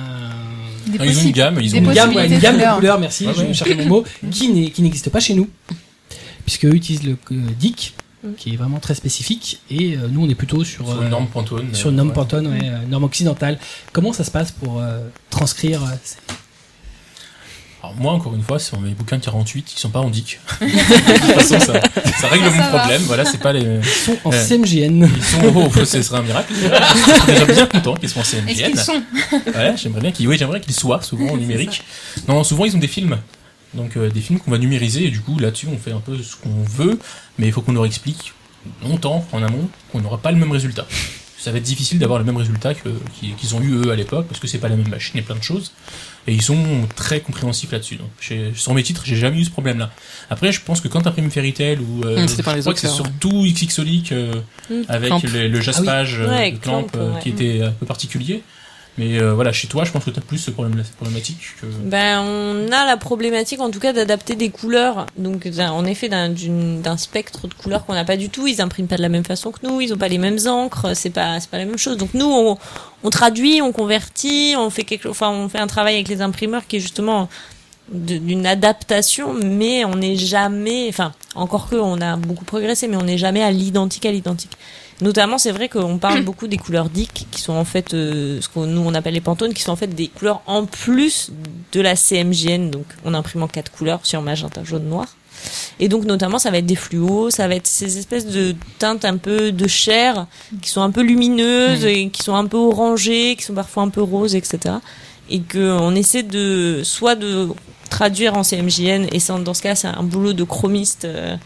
D: des
C: Ils ont une
D: possibles.
C: gamme, ils
D: Des
C: ont
A: une gamme, ouais,
D: possibilités
A: une
D: de
A: gamme de
D: couleurs.
A: couleurs, merci,
C: Ouais,
A: je
C: ouais.
A: cherchais mon mot, qui n'est- qui n'existe pas chez nous, puisque eux utilisent le euh, DIC,
F: Mm.
A: qui est vraiment très spécifique, et euh, nous on est plutôt sur,
C: sur
A: euh,
C: une norme Pantone.
A: sur une norme
C: ouais.
A: pantone, ouais, euh, norme occidentale. Comment ça se passe pour euh, transcrire euh, ces-
C: Alors moi, encore une fois, sur mes bouquins de 48, ils sont pas en dic. de toute façon, ça, ça règle
D: Ça,
C: mon
D: ça va.
C: problème. Voilà, c'est pas les.
A: Ils sont en
C: Euh,
A: CMJN.
C: Ils sont. Oh, faut- ce serait un miracle. Je suis déjà bien content qu'ils soient en CMGN.
D: Est-ce qu'ils sont
C: Ouais, j'aimerais bien qu'ils oui, j'aimerais qu'ils soient souvent en numérique. Non, souvent ils ont des films. Donc euh, des films qu'on va numériser et du coup là-dessus on fait un peu ce qu'on veut, mais il faut qu'on leur explique longtemps en amont qu'on n'aura pas le même résultat. Ça va être difficile d'avoir le même résultat que- qu'ils qu'ils ont eu eux à l'époque parce que c'est pas la même machine et plein de choses. Et ils sont très compréhensifs là-dessus. Donc j'ai- sur mes titres j'ai jamais eu ce problème-là. Après je pense que quand t'imprimes Fairy Tail ou euh,
B: Hum,
C: je
B: c'était par les
C: crois que c'est
B: auteurs, ouais.
C: surtout XXOlic euh,
F: Hum,
C: avec
B: Clamp.
C: le, le jaspage euh,
F: Ouais,
C: de Clamp,
F: Clamp,
C: euh,
F: ouais. Hum.
C: qui était un peu particulier. Mais euh, voilà, chez toi, je pense que t'as plus ce problème cette problématique que...
F: Ben, on a la problématique, en tout cas, d'adapter des couleurs. Donc, d'un- en effet, d'un d'une- d'un spectre de couleurs qu'on n'a pas du tout. Ils impriment pas de la même façon que nous. Ils ont pas les mêmes encres. C'est pas, c'est pas la même chose. Donc, nous, on, on traduit, on convertit, on fait quelque, enfin, on fait un travail avec les imprimeurs qui est justement de- d'une adaptation, mais on n'est jamais, enfin, encore que on a beaucoup progressé, mais on n'est jamais à l'identique à l'identique. Notamment, c'est vrai qu'on parle beaucoup des couleurs DIC, qui sont en fait euh, ce que nous on appelle les pantones, qui sont en fait des couleurs en plus de la CMJN. Donc, on imprime en quatre couleurs sur magenta, jaune, noir. Et donc, notamment, ça va être des fluos, ça va être ces espèces de teintes un peu de chair, qui sont un peu lumineuses, et qui sont un peu orangées, qui sont parfois un peu roses, etc. Et qu'on essaie de, soit de traduire en CMJN, et ça, dans ce cas, c'est un boulot de chromiste, euh,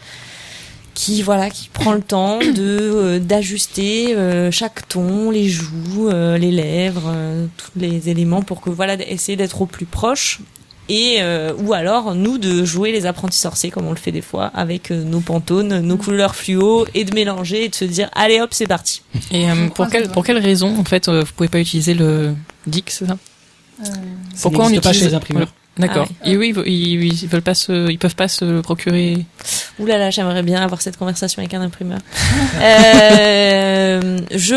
F: qui voilà qui prend le temps de euh, d'ajuster euh, chaque ton, les joues, euh, les lèvres, euh, tous les éléments pour que voilà d- essayer d'être au plus proche et euh, ou alors nous de jouer les apprentis sorciers comme on le fait des fois avec euh, nos pantones, nos couleurs fluo et de mélanger et de se dire allez hop c'est parti.
B: Et
D: Je
B: euh,
D: crois
B: pour,
D: que
B: quelle,
D: c'est
B: pour quelle raison, en fait, euh, vous pouvez pas utiliser le DIC, c'est ça Pourquoi on
A: n'existe pas
B: utilise-
A: chez les imprimeurs
B: D'accord.
F: Ah ouais.
B: Et oui, ils, ils- ils veulent pas se, ils peuvent pas se procurer.
F: Ouh là là, j'aimerais bien avoir cette conversation avec un imprimeur. Euh, je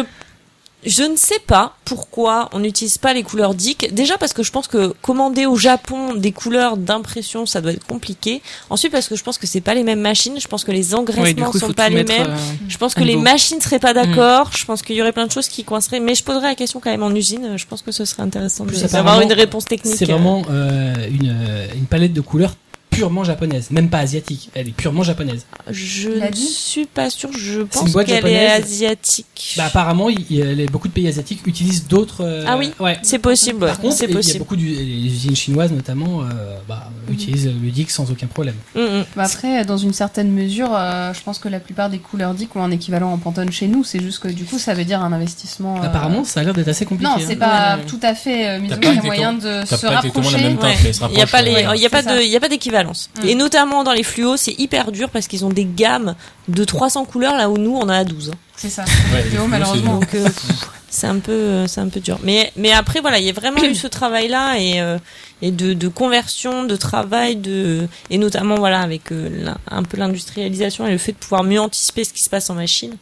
F: je ne sais pas pourquoi on n'utilise pas les couleurs DIC. Déjà parce que je pense que commander au Japon des couleurs d'impression, ça doit être compliqué. Ensuite parce que je pense que c'est pas les mêmes machines. Je pense que les engraissements
B: Ouais, du coup, il faut
F: sont
B: tout
F: pas les
B: mettre,
F: mêmes.
B: euh,
F: Je pense que
B: à Mm.
F: les
B: nouveau.
F: machines seraient pas d'accord. Je pense qu'il y aurait plein de choses qui coinceraient. Mais je poserai la question quand même en usine. Je pense que ce serait intéressant
A: Plus
F: de- d'avoir
A: apparemment,
F: une réponse technique.
A: C'est vraiment euh, une, euh, une palette de couleurs purement japonaise, même pas asiatique. Elle est purement japonaise.
F: Je
D: Il a
F: ne
D: dit
F: suis pas sûre. Je pense
A: une boîte
F: qu'elle est
A: japonaise.
F: asiatique.
A: Bah, apparemment, il, il- les- beaucoup de pays asiatiques utilisent d'autres. euh,
F: Ah oui.
A: Ouais.
F: C'est possible, ouais.
A: Par contre,
F: c'est
A: il y a
F: possible.
A: beaucoup d'u- les usines chinoises notamment euh, bah, utilisent le DIC sans aucun problème.
F: Mm, mm.
D: Bah après, dans une certaine mesure, euh, je pense que la plupart des couleurs dic ont un équivalent en pantone chez nous. C'est juste que du coup, ça veut dire un investissement. euh,
A: Apparemment, ça a l'air d'être assez compliqué.
D: Non,
A: hein.
D: c'est pas
B: Ouais, ouais.
D: tout à fait. euh, mais
C: T'as
D: disons
C: pas
D: qu'il y a
C: exactement-
D: moyen de
C: T'as
D: se
C: pas exactement la
D: rapprocher.
C: même teinte,
F: ouais.
C: mais ils se
F: Il n'y a
C: rapprochent,
F: pas les,
C: ouais.
F: il y a pas
D: c'est
F: de,
D: ça.
F: il y a pas d'équivalence.
D: Mm.
F: Et notamment dans les fluos, c'est hyper dur parce qu'ils ont des gammes de 300 couleurs là où nous on en a 12.
D: C'est ça.
C: Ouais,
D: Vidéo,
C: les fluos,
D: malheureusement.
F: Donc euh, pff, c'est un peu, euh, c'est un peu dur. Mais, mais après voilà, il y a vraiment eu ce travail là et, euh, et de, de conversion, de travail, de et notamment voilà avec euh, l'in- un peu l'industrialisation et le fait de pouvoir mieux anticiper ce qui se passe en machine,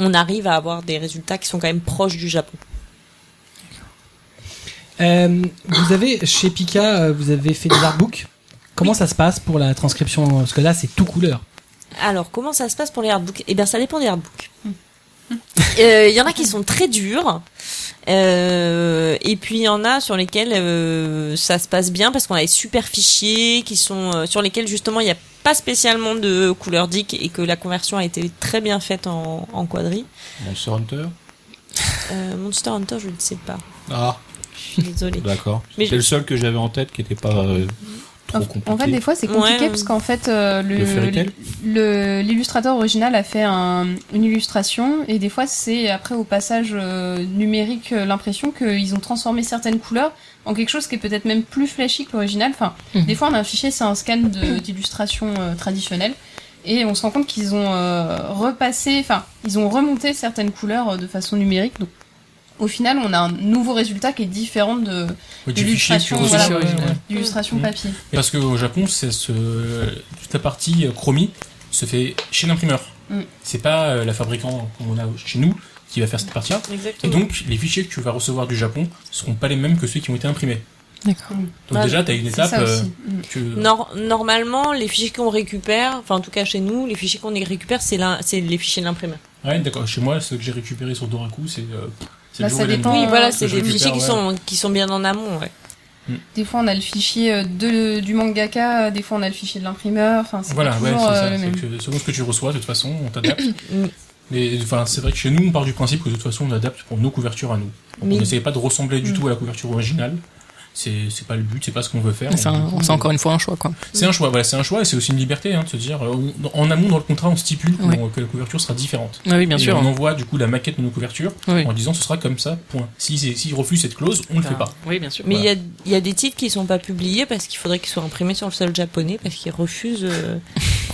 F: on arrive à avoir des résultats qui sont quand même proches du Japon.
A: Euh, vous avez chez Pika, euh, vous avez fait des artbooks. Comment ça se passe pour la transcription Parce que là, c'est tout couleur.
F: Alors, comment ça se passe pour les hardbooks Eh bien, ça dépend des hardbooks. Euh, Il y en a qui sont très durs, euh, et puis il y en a sur lesquels euh, ça se passe bien parce qu'on a des super fichiers qui sont euh, sur lesquels justement il n'y a pas spécialement de couleur DIC et que la conversion a été très bien faite en, en quadri.
E: Monster Hunter
F: Euh, Monster Hunter, je ne sais pas.
E: Ah,
F: Je suis désolée.
E: d'accord.
F: Mais
E: C'était le seul que j'avais en tête qui n'était pas euh, trop compliqué.
D: En fait, des fois, c'est compliqué
F: Ouais.
D: parce qu'en fait, euh,
E: Le Fairy Tail
D: le le- l'illustrateur original a fait un- une illustration et des fois, c'est après au passage euh, numérique euh, l'impression qu'ils ont transformé certaines couleurs en quelque chose qui est peut-être même plus flashy que l'original. Enfin,
B: Mhm.
D: des fois, on a un fichier, c'est un scan de- d'illustration euh, traditionnelle et on se rend compte qu'ils ont euh, repassé, enfin, ils ont remonté certaines couleurs euh, de façon numérique. Donc, au final, on a un nouveau résultat qui est différent de
C: Ouais,
D: de
C: du fichier
D: l'illustration
C: pur et
D: voilà,
C: dur.
B: Fichier original.
D: de l'illustration
C: Mhm.
D: papier.
C: Et Parce qu'au Japon, c'est ce... toute la partie euh, chromie se fait chez l'imprimeur.
D: Mm.
C: C'est pas euh, la fabricant qu'on a chez nous qui va faire cette partie-là. Et donc, les fichiers que tu vas recevoir du Japon seront pas les mêmes que ceux qui ont été imprimés.
B: D'accord.
C: Donc
F: Ah,
C: déjà, tu as une
D: C'est
C: étape
D: ça
C: euh,
D: aussi. Mhm.
C: que...
F: Nor- normalement, les fichiers qu'on récupère, enfin en tout cas chez nous, les fichiers qu'on y récupère, c'est l'un- c'est les fichiers de l'imprimeur.
C: Ouais, d'accord. Chez moi, ce que j'ai récupéré sur Doraku, c'est... euh, c'est le
D: Bah,
C: jour
D: ça
C: et la
D: dépend.
C: nuit.
F: Oui,
D: Euh,
F: voilà, c'est
C: je
F: des
C: récupère,
F: fichiers qui
C: ouais.
F: sont qui sont bien en amont. Ouais.
D: Des fois, on a le fichier euh, de, du mangaka, des fois, on a le fichier de l'imprimeur. Enfin, c'est
C: Voilà,
D: pas
C: ouais, c'est
D: toujours euh,
C: ça.
D: le
C: c'est
D: même.
C: que selon ce que tu reçois, de toute façon, on t'adapte.
F: Mm.
C: Mais enfin, c'est vrai que chez nous, on part du principe que de toute façon, on adapte pour nos couvertures à nous. Donc,
F: Mais-
C: On n'essaye pas de ressembler du
D: Mm.
C: tout à la couverture originale. c'est c'est pas le but, c'est pas ce qu'on veut faire.
B: C'est un-
C: On-
B: c'est encore une fois un choix, quoi.
C: C'est un choix, voilà, c'est un choix et c'est aussi une liberté hein, de se dire, euh, on- en amont dans le contrat, on stipule qu'on-
B: Ouais.
C: que la couverture sera différente.
B: Ah oui, bien
C: Et
B: sûr.
C: On envoie du coup la maquette de nos couvertures
B: Oui. Ah.
C: en disant ce sera comme ça, point. S'ils si, s'ils refusent cette clause, on ne le fait pas.
B: Oui, bien sûr.
F: Mais il y a- il y, a des titres qui sont pas publiés parce qu'il faudrait qu'ils soient imprimés sur le sol japonais parce qu'ils refusent euh,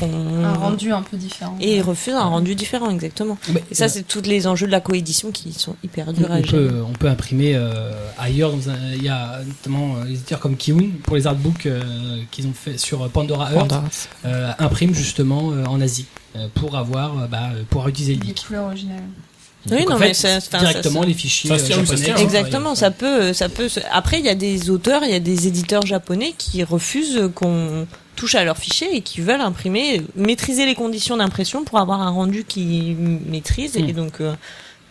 F: qu'on.
D: Un rendu un peu différent.
F: Et ils refusent un rendu différent, exactement.
A: Mais-
F: Et ça, c'est tous les enjeux de la coédition qui sont hyper
A: Euh, On,
F: durs à
A: on
F: gérer.
A: peut, on peut imprimer euh, ailleurs. dans un- Il y a notamment euh, les éditeurs comme Kiun pour les artbooks euh, qu'ils ont fait sur Pandora Earth,
B: bah,
A: euh, impriment justement euh, en Asie euh, pour avoir euh, bah, euh, pour utiliser le
D: Des
A: geek.
D: couleurs originales.
A: Donc,
F: Oui,
A: en
F: non,
A: fait,
F: mais ça- enfin, ça-
A: directement les fichiers
C: ça se tient,
A: euh,
C: ça se
A: japonais.
C: tient.
A: sont
F: Exactement,
A: envoyés.
F: ça peut, ça peut. se- Après, il y a des auteurs, il y a des éditeurs japonais qui refusent qu'on touche à leurs fichiers et qui veulent imprimer, maîtriser les conditions d'impression pour avoir un rendu qu'ils maîtrisent et donc euh,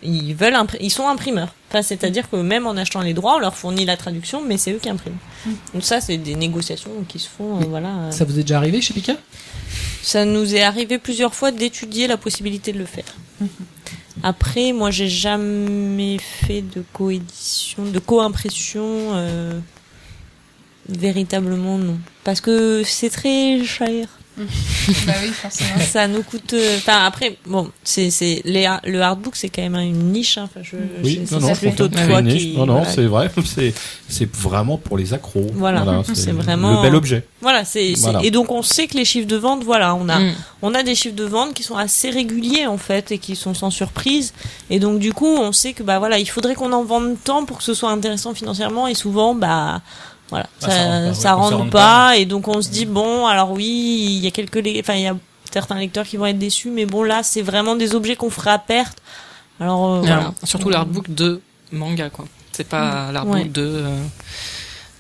F: ils veulent, impr- ils sont imprimeurs. Enfin, c'est-à-dire que même en achetant les droits, on leur fournit la traduction, mais c'est eux qui impriment. Donc ça, c'est des négociations qui se font, euh, voilà. euh.
A: Ça vous est déjà arrivé chez Pika
F: Ça nous est arrivé plusieurs fois d'étudier la possibilité de le faire.
E: Mhm.
F: Après, moi, j'ai jamais fait de coédition, de co-impression. euh, véritablement, non. Parce que c'est très cher.
D: bah oui, forcément.
F: Ça nous coûte. euh, Enfin, après, bon, c'est c'est les ha- le hardbook, c'est quand même une niche. hein. Enfin, je,
E: Oui,
F: je-
E: non,
F: c'est
E: non, je
F: plutôt
E: comprends.
F: de
E: C'est
F: toi
E: une niche.
F: qui.
E: Non, non,
F: voilà.
E: c'est vrai. C'est, c'est vraiment pour les accros.
F: Voilà. C'est vraiment-
E: Le bel objet.
F: Voilà, c'est c'est-
E: Voilà.
F: et donc on sait que les chiffres de vente, voilà, on a
B: Mm.
F: on a des chiffres de vente qui sont assez réguliers en fait et qui sont sans surprise et donc du coup on sait que bah voilà il faudrait qu'on en vende tant pour que ce soit intéressant financièrement et souvent bah voilà
C: Ah,
F: ça
C: ça rend pas, ouais,
F: ça
C: quand ça
F: rentre
C: rentre
F: pas, Mm. et donc on se dit bon alors oui il y a quelques lé- enfin il y a certains lecteurs qui vont être déçus mais bon là c'est vraiment des objets qu'on fera à perte alors euh, voilà.
B: Alors, Surtout l'artbook de manga, quoi. C'est pas l'artbook
F: Hmm. Ouais.
B: de, euh,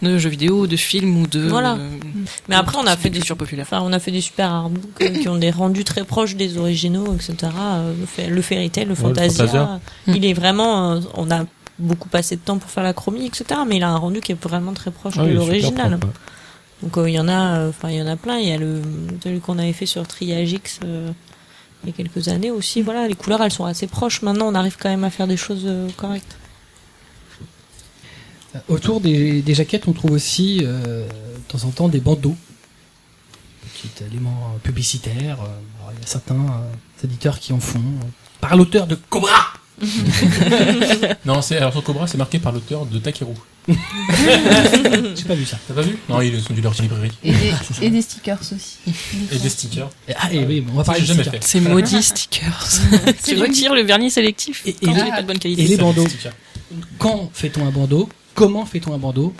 B: de jeux vidéo, de films ou de.
F: Voilà.
B: euh,
F: mais après on a fait des
B: culture populaire.
F: Enfin, on a fait des super artbooks euh, qui ont des rendus très proches des originaux, etc. Euh, le fa- Le fairy tale, le fantasia,
E: Fantasia.
F: euh, il est vraiment. euh, on a beaucoup passé de temps pour faire la chromie, etc. Mais il a un rendu qui est vraiment très proche
E: Ah
F: de
E: oui,
F: l'original.
E: super propre,
F: Donc euh, il y en a, euh, enfin il y en a plein. Il y a le celui qu'on avait fait sur Triagix euh, il y a quelques années aussi. Voilà, les couleurs elles sont assez proches. Maintenant, on arrive quand même à faire des choses euh, correctes.
A: Autour des, des jaquettes, on trouve aussi euh, de temps en temps des bandeaux, qui est élément euh, publicitaire. euh, alors, il y a certains euh, éditeurs qui en font. euh, par l'auteur de Cobra
C: Non, c'est alors sur Cobra, c'est marqué par l'auteur de Takeru.
A: J'ai pas vu ça.
C: T'as pas vu Non, ils sont du leur librairie
D: Et des, et des stickers aussi.
C: et des stickers.
A: Ah, et oui, on va
C: Ça,
A: parler
C: j'ai
A: de
C: jamais
A: stickers.
C: fait.
B: Ces maudits stickers. tu retires le vernis sélectif
A: Et- et
B: quand il
A: les-
B: est pas de bonne
A: et
B: qualité.
A: les
C: Ça,
A: bandeaux.
C: stickers.
A: Quand fait-on un bandeau Comment fait-on un bandeau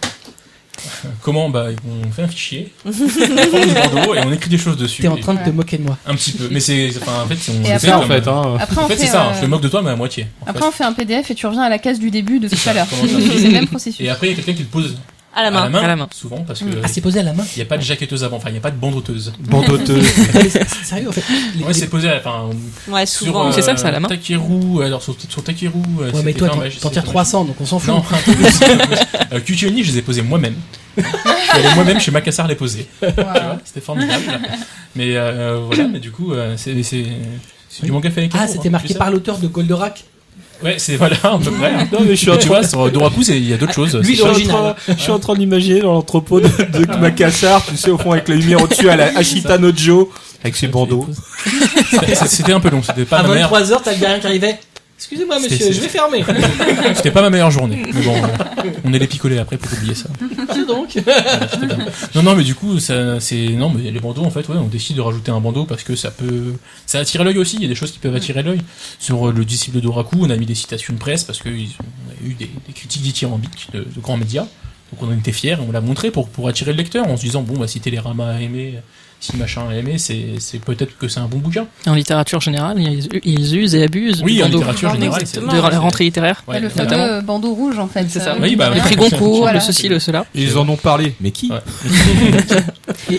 C: Comment Bah, on fait un fichier, on prend des bandeaux et on écrit des choses dessus.
A: T'es en
C: Et-
A: train de te moquer de moi.
C: Un petit peu, mais c'est, enfin, en fait, c'est- on
D: Et
C: le
D: après,
C: fait
E: quoi. Ça, en
C: comme-
E: fait, hein.
D: Après,
C: En
D: on
C: fait,
D: fait,
C: c'est ça,
D: euh,
C: je me moque de toi, mais à moitié. en
D: après
C: fait.
D: on fait un PDF et tu reviens à la case du début de tout
C: ça,
D: à l'heure.
C: comment ça
D: C'est le même processus.
C: Et après, il y a quelqu'un qui le pose
F: hein. À la
C: à la
F: main.
C: main,
B: À la main.
C: souvent, parce que
A: Ah, c'est posé à la main
C: il n'y a pas de jaquetteuse avant, enfin, il n'y a pas de bandoteuse.
E: Bandoteuse.
A: Sérieux, en fait. les-
C: Ouais,
A: les-
C: c'est posé à la, enfin,
F: Ouais,
C: sur,
F: souvent.
C: euh,
B: C'est ça, c'est à la main.
C: Takeru, alors, sur, sur Takeru, euh,
A: Ouais, mais
C: c'était
A: toi,
C: pas
A: t'en-
C: mal, je
A: t'en
C: sais
A: tires
C: pas.
A: 300, donc on s'en fout.
C: Non, euh, Cutioni, je les ai posés moi-même. je suis allé moi-même chez Macassar les poser. Tu vois, c'était formidable. Mais euh, voilà, mais du coup, euh, c'est, c'est, c'est du manga fait avec
A: Ah,
C: amour,
A: c'était
C: hein,
A: marqué
C: tu sais.
A: par l'auteur de Goldorak.
C: Ouais, c'est voilà, à peu près. hein.
E: non, mais je suis en
C: Mais tu
E: train
C: vois, sur Doraku, c'est- il y a d'autres choses.
A: lui,
E: je suis en
A: l'original.
E: train- je suis en train d'imaginer dans l'entrepôt de, de Macassar, tu sais, au fond, avec la lumière au-dessus, à la Ashita Nojo, avec ses bandeaux.
C: C'est- C'était un peu long, c'était pas
A: À
C: ma meilleure,
A: 23h, t'as le gardien qui arrivait. Excusez-moi,
C: C'était-
A: monsieur, je vais fermer.
C: c'était pas ma meilleure journée. Mais bon, on est les picoler après pour oublier ça.
A: Tiens donc.
C: Non, non, mais du coup, ça, c'est non, mais les bandeaux en fait, ouais, on décide de rajouter un bandeau parce que ça peut, ça attire l'œil aussi. Il y a des choses qui peuvent attirer l'œil. Sur euh, le disciple d'Oraku, on a mis des citations de presse parce que ils ont- on a eu des, des critiques dithyrambiques de, de grands médias. Donc on en était fiers et on l'a montré pour pour attirer le lecteur en se disant bon bah si Télérama a aimé, si machin a aimé, c'est c'est peut-être que c'est un bon bouquin.
B: En littérature générale, ils, ils usent et abusent
C: Oui,
B: du
C: en
B: bandeau
C: littérature générale, c'est
F: Exactement.
B: de la rentrée littéraire.
C: Ouais,
D: le fameux
B: notamment.
D: bandeau rouge en fait.
B: C'est ça.
D: euh,
C: Oui, bah,
B: Le
D: voilà.
B: prix Goncourt,
D: Voilà.
B: le ceci, le cela.
E: Ils en ont parlé. Mais qui
C: Ouais.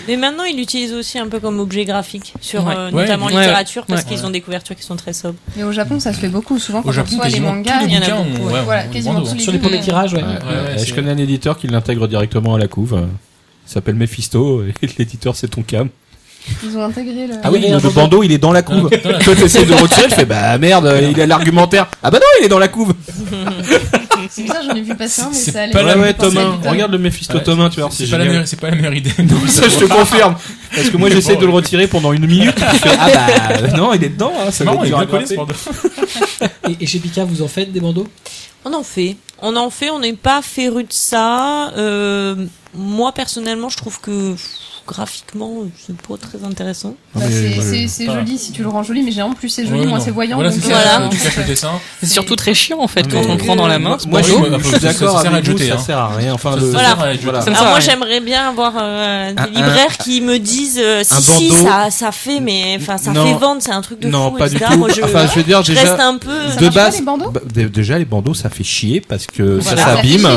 F: Mais maintenant, ils l'utilisent aussi un peu comme objet graphique, sur,
B: Ouais.
F: euh,
C: Ouais,
F: notamment
B: ouais.
F: littérature, parce
B: Ouais.
F: qu'ils ont des couvertures qui sont très sobres.
D: Mais au Japon, ça se fait beaucoup. Souvent,
C: Au
D: quand on
C: Japon,
D: reçoit les
C: quasiment
D: mangas,
C: tous
F: il y
C: les
F: en a
C: bouquins ont-
F: beaucoup,
C: ouais,
F: ouais.
C: ont
D: voilà,
C: des
D: quasiment
C: bandeaux,
D: tous
C: hein.
D: les
A: Sur les premiers tirages, ouais.
E: Ouais,
C: ouais,
E: ouais,
C: c'est-
E: Je connais un éditeur qui l'intègre directement à la couve. euh, Il s'appelle Mephisto et l'éditeur c'est Tonkam.
D: Ils ont intégré le.
E: Ah oui, le, le bandeau, il est dans la couve. Toi, t'essaies de le retirer, je fais bah merde, il a l'argumentaire. Ah bah non, il est dans la couve.
D: C'est bizarre, j'en ai vu passer un, mais
C: C'est
D: ça allait.
C: pas la-
E: Ouais, ouais,
D: C'est
E: Thomas,
D: évident.
E: regarde le Mephisto
C: Ouais,
E: Thomas, tu vois, c'est
C: C'est pas, la
E: génial.
C: meilleure- c'est pas la meilleure idée. Ah.
E: Ça, je te confirme. Parce que moi, j'essaie de le retirer pendant une minute. Je fais, ah bah non, il est dedans. Hein, ça
C: C'est marrant,
E: va
C: il est bien
E: être dur à
C: collé ce
E: gratter.
F: Ah,
C: bandeau.
G: Et, et chez Pika, vous en faites des bandeaux
F: On en fait. On en fait, on n'est pas féru de ça. Euh, moi, personnellement, je trouve que pff, graphiquement, c'est pas très intéressant.
D: Bah,
E: Non, mais euh,
D: c'est-
E: je-
D: c'est c'est
C: pas.
D: joli si tu le rends joli, mais j'ai en plus c'est joli,
C: Ouais,
E: hein,
D: moins
C: non.
D: c'est voyant.
C: Voilà,
D: donc,
C: c'est
E: euh,
C: ça,
F: voilà.
C: tu caches le dessin.
B: C'est surtout très chiant en fait
E: Mais-
B: quand on le prend dans la main.
E: Moi,
C: Oui,
E: je,
C: mais
E: je suis
C: ça- ça
E: d'accord
C: sert à
E: avec vous,
C: jeter,
E: ça
C: hein.
E: sert à rien. Enfin,
C: Ça
E: le...
C: sert à jeter.
E: voilà.
B: Ça me
F: Alors
B: sert à
F: moi,
B: rien.
F: j'aimerais bien avoir euh, des
E: Un-
F: libraires qui me disent euh, si
E: un
F: si
E: bandeau.
F: ça ça fait mais enfin ça
E: Non.
F: fait vendre, c'est un truc de
E: Non,
F: fou.
E: pas du
F: etc.
E: tout.
F: Moi, je,
E: Enfin, je veux dire,
F: je
E: déjà,
F: reste un peu.
D: Ça
E: de
D: marche pas,
E: base,
D: les bandeaux
E: bah, dé- déjà les bandeaux, ça fait chier parce que
F: Voilà.
E: ça
F: Ça
E: s'abîme.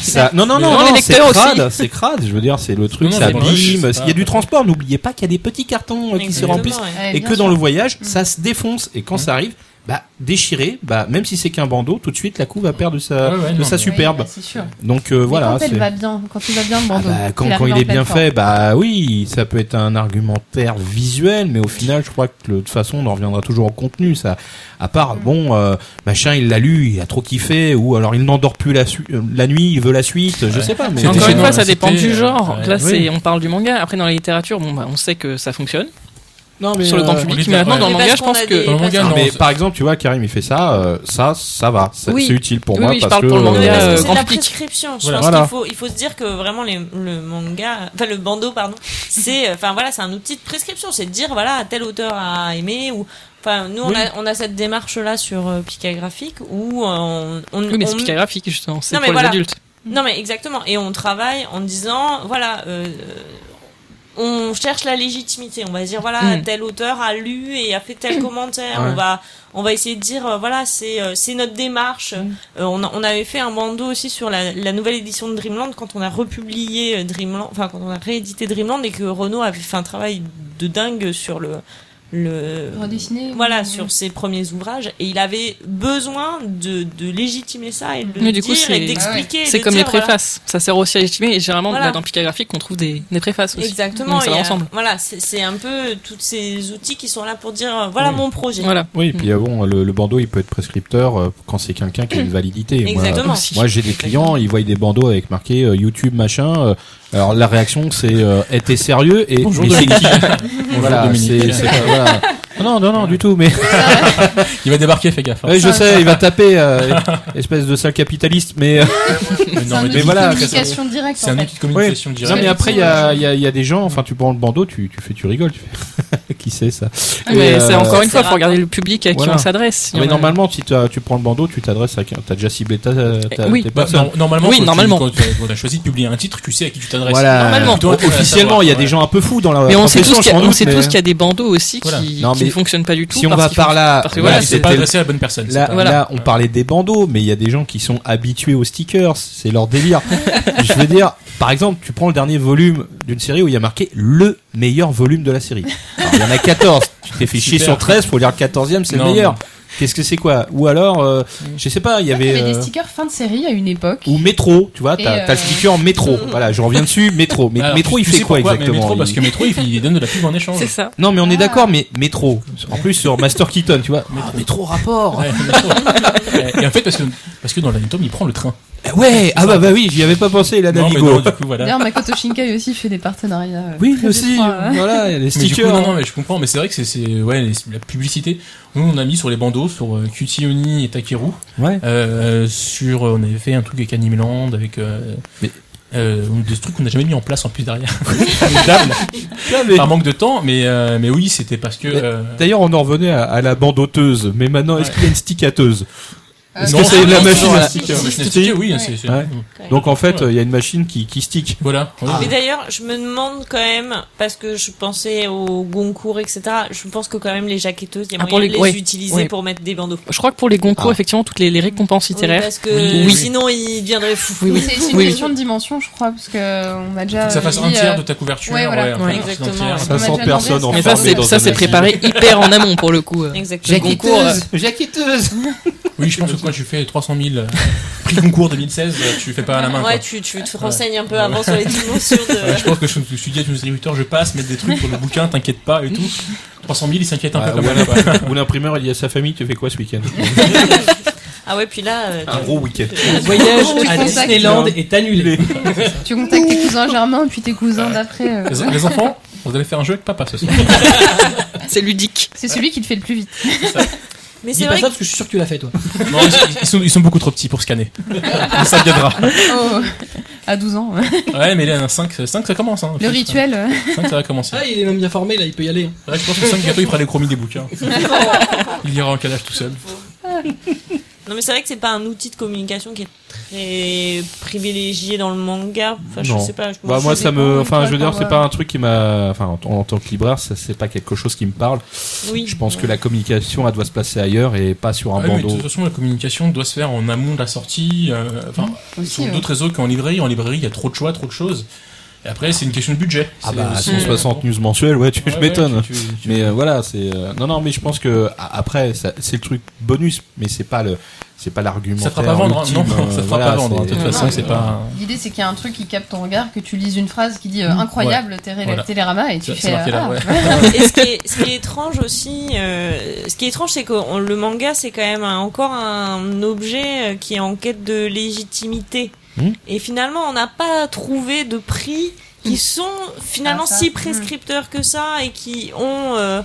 E: Ça- Non, non,
C: Mais
E: non,
B: non, les
E: non, c'est
B: lecteurs aussi.
E: crade, c'est crade, je veux dire, c'est le truc,
C: Non, non,
E: ça
C: les bandeaux,
E: abîme,
C: c'est
E: il y a
C: pas-
E: du transport, n'oubliez pas qu'il y a des petits cartons euh, qui se
F: Exactement,
E: remplissent,
F: ouais.
E: et que dans le voyage, ça se défonce, et quand ça arrive, bah, déchiré, bah, même si c'est qu'un bandeau, tout de suite, la couve va perdre de sa,
C: Ouais, ouais,
E: de
C: non,
E: sa
C: mais-
E: superbe.
D: C'est sûr.
E: Donc, euh,
D: Voilà.
E: voilà.
D: Quand
E: c'est-
D: elle va bien, quand il va bien le
E: Ah
D: bandeau.
E: bah, quand,
D: qu'il
E: quand
D: arrive
E: il
D: en
E: est bien
D: pleine forme.
E: fait, bah oui, ça peut être un argumentaire visuel, mais au final, je crois que le- de toute façon, on en reviendra toujours au contenu. Ça, à part, bon, euh, machin, il l'a lu, il a trop kiffé, ou alors il n'endort plus la, su- euh, la nuit, il veut la suite, je sais pas. Mais
C: C'était
B: Encore une
C: chez
B: fois,
C: nous,
B: ça dépend
C: c'était,
B: du genre.
C: euh,
B: Là,
C: ouais,
B: c'est
E: oui.
B: on parle du manga. Après, dans la littérature, bon, bah, on sait que ça fonctionne
E: non, mais,
B: sur le grand
E: euh,
B: public.
C: on
B: Mais
C: est
B: maintenant, dans le
C: d'accord,
F: ouais.
B: manga, je
F: Parce
B: pense
F: qu'on a
B: que
F: des-
C: Dans le manga,
E: non,
C: non.
E: mais
C: c'est-
E: par exemple, tu vois, Karim, il fait ça, euh, ça, ça va, c'est
B: Oui.
E: c'est utile pour
B: Oui,
E: moi
B: oui, je
E: parce
B: parle
E: que
B: pour le
E: euh,
B: manga,
F: Mais parce
B: euh,
F: que c'est
B: grand
F: de la
B: public.
F: prescription. Je
E: Voilà.
F: pense
E: Voilà.
F: qu'il faut, il faut se dire que vraiment les- le manga, enfin le bandeau, pardon, c'est, enfin voilà, c'est un outil de prescription. C'est de dire voilà, tel auteur a aimé ou, enfin nous
B: Oui.
F: on a on a cette démarche là sur euh, Pika Graphique où euh, on, on,
B: Oui, mais
F: on-
B: c'est piqué graphique justement. C'est
F: Non, mais
B: pour les
F: voilà.
B: adultes.
F: non mais exactement et on travaille en disant voilà. euh, on cherche la légitimité. On va dire voilà
B: Mm.
F: tel auteur a lu et a fait tel commentaire.
E: Ouais.
F: On va on va essayer de dire euh, voilà c'est euh, c'est notre démarche. Euh, on, a- on avait fait un bandeau aussi sur la, la nouvelle édition de Dreamland quand on a republié euh, Dreamland, enfin quand on a réédité Dreamland et que Renault avait fait un travail de dingue sur le le
D: Redessiner.
F: voilà
D: Oui.
F: sur ses premiers ouvrages et il avait besoin de, de légitimer ça et de
B: Mais
F: le
B: du coup,
F: dire
B: c'est-
F: et d'expliquer. et
B: C'est
F: de
B: comme
F: dire,
B: les
F: voilà.
B: préfaces. Ça sert aussi à estimer. Et généralement,
F: Voilà.
B: là, dans piqué graphique, on trouve des, des préfaces aussi.
F: Exactement.
B: Donc, ça
F: il
B: va
F: y a-
B: ensemble.
F: Voilà, c'est c'est un peu tous ces outils qui sont là pour dire euh, voilà
E: Oui.
F: mon projet.
B: Voilà.
E: Oui, et puis euh, bon, le, le bandeau, il peut être prescripteur euh, quand c'est quelqu'un
B: Mm.
E: qui a une validité. Moi, euh,
F: Exactement.
B: Aussi.
E: Moi, j'ai des clients, ils voient des bandeaux avec marqué euh, YouTube, machin. euh, alors, la réaction, c'est euh, Eh, t'es sérieux et
C: Bonjour
E: mais c'est
C: Dominique.
E: qui Voilà, c'est-
C: Dominique.
E: c'est pas- voilà. Non, non, non, du tout. Mais
C: Il va débarquer, fais gaffe. hein.
E: Ouais, je sais, il va taper euh, espèce de sale capitaliste. Mais euh,
C: Mais
D: C'est
C: non,
D: un
C: mais
D: outil de
E: voilà,
D: communication directe.
C: C'est un outil de communication directe.
E: non, mais après, il y a, il y, a, il y a des gens. Enfin, tu prends le bandeau, tu, tu fais, tu rigoles. Tu fais, qui c'est ça
B: Ah, Mais
E: Et,
B: c'est
E: euh,
B: encore une
F: c'est
B: fois, faut
F: rare.
B: regarder le public à qui
E: Voilà.
B: on s'adresse. euh, Il y en
E: Mais
B: a-
E: normalement, si t'as- tu prends le bandeau, tu t'adresses à quelqu'un. T'as déjà ciblé ta, ta,
B: Eh, Oui.
E: tes
C: Bah,
E: personnes.
C: non, normalement,
B: Oui,
C: quand tu-
B: normalement.
C: quand tu- quand on a choisi de publier un titre, tu sais à qui tu t'adresses.
E: Voilà.
B: normalement.
E: O- Officiellement, il y a des gens un peu fous dans la.
B: Mais on sait
E: profession,
B: tous qu'il y a,
E: je m'en
B: on
E: doute,
B: sait tous
E: mais-
B: qu'il y a des bandeaux aussi
C: Voilà.
B: qui,
E: Non,
B: qui
E: mais
B: ne fonctionnent pas du tout.
E: si on
B: parce
E: va
B: qu'ils
E: par
B: font-
E: là,
B: parce que
C: Voilà,
B: voilà,
E: là,
C: c'est
E: c'était
C: pas
E: le-
C: adressé à la bonne personne. c'est
E: Là,
C: pas-
B: Voilà.
E: là, on parlait des bandeaux, mais il y a des gens qui sont habitués aux stickers, c'est leur délire. Je veux dire, par exemple, tu prends le dernier volume d'une série où il y a marqué le meilleur volume de la série. Alors, il y en a 14, tu t'es fait chier
C: Super.
E: sur 13, faut lire le 14e, c'est le
C: Non,
E: meilleur.
C: non.
E: Qu'est-ce que c'est quoi Ou alors, euh, je sais pas, il y
D: Il y
E: avait...
D: avait des
E: euh,
D: stickers fin de série à une époque.
E: ou métro, tu vois,
D: Et,
E: t'as t'as le
D: euh,
E: sticker métro. Voilà, je reviens dessus, métro. Mais
C: Alors,
E: métro,
C: tu-
E: il
C: tu
E: fait
C: sais
E: quoi
C: pourquoi Mais
E: exactement
C: Métro,
E: Il-
C: parce que Métro, il il donne de la pub en échange.
B: C'est ça.
E: Non, mais on est
D: Ah.
E: d'accord, mais métro. En plus, sur Master Keaton, tu vois. Ah, métro rapport.
C: Ouais, Métro. Et en fait, parce que, parce que dans l'anatome, il prend le train.
E: Eh Ouais, ah bah bah oui, j'y avais pas pensé, la
C: Non, mais
E: Navigo.
C: non, du coup, voilà.
D: D'ailleurs, Makoto Shinkai aussi fait des partenariats. euh,
E: Oui,
D: très
E: aussi,
D: étroits, hein.
E: voilà, il y a des
C: Mais du coup,
E: stickers.
C: non, non, mais je comprends, mais c'est vrai que c'est, c'est ouais, les- la publicité. Nous, on a mis sur les bandeaux, sur euh, Cutie Oni et Takeru.
E: Ouais.
C: Euh, sur, euh, on avait fait un truc avec Animeland, avec euh,
E: Mais-
C: euh, des trucs qu'on n'a jamais mis en place en plus derrière,
E: mais-
C: par manque de temps. Mais euh, mais oui, c'était parce que
E: Mais-
C: euh,
E: D'ailleurs, on en revenait à, à la bandoteuse, mais maintenant, est-ce
C: Ouais.
E: qu'il y a une stickateuse
D: Euh,
E: Est-ce
C: non,
E: que c'est
C: non,
E: la
C: non,
E: machine
C: non,
E: à
C: la
E: sticker
C: machine à
E: Sticker.
C: sticker, Oui,
F: Ouais.
C: c'est c'est-
E: Ouais. Donc en fait, euh, il y a une machine qui, qui stick.
C: voilà. ouais.
F: Ah, Mais d'ailleurs, je me demande quand même, parce que je pensais au Goncourt, etc. Je pense que quand même les jaquetteuses, il y a
B: Ah,
F: moyen
B: pour
F: de
B: les-
F: les
B: ouais,
F: utiliser
B: ouais.
F: pour mettre des bandeaux.
B: Je crois que pour les Goncourt,
E: Ah.
B: effectivement, toutes les, les récompenses
F: Oui,
B: littéraires.
F: parce que euh,
B: Oui.
F: sinon ils deviendraient fous.
B: Oui, oui.
D: C'est c'est une
B: Oui.
D: question de dimension, je crois, parce que on a déjà.
C: Faut que ça fasse
D: dit,
C: un tiers
D: euh,
C: de ta couverture.
D: ouais, voilà.
C: un truc
B: Ouais,
C: un tiers.
F: exactement.
D: On a
E: 500
D: déjà demandé
E: personnes
D: à ce
E: en
D: qu'on
B: Mais ça,
E: Enfermé
B: c'est,
E: dans
B: ça,
E: un
B: c'est
E: asile.
B: préparé hyper en amont pour le coup. euh.
F: Exactement.
B: Goncourt, euh,
E: Jaquetteuse
C: Oui, je pense que Moi, je fais 300 000 euh, prix concours 2016, euh, tu fais pas à la main. quoi.
F: Ouais, tu, tu te renseignes un peu avant sur les dimensions
C: Ouais, Bah, je
F: de.
C: pense que je, je suis dit à tous mes distributeurs, je passe, mettre des trucs pour le bouquin, t'inquiète pas et tout. 300 000, ils s'inquiètent un
E: Bah,
C: peu quand même. quoi.
E: Ah, Ou l'imprimeur, il dit à sa famille, tu fais quoi ce week-end
F: Ah ouais, puis là. euh,
E: Un gros week-end.
A: Le voyage
D: Oh,
A: à
D: contact.
A: Disneyland est annulé.
D: Tu contactes tes cousins germains, puis tes
C: Ah
D: cousins d'après. euh.
C: Les, les enfants, vous allez faire un jeu avec papa ce soir.
B: C'est ludique.
D: C'est celui qui le fait le plus vite.
F: Mais
A: Dis
F: c'est
A: pas
F: vrai
A: ça parce que je suis sûr que tu l'as fait toi.
C: Non, ils, ils sont, ils sont beaucoup trop petits pour scanner. Mais ça viendra.
D: Oh, à 12 ans. ouais.
C: Ouais, mais là, 5, 5 ça commence. Hein,
D: Le rituel. euh.
C: 5, ça va commencer.
A: Ah, il est même bien formé là, il peut y aller. hein.
C: Ouais, je pense que 5 bientôt, il fera les chromis des bouquins. Il ira en calage tout seul.
F: Non mais c'est vrai que c'est pas un outil de communication qui est très privilégié dans le manga. Enfin, je
E: Non.
F: sais pas. je-
E: Bah, moi,
F: je-
E: ça me. Enfin, je veux
D: Enfin,
E: dire, c'est
D: ouais.
E: pas un truc qui m'a. Enfin, en, en tant que libraire, ça, c'est pas quelque chose qui me parle.
F: Oui.
E: Je pense que la communication, elle doit se placer ailleurs et pas sur un
C: Ouais, Ah mais de
E: bandeau.
C: toute façon, la communication doit se faire en amont de la sortie. euh, Enfin,
D: Aussi,
C: sur
D: ouais.
C: d'autres réseaux qu'en librairie. En librairie, il y a trop de choix, trop de choses. Et après, c'est une question de budget.
E: Ah
C: C'est
E: bah,
C: aussi- euh,
E: 160 news mensuelles, ouais, tu,
C: Ouais,
E: je
C: ouais,
E: m'étonne.
C: tu- tu- tu-
E: Mais euh, voilà, c'est euh, non non, mais je pense que a- après ça- c'est le truc bonus, mais c'est pas le c'est pas euh, l'argument.
C: Ça fera pas vendre, hein. non, ça fera pas vendre. hein. De toute
D: Non,
C: façon,
D: non,
C: c'est pas.
D: euh. L'idée, c'est qu'il y a un truc qui capte ton regard, que tu lises une phrase qui dit euh, incroyable, télé-
C: Mmh. Voilà.
D: télérama, et tu
C: C'est
D: fais.
C: c'est marqué
D: euh,
C: là,
D: ah,
C: ouais.
F: Et ce qui est, ce qui est étrange aussi, euh, ce qui est étrange, c'est que on- le manga, c'est quand même un- encore un objet euh, qui est en quête de légitimité.
E: Mmh.
F: Et finalement, on n'a pas trouvé de prix qui sont finalement
D: Ah, ça.
F: si prescripteurs que ça et qui ont euh,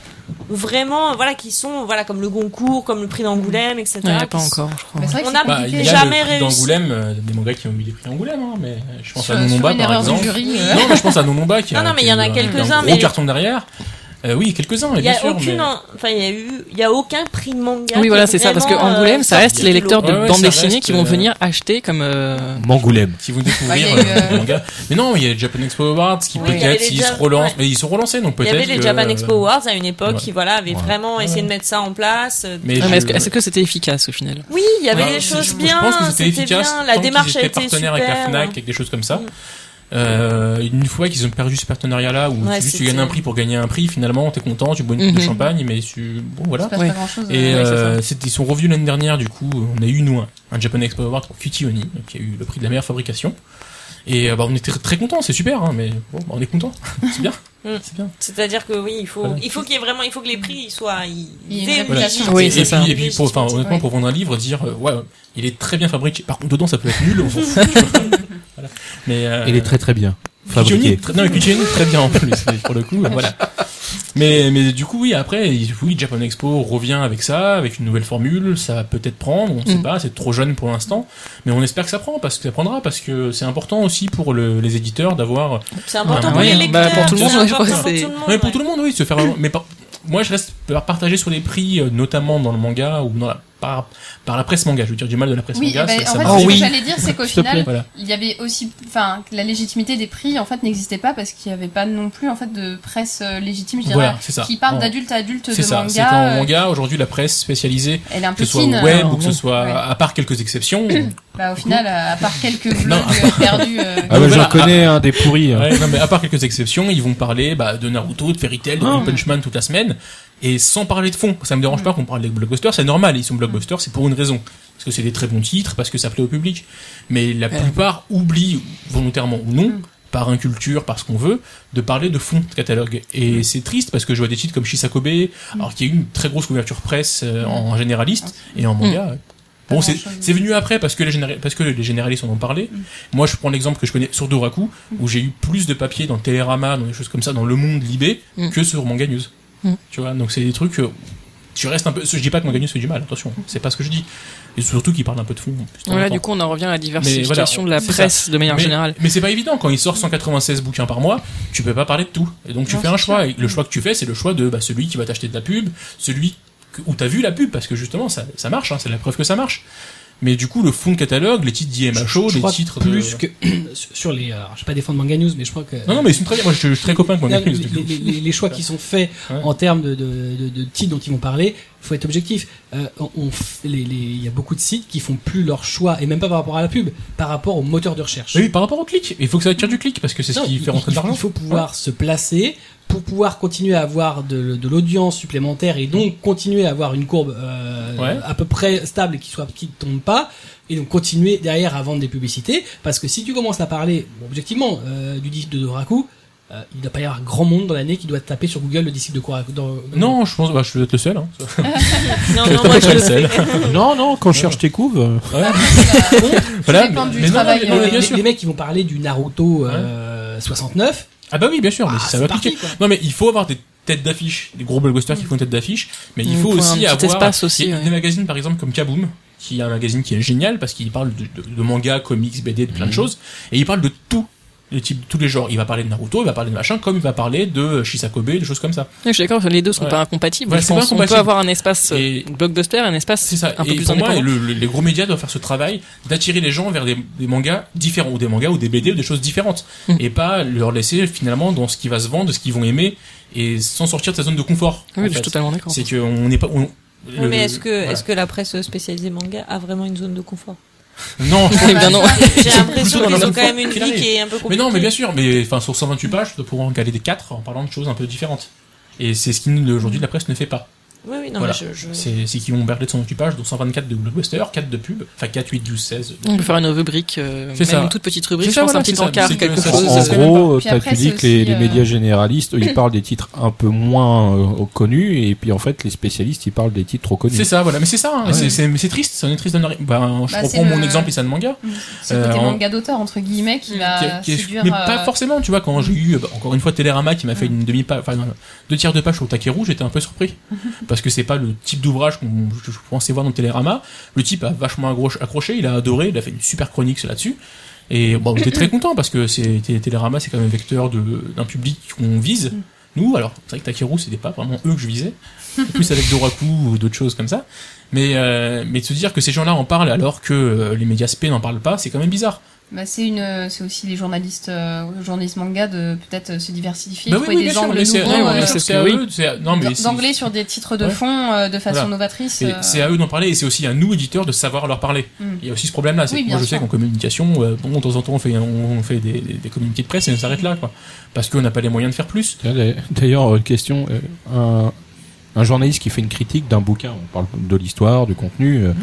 F: vraiment, voilà, qui sont, voilà, comme le Goncourt, comme le prix d'Angoulême, etc.
B: Non, il n'y a pas
F: qui sont-
B: encore, je crois.
D: mais c'est vrai que
F: On
D: c'est
F: a-
C: Bah, il y a
D: compliqué.
F: Jamais
C: le prix
F: réussi.
C: d'Angoulême, euh, des mangas qui ont mis des prix d'Angoulême, hein, mais euh, je pense
D: Sur-
C: à
D: sur
C: Nonomba
D: une
C: par
D: erreur du
C: exemple.
D: jury, euh.
C: Non, mais je pense à Nonomba qui a.
F: Non, non, mais
C: qui
F: il y en a
C: eu un-
F: quelques-uns,
C: un gros
F: mais-
C: carton derrière. Euh, oui, quelques-uns,
F: Il y
C: bien
F: a
C: sûr.
F: aucune,
C: mais-
F: en- enfin, il y a eu, il y a aucun prix de manga. qui
B: Oui,
F: est
B: voilà, c'est ça, parce que
F: vraiment, euh,
B: Angoulême, Ah ça reste
F: sorti
B: les
F: du
B: lecteurs de
C: Ouais, ouais,
B: bandes
C: ça
B: dessinées
C: reste,
B: qui vont
C: euh,
B: venir acheter comme. euh,
E: Mangoulême.
C: Si vous découvrir
D: Ouais, il y a eu,
C: euh,
D: euh,
C: le manga. Mais non, il y a le Japan Expo Awards qui
F: Oui, il y avait
C: peut-être
F: les
C: s'ils se
F: Jap-
C: relancent.
F: ouais.
C: Mais ils se sont relancés, donc
F: Il y
C: peut-être.
F: avait les
C: que,
F: Japan
C: euh,
F: Expo Awards à une époque
C: ouais.
F: qui voilà avaient
E: Ouais.
F: vraiment
C: Ouais.
F: essayé de mettre ça en place. Euh,
C: Mais
B: non,
C: je-
B: Ah, mais est-ce que, est-ce que c'était efficace au final
F: Oui, il y avait
C: Ouais,
F: des
C: je-
F: choses
C: je
F: bien.
C: pense que c'était efficace.
F: bien. La
C: tant qu'ils
F: démarche a
C: étaient
F: été super. Mm.
C: partenaires avec la Fnac, avec des choses comme ça. Euh, une fois qu'ils ont perdu ce partenariat-là, où
F: Ouais,
C: juste tu
F: c'était-
C: gagnes un prix pour gagner un prix, finalement, t'es content, tu bois une coupe de
B: Mhm.
C: champagne, mais tu, bon,
D: Il se
C: voilà.
D: passe
B: Ouais.
D: pas grand-chose.
C: Et
D: euh,
C: euh, c'est- ils sont revenus l'année dernière, du coup, on a eu nous un, un Japan Expo Award pour Cutioni, qui a eu le prix de la meilleure fabrication. Et euh, bah, on était très contents, c'est super, hein, mais bon, bah, on est content, c'est bien,
F: Mm.
C: c'est bien.
F: C'est-à-dire que oui, il faut
C: Voilà.
F: il faut qu'il y ait vraiment il faut que les prix ils soient ils
D: Il y ait une
F: aient
D: réputation.
F: légitimité.
B: Oui,
C: et,
B: c'est
C: et
B: ça.
C: puis, et puis, pour, enfin, honnêtement,
D: Ouais.
C: pour vendre un livre, dire euh, ouais, il est très bien fabriqué. Par contre, dedans, ça peut être nul. on s'en fout, tu vois. Voilà. Mais euh,
E: Il est très très bien
C: Cuccioni,
E: fabriqué.
C: très, non, mais Cuccioni, très bien en plus, mais pour le coup, euh, voilà. Mais, mais du coup, oui, après, il- oui, Japan Expo revient avec ça, avec une nouvelle formule, ça va peut-être prendre, on ne sait
B: Mm.
C: pas, c'est trop jeune pour l'instant, mais on espère que ça prend, parce que ça prendra, parce que c'est important aussi pour le- les éditeurs d'avoir...
F: C'est important
C: Ah,
F: pour les
C: oui,
B: bah,
F: lecteurs.
B: pour tout le monde,
F: c'est
B: ouais, je crois
F: important
B: que
F: pour
B: c'est-
F: tout le monde,
C: Ouais, pour
F: ouais.
C: tout le monde, oui, se faire... Mais par- moi, je reste par- partagé sur les prix, euh, notamment dans le manga, ou dans la, par, par la presse manga, je veux dire du mal de la presse
D: Oui,
C: manga,
D: eh ben,
C: ça, Ah ça
D: en
C: me-
D: fait,
A: marche.
D: ce
A: Oh,
D: que
A: oui.
D: j'allais dire, c'est qu'au
A: S'il te plaît.
D: final,
C: Voilà.
D: il y avait aussi, enfin, que la légitimité des prix, en fait, n'existait pas parce qu'il n'y avait pas non plus, en fait, de presse euh, légitime, je dirais,
C: Voilà, c'est ça.
D: qui parle
C: En-
D: d'adulte à adulte
C: C'est
D: de
C: ça, c'est
D: manga.
C: qu'en
D: euh,
C: manga, aujourd'hui, la presse spécialisée,
D: Elle est un
C: que ce
D: peu
C: soit
D: fine.
C: au web
D: euh,
C: ou que ce soit,
D: ouais.
C: à part quelques exceptions,
D: Bah, au final, euh, à part quelques
C: Non.
D: blogs euh, perdus. euh,
E: Ah ouais,
C: Voilà.
E: j'en connais un des pourris. hein.
C: Ouais, non, mais à part quelques exceptions, ils vont parler bah, de Naruto, de Fairy Tail, de One Punch Man toute la semaine, et sans parler de fond. Ça me dérange pas qu'on parle des blockbusters, c'est normal, ils sont blockbusters, c'est pour une raison. Parce que c'est des très bons titres, parce que ça plaît au public. Mais la plupart oublient, volontairement ou non, par inculture, par ce qu'on veut, de parler de fond de catalogue. Et c'est triste parce que je vois des titres comme Shisakobe, alors qu'il y a eu une très grosse couverture presse euh, en généraliste et en manga.
B: Mm.
C: euh, Bon,
D: Pas
C: c'est
D: grand-chose.
C: c'est venu après parce que les, généra- parce que les généralistes en ont
B: Mm.
C: parlé. Moi, je prends l'exemple que je connais sur Doraku, où j'ai eu plus de papiers dans Télérama, dans des choses comme ça, dans Le Monde, Libé,
B: Mm.
C: que sur Manga News.
B: Mm.
C: Tu vois, donc c'est des trucs. euh, Je reste un peu. Je dis pas que Manga News fait du mal, attention, c'est pas ce que je dis. Et surtout qu'ils parlent un peu de fond.
B: Mm. Voilà, du coup, on en revient à la diversification
C: voilà,
B: de
C: c'est
B: la
C: ça.
B: presse de manière
C: mais,
B: générale.
C: mais c'est pas évident quand il sort 196 bouquins par mois, tu peux pas parler de tout. Et donc tu
D: Non,
C: fais un
D: c'est
C: choix. Et le choix que tu fais, c'est le choix de bah, celui qui va t'acheter de la pub, celui que- où t'as vu la pub, parce que justement ça, ça marche, hein, c'est la preuve que ça marche. Mais du coup, le fond de catalogue, les titres d'IMHO,
A: je
C: Oh, les
A: crois
C: titres
A: plus
C: de...
A: que sur les. alors, je vais pas défendre Manga News, mais je crois que.
C: Non, non, mais ils sont très bien. Moi, je je suis très copain avec
A: Non,
C: Manga
A: les,
C: News. du coup.
A: les- les- les choix qui sont faits
C: Ouais.
A: en termes de, de, de, de titres dont ils vont parler, faut être objectif. Euh, on, on f- les- les- il y a beaucoup de sites qui font plus leur choix, et même pas par rapport à la pub, par rapport au moteur de recherche.
C: Oui, par rapport au clic. Il faut que ça attire du clic, parce que c'est ce
A: Non,
C: qui
A: il-
C: fait rentrer de
A: il-
C: l'argent.
A: Il faut pouvoir se placer pour pouvoir continuer à avoir de, de l'audience supplémentaire et donc continuer à avoir une courbe euh,
C: Ouais.
A: à peu près stable et qui soit qui ne tombe pas et donc continuer derrière à vendre des publicités parce que si tu commences à parler bon, objectivement euh, du disque de Doraku euh, il ne doit pas y avoir grand monde dans l'année qui doit taper sur Google le disque de Doraku dans-
C: Non, je pense, bah, je vais être le seul. Hein.
F: Non, non, moi, je
C: Pas
F: le
C: le seul.
E: Non, non, quand je cherche tes couves. euh,
C: Ah Voilà,
D: dépend
C: mais-
D: euh, du
C: mais non,
D: travail,
C: mais-
A: Non,
C: non,
D: euh,
A: les,
C: bien
A: les-
C: sûr.
A: les mecs qui vont parler du Naruto euh, 69
C: Ah bah oui, bien sûr, mais
A: Ah,
C: ça
A: c'est
C: va
A: parti,
C: piquer.
A: quoi.
C: Non mais il faut avoir des têtes d'affiche, des gros blockbusters qui font tête d'affiche, mais il
B: Il
C: faut
B: faut Mm, un
C: aussi
B: petit
C: avoir
B: espace aussi,
C: il y a
B: ouais.
C: des magazines par exemple comme Kaboom qui est un magazine qui est génial parce qu'il parle de, de, de manga, comics, BD, de plein
B: Mm.
C: de choses et il parle de tout les types, tous les genres. Il va parler de Naruto, il va parler de machin, comme il va parler de Shisakobe, des choses comme ça.
B: Je suis d'accord, les deux sont
C: Ouais.
B: pas incompatibles.
C: Voilà,
B: je
C: c'est
B: pense
C: pas
B: On
C: incompatible.
B: peut avoir un espace euh,
C: Et-
B: blockbuster et un espace
C: C'est ça.
B: un peu
C: et
B: plus
C: pour moi,
B: indépendant.
C: le- le- les gros médias doivent faire ce travail d'attirer les gens vers des, des mangas différents, ou des mangas, ou des BD, ou des choses différentes.
B: Mm.
C: Et pas leur laisser finalement dans ce qui va se vendre, ce qu'ils vont aimer, et sans sortir de sa zone de confort. en
B: Oui, je
C: fait.
B: suis totalement d'accord.
C: C'est qu'on n'est pas. on-
F: Oui,
C: le-
F: mais est-ce que,
C: voilà.
F: est-ce que la presse spécialisée manga a vraiment une zone de confort
C: Non,
B: Eh bien non.
F: J'ai l'impression
C: Plutôt dans
F: qu'ils
C: la
F: ont
C: même
F: quand même une
C: forme qu'il
F: vie
C: arrive.
F: qui est un peu compliquée.
C: mais non, mais bien sûr, mais enfin sur 128 pages, on pourra en caler des 4 en parlant de choses un peu différentes. Et c'est ce qu'aujourd'hui la presse ne fait pas.
F: Oui, oui, non,
C: Voilà.
F: mais je, je-
C: C'est c'est qu'ils vont berler de 128 pages, dont 124 de blockbuster, 4 de pub, enfin 4, 8, 12, 16.
B: On peut faire une rubrique, euh,
C: C'est
B: même
C: ça.
B: une toute petite rubrique,
C: C'est
B: je
C: ça,
B: pense
C: voilà,
B: un
C: c'est
B: petit
C: ça.
B: encart,
C: C'est que
B: quelque
C: ça-
B: chose. euh,
C: ça
E: en
C: se fait même
E: gros,
D: Puis
E: t'as-
D: après,
E: tu dis
D: c'est
E: que les,
D: aussi,
E: les
D: euh,
E: médias généralistes, ils parlent des titres un peu moins euh, connus, et puis en fait, les spécialistes, ils parlent des titres trop connus.
C: C'est ça, voilà, mais c'est ça, hein.
E: Ouais.
C: c'est- c'est mais c'est triste, ça en est triste d'en arriver. Ben, je
D: Bah, c'est
C: reprends mon
D: le-
C: exemple, Issan Manga.
D: C'est le côté
C: Euh, en-
D: manga d'auteur, entre guillemets, qui
C: qui-
D: va
C: qui est-
D: séduire.
C: mais
D: euh,
C: pas forcément, tu vois, quand j'ai eu, bah, encore une fois, Télérama qui m'a fait une demi page, enfin, non, deux tiers de page au taquet rouge, j'étais un peu surpris. parce que c'est pas le type d'ouvrage qu'on je, je pensais voir dans Télérama. Le type a vachement accroché, accroché, il a adoré, il a fait une super chronique là-dessus. Et bon, j'étais très content parce que c'est, Té- Télérama, c'est quand même un vecteur de, d'un public qu'on vise. Nous, alors, c'est vrai que Takeru, c'était pas vraiment eux que je visais. En plus avec Doraku ou d'autres choses comme ça. Mais, euh, mais de se dire que ces gens-là en parlent alors que euh, les médias spé n'en parlent pas, c'est quand même bizarre.
D: Bah, c'est une, euh, c'est aussi les journalistes, euh, journalistes manga de peut-être euh, se diversifier,
C: Bah
D: trouver des
C: bien sûr,
D: angles
C: mais c'est-
D: nouveaux,
C: ouais,
B: ouais,
D: euh,
C: mais
B: c'est
C: c'est
B: ce que-
C: à
B: oui.
C: eux, c'est à- non, mais c'est-
D: d'anglais sur des titres de
C: Ouais.
D: fond euh, de façon
C: Voilà.
D: novatrice.
C: c'est-
D: euh,
C: c'est à eux d'en parler et c'est aussi à nous éditeurs de savoir leur parler.
D: Mm.
C: Il y a aussi ce problème-là. C'est
D: Oui,
C: que
D: bien
C: moi, je
D: sûr.
C: sais qu'en communication, euh, bon, de temps en temps, on fait, on fait des, des- des communiqués de presse et on s'arrête là, quoi, parce qu'on n'a pas les moyens de faire plus.
E: Tiens, d'ailleurs- D'ailleurs, euh, question, euh, un, un journaliste qui fait une critique d'un bouquin, on parle de l'histoire, du contenu, euh,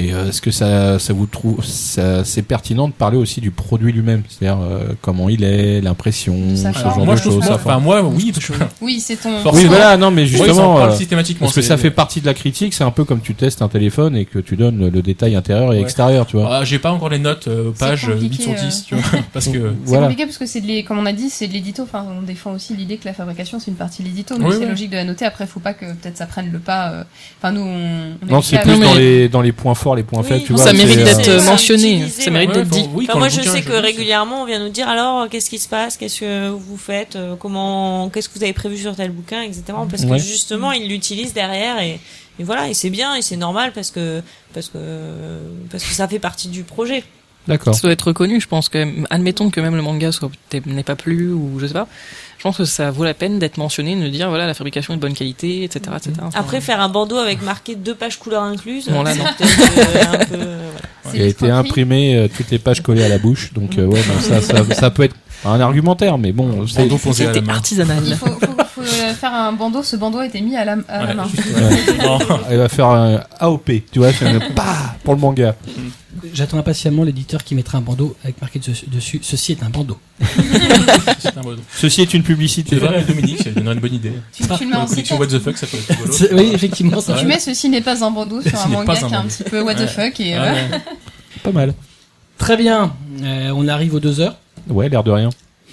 E: et euh, est-ce que ça, ça vous trouve, ça- c'est pertinent de parler aussi du produit lui-même, c'est-à-dire euh, comment il est, l'impression,
D: Sa
E: ce
D: forme.
E: genre
C: moi,
E: de
C: je trouve
E: choses.
C: ça.
E: sa
C: Enfin,
E: forme.
C: moi, oui, parce que-
D: Oui, c'est ton.
C: Forcément.
E: Oui, voilà, non, mais
C: moi, ils en
E: justement,
C: parlent
E: euh,
C: systématiquement.
E: parce que
C: c'est-
E: ça fait partie de la critique, c'est un peu comme tu testes un téléphone et que tu donnes le détail intérieur et
C: Ouais.
E: extérieur, tu vois.
C: Ah, J'ai pas encore les notes euh,
D: C'est
C: pages euh, 8 sur
D: compliqué,
C: 10, tu vois, parce que.
D: C'est
E: Voilà.
D: compliqué parce que c'est de l'é- comme on a dit, c'est de l'édito. Enfin, on défend aussi l'idée que la fabrication c'est une partie de l'édito, donc
C: Oui,
D: c'est
C: oui.
D: logique de la noter. Après, faut pas que peut-être ça prenne le pas. euh, Enfin, nous, on, on
E: Non,
D: est
E: c'est
D: là-
E: plus
B: mais-
E: dans les dans les points forts, les points
F: Oui,
E: faibles, tu
B: non,
E: vois.
B: ça
E: c'est,
B: mérite
E: euh,
B: d'être
F: c'est
B: mentionné,
F: utilisé,
B: ça mérite
C: ouais,
B: d'être
C: faut-
B: dit.
C: oui,
F: Enfin,
C: quand
F: moi,
C: le
F: je
C: bouquin,
F: sais que
C: le lis, c'est-
F: régulièrement, on vient nous dire alors, euh, qu'est-ce qui se passe, qu'est-ce que vous faites, euh, comment, qu'est-ce que vous avez prévu sur tel bouquin, etc. Parce que
E: Ouais.
F: justement, ils l'utilisent derrière et, et voilà, et c'est bien et c'est normal parce que parce que parce que ça fait partie du projet.
E: D'accord.
B: Ça doit être reconnu, je pense que, admettons que même le manga soit peut-être n'est pas plu ou je sais pas, je pense que ça vaut la peine d'être mentionné, de dire voilà la fabrication est de bonne qualité, etc. etc. Enfin,
F: Après, faire un bandeau avec marqué deux pages couleurs incluses,
B: Bon, là,
F: c'est
B: non.
F: peut-être, euh, un peu, euh, voilà.
D: c'est
E: Il a été
D: l'escroquerie.
E: imprimé euh, toutes les pages collées à la bouche, donc euh, ouais, non, ça, ça, ça peut être un argumentaire, mais bon, c'est
C: Bandeau posé à la
B: c'était
C: main.
D: Il
B: artisanal.
D: faut, faut- faut, euh, faire un bandeau. Ce bandeau a été mis à la, à la
C: Ouais,
D: main.
C: juste-
E: Ouais. elle va faire un AOP, tu vois, c'est un pas pour le manga.
A: j'attends impatiemment l'éditeur qui mettra un bandeau avec marqué dessus, dessus, ceci est un bandeau
C: C'est un mode.
E: Ceci est une
C: Tu
E: publicité.
C: devrais aller à Dominique, ça lui donnerait une bonne idée.
D: Tu, tu le mets
C: Pour la
D: en
C: collection
D: C4.
C: What the fuck, ça peut être rigolo.
A: C'est- oui effectivement ça
D: Tu mets ceci n'est pas un bandeau sur
C: Ceci
D: un
C: n'est
D: manga
C: pas un
D: qui est un
C: bandeau.
D: petit peu what the
C: Ouais.
D: fuck et.
C: Ah,
D: euh,
C: ouais.
E: Pas mal.
A: très bien Euh, on arrive aux deux heures
E: Ouais, l'air de rien.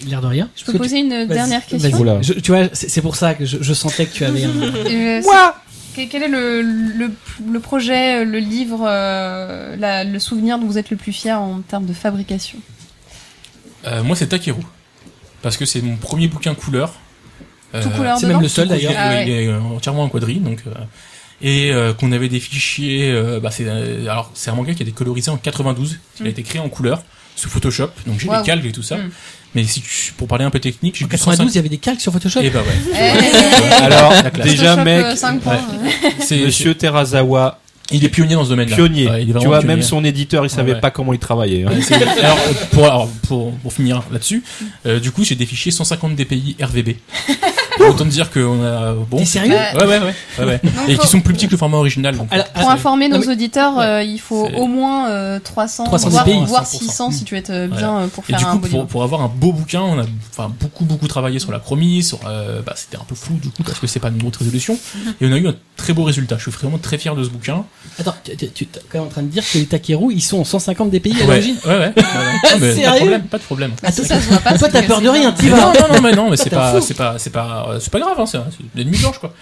A: l'air de rien
D: Je peux poser une euh, dernière question.
E: Oula.
A: Je- tu vois, c'est c'est pour ça que je, je sentais que tu avais. un-
D: Euh, c'est- Que- Quel est le, le, le projet, le livre, euh, la- le souvenir dont vous êtes le plus fier en termes de fabrication
C: Euh, moi, c'est Takeru. Parce que c'est mon premier bouquin couleur. Euh,
D: Tout couleur
A: c'est
D: dedans
A: même le seul
C: Tout couleur,
A: d'ailleurs.
D: Ah
C: oui,
D: ouais.
C: Il est euh, entièrement en quadrille, donc. euh, et euh, qu'on avait des fichiers. euh, bah, c'est, euh, alors, c'est un manga qui a été colorisé en 92. Il a
D: Mm.
C: été créé en couleur sous Photoshop. Donc j'ai
D: Waouh.
C: des calques et tout ça.
D: Mm.
C: Mais si tu- pour parler un peu technique, j'ai
A: En
C: du
A: 92, il y avait des calques sur Photoshop.
C: Et bah ben ouais.
E: Alors,
C: classe.
E: déjà, mec,
D: 5 points.
C: C'est,
E: monsieur Terazawa,
C: Il est pionnier dans ce domaine-là.
E: pionnier.
C: Ouais, il est
E: tu
C: vraiment
E: vois,
C: pionnier.
E: même son éditeur, il savait
C: ouais.
E: pas comment il travaillait. hein.
C: Ouais, c'est- alors, euh, pour, alors, pour, pour finir là-dessus, euh, du coup, j'ai des fichiers 150 DPI RVB. Autant dire qu'on a. euh, Bon.
A: T'es sérieux
C: Ouais, ouais, ouais. ouais, ouais.
D: Donc,
C: Et
D: faut-
C: qui sont plus petits que le format original. donc.
A: Alors,
D: Pour
A: ah,
D: informer
A: non,
D: nos
A: mais-
D: auditeurs, euh, il faut
C: C'est-
D: au moins euh, 300,
A: 300
D: voire,
A: pays,
D: voire
C: 500.
D: 600 si tu veux être euh, bien euh, pour
C: Et
D: faire
C: du
D: un
C: coup,
D: beau
C: pour,
D: livre.
C: pour avoir un beau bouquin, on a enfin, beaucoup beaucoup travaillé sur la chromie, sur euh, bah, c'était un peu flou du coup parce que c'est pas une haute résolution, et on a eu un très beau résultat. Je suis vraiment très fier de ce bouquin.
A: Attends, tu, tu- tu es quand même en train de dire que les Takeru, ils sont en 150 des pays à
C: Ouais, ouais,
A: l'origine
C: ouais. ouais. Non, mais pas de
A: Sérieux
C: problème, pas de problème.
A: Ah, toi,
D: Bah, Ça se voit pas.
A: toi, t'as
D: c'est-
A: peur de rien,
D: c'est-
A: t'y
C: non,
A: vas
C: non, non, mais non, mais c'est
A: T'es un
C: pas,
A: fou.
C: c'est pas, c'est pas, euh, c'est pas grave, hein, c'est c'est des nuits blanches quoi.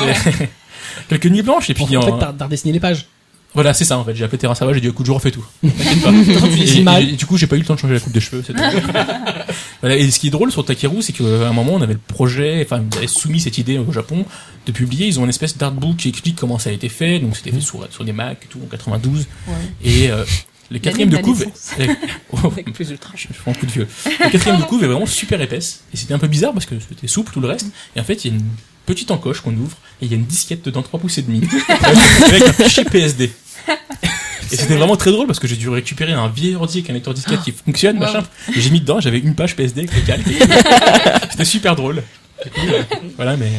C: C'est- Quelques nuits blanches et puis
A: En fait,
C: en-
A: t'as t'as redessiné les pages.
C: voilà, c'est ça en fait. J'ai appelé Terrain Savage, j'ai dit écoute, je refais tout. T'inquiète pas.
A: Tu
C: Et-
A: dessines mal.
C: et- et du coup, j'ai pas eu le temps de changer la coupe de cheveux. c'est tout. voilà, et ce qui est drôle sur Takeru, c'est qu'à un moment, on avait le projet, enfin, on avait soumis cette idée au Japon de publier. Ils ont une espèce d'artbook qui explique comment ça a été fait. Donc, c'était fait sur, sur des Mac et tout en 92.
D: Ouais.
C: Et euh, le quatrième de
D: L'année de
C: couve.
D: la
C: Avec plus ultra. Je, je prends un coup de vieux. Le quatrième de couve est vraiment super épaisse. Et c'était un peu bizarre parce que c'était souple tout le reste. Et en fait, il y a une petite encoche qu'on ouvre et il y a une disquette dedans 3 pouces et demi avec un fichier PSD. Et c'était vraiment très drôle parce que j'ai dû récupérer un vieil ordi avec un lecteur disquette qui fonctionne,
D: Wow.
C: machin. Et j'ai mis dedans, j'avais une page PSD avec les calques. C'était super drôle. Du coup, euh, Voilà, mais.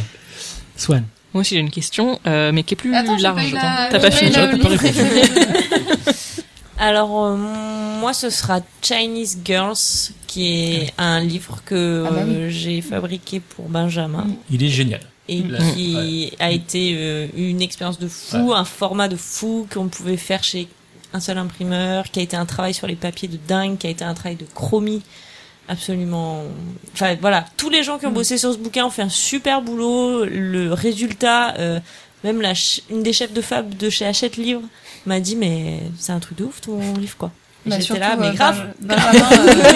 A: Swan.
B: Moi aussi j'ai une question, euh, mais qui est plus
D: Attends, j'ai pas
B: large.
D: eu la-
B: T'as pas
D: j'ai
B: fini.
D: eu
C: Déjà,
D: le
C: t'as pas
D: livre
C: répondu.
D: préféré.
F: Alors, euh, moi, ce sera Chinese Girls, qui est un livre que
D: Ah bah oui. Mm.
F: euh, j'ai fabriqué pour Benjamin
C: Il est génial.
F: et
C: Là,
F: qui a été euh, une expérience de fou, un format de fou qu'on pouvait faire chez un seul imprimeur, qui a été un travail sur les papiers de dingue, qui a été un travail de chromie absolument. Enfin voilà, tous les
D: Mm.
F: gens qui ont bossé sur ce bouquin ont fait un super boulot. Le résultat, euh, même la ch- une des chefs de fab de chez Hachette Livre m'a dit mais c'est un truc de ouf ton livre quoi. Et
D: Bah,
F: J'étais
D: surtout,
F: là mais
D: euh,
F: grave.
D: Ben- Benjamin, euh,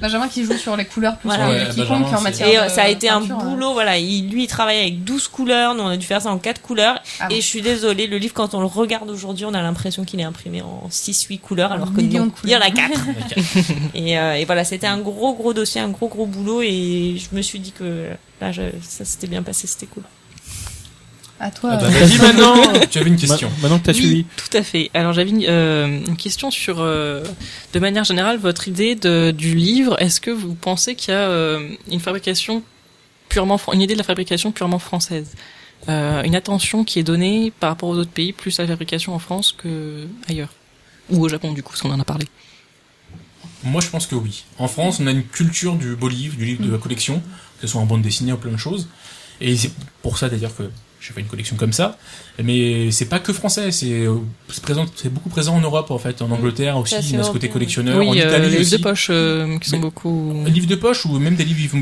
D: Benjamin qui joue sur les couleurs plus
F: Voilà.
D: que
C: Ouais,
D: quiconque
C: Benjamin,
D: en
C: c'est-
D: matière
F: Et euh,
D: de
F: ça a été un
D: peinture, euh.
F: boulot, voilà. Il, lui, il travaille avec 12 couleurs. Nous, on a dû faire ça en 4 couleurs.
D: Ah
F: et
D: bon.
F: je suis désolée, le livre, quand on le regarde aujourd'hui, on a l'impression qu'il est imprimé en 6-8 couleurs,
D: En
F: alors que
D: millions
F: non,
D: de
F: il y en
D: couleurs.
F: a 4. et, euh, et voilà, c'était un gros, gros dossier, un gros, gros boulot. Et je me suis dit que là, je- ça s'était bien passé, c'était cool.
D: À toi.
C: Ah bah,
D: euh,
C: Vas-y maintenant, tu avais une question.
E: Ma- Maintenant que t'as
B: Oui,
E: suivi.
B: Tout à fait. Alors j'avais une, euh, une question sur, euh, de manière générale, votre idée de, du livre. Est-ce que vous pensez qu'il y a euh, une fabrication purement, fran- une idée de la fabrication purement française, Euh, une attention qui est donnée par rapport aux autres pays plus à la fabrication en France que ailleurs ou au Japon du coup, si on en a parlé.
C: Moi, je pense que oui. En France, on a une culture du beau livre, du livre de collection, que ce soit en bande dessinée ou plein de choses. Et c'est pour ça d'ailleurs que j'ai fait une collection comme ça. Mais c'est pas que français, c'est euh, c'est présent, c'est beaucoup présent en Europe en fait, en Angleterre aussi,
F: Ça, c'est
C: il y a ce
F: vrai,
C: côté
F: oui.
C: collectionneur, en
B: oui, euh,
C: Italie
B: les livres
C: aussi.
B: de poche euh, qui sont
C: Mais-
B: beaucoup.
C: Livres de poche ou même des livres,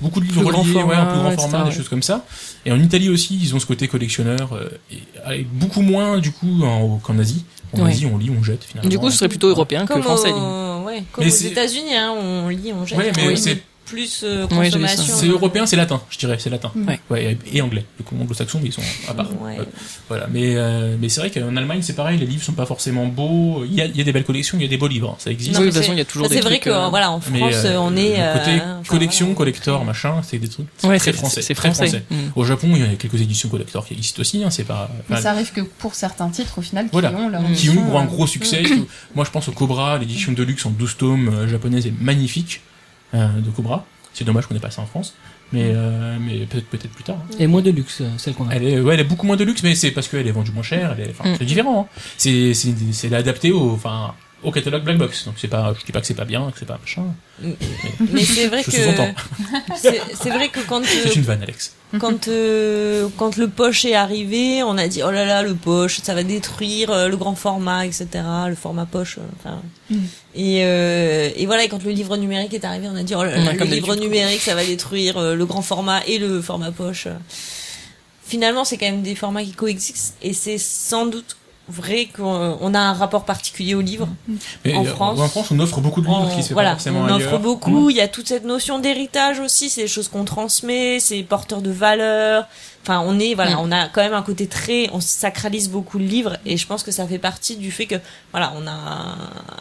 C: beaucoup de livres
B: Plus grand
C: reliés, ouais, en plus
B: format,
C: grand
B: etc.,
C: format, des
B: ouais.
C: choses comme ça. Et en Italie aussi, ils ont ce côté collectionneur, euh, et, allez, beaucoup moins du coup en- qu'en Asie. En
B: Ouais.
C: Asie, on lit, on jette finalement.
B: Du coup, ce serait plutôt européen que
F: Comme
B: français.
F: aux, ouais, comme
C: Mais
F: aux
C: c'est-
F: États-Unis, hein, on lit, on jette.
C: Ouais, mais
F: on lit,
C: c'est-
F: plus euh,
B: Ouais, j'ai vu ça.
F: consommation.
C: C'est européen, c'est latin, je dirais, c'est latin.
B: Ouais.
C: et, et anglais. Du coup, anglo-saxon, mais ils sont à part.
F: Ouais.
C: Euh, voilà. Mais, euh, mais c'est vrai qu'en Allemagne, c'est pareil, les livres sont pas forcément beaux. Il y a, il y a des belles collections, il y a des beaux livres, hein, ça existe.
B: Non, de toute façon, il y a toujours
F: ça,
B: des
F: C'est vrai
B: trucs, euh,
F: que voilà, en
C: Mais
F: France,
C: euh,
F: on est
C: le côté
F: euh, enfin,
C: collection,
F: voilà.
C: collector, machin, c'est des trucs
B: Ouais,
C: très
B: c'est
C: français.
B: C'est
C: très
B: français. Mm.
C: Au Japon, il y a quelques éditions collector qui existent aussi, hein, c'est pas.
D: Mais
C: enfin,
D: ça arrive que pour certains titres, au final,
C: Voilà.
D: qui ont leur
B: Qui
C: qui
F: Mm-hmm.
D: édition,
C: ont un
D: euh,
C: gros succès. qui- Moi, je pense au Cobra, l'édition de luxe en 12 tomes euh, japonaise est magnifique euh, de Cobra. C'est dommage qu'on n'ait pas ça en France,
F: Mm.
C: mais, euh, mais peut-être peut-être plus tard. hein.
A: Et moins de luxe, euh, celle qu'on a.
C: Elle est, ouais, elle est beaucoup moins de luxe, mais c'est parce qu'elle est vendue moins cher. Elle est, enfin,
B: Mm.
C: c'est différent. hein. C'est, c'est, c'est l'adapté au, enfin, au catalogue Black Box. Donc c'est pas, je dis pas que c'est pas bien, que c'est pas machin.
F: Mais c'est vrai
C: Je
F: que
C: sous-entends.
F: c'est c'est vrai que quand euh,
C: C'est une vanne, Alex.
F: quand euh, quand le poche est arrivé, on a dit oh là là le poche, ça va détruire euh, le grand format, etc. Le format poche. euh, enfin.
B: Mm.
F: Et euh, et voilà et quand le livre numérique est arrivé, on a dit oh là
B: On
F: là
B: a
F: le
B: comme
F: livre
B: d'habitude,
F: numérique, ça va détruire euh, le grand format et le format poche. Finalement, c'est quand même des formats qui coexistent et c'est sans doute vrai qu'on on a un rapport particulier au livre.
C: Mais,
F: En
C: euh,
F: France-
C: en France, on offre beaucoup de livres
F: On-
C: qui se fait
F: voilà,
C: pas forcément
F: on
C: ailleurs. Mm.
F: offre beaucoup. Il y a toute cette notion d'héritage aussi. C'est des choses qu'on transmet. C'est porteur de valeurs. Enfin, on est voilà,
B: Mm.
F: on a quand même un côté très, on sacralise beaucoup le livre et je pense que ça fait partie du fait que voilà, on a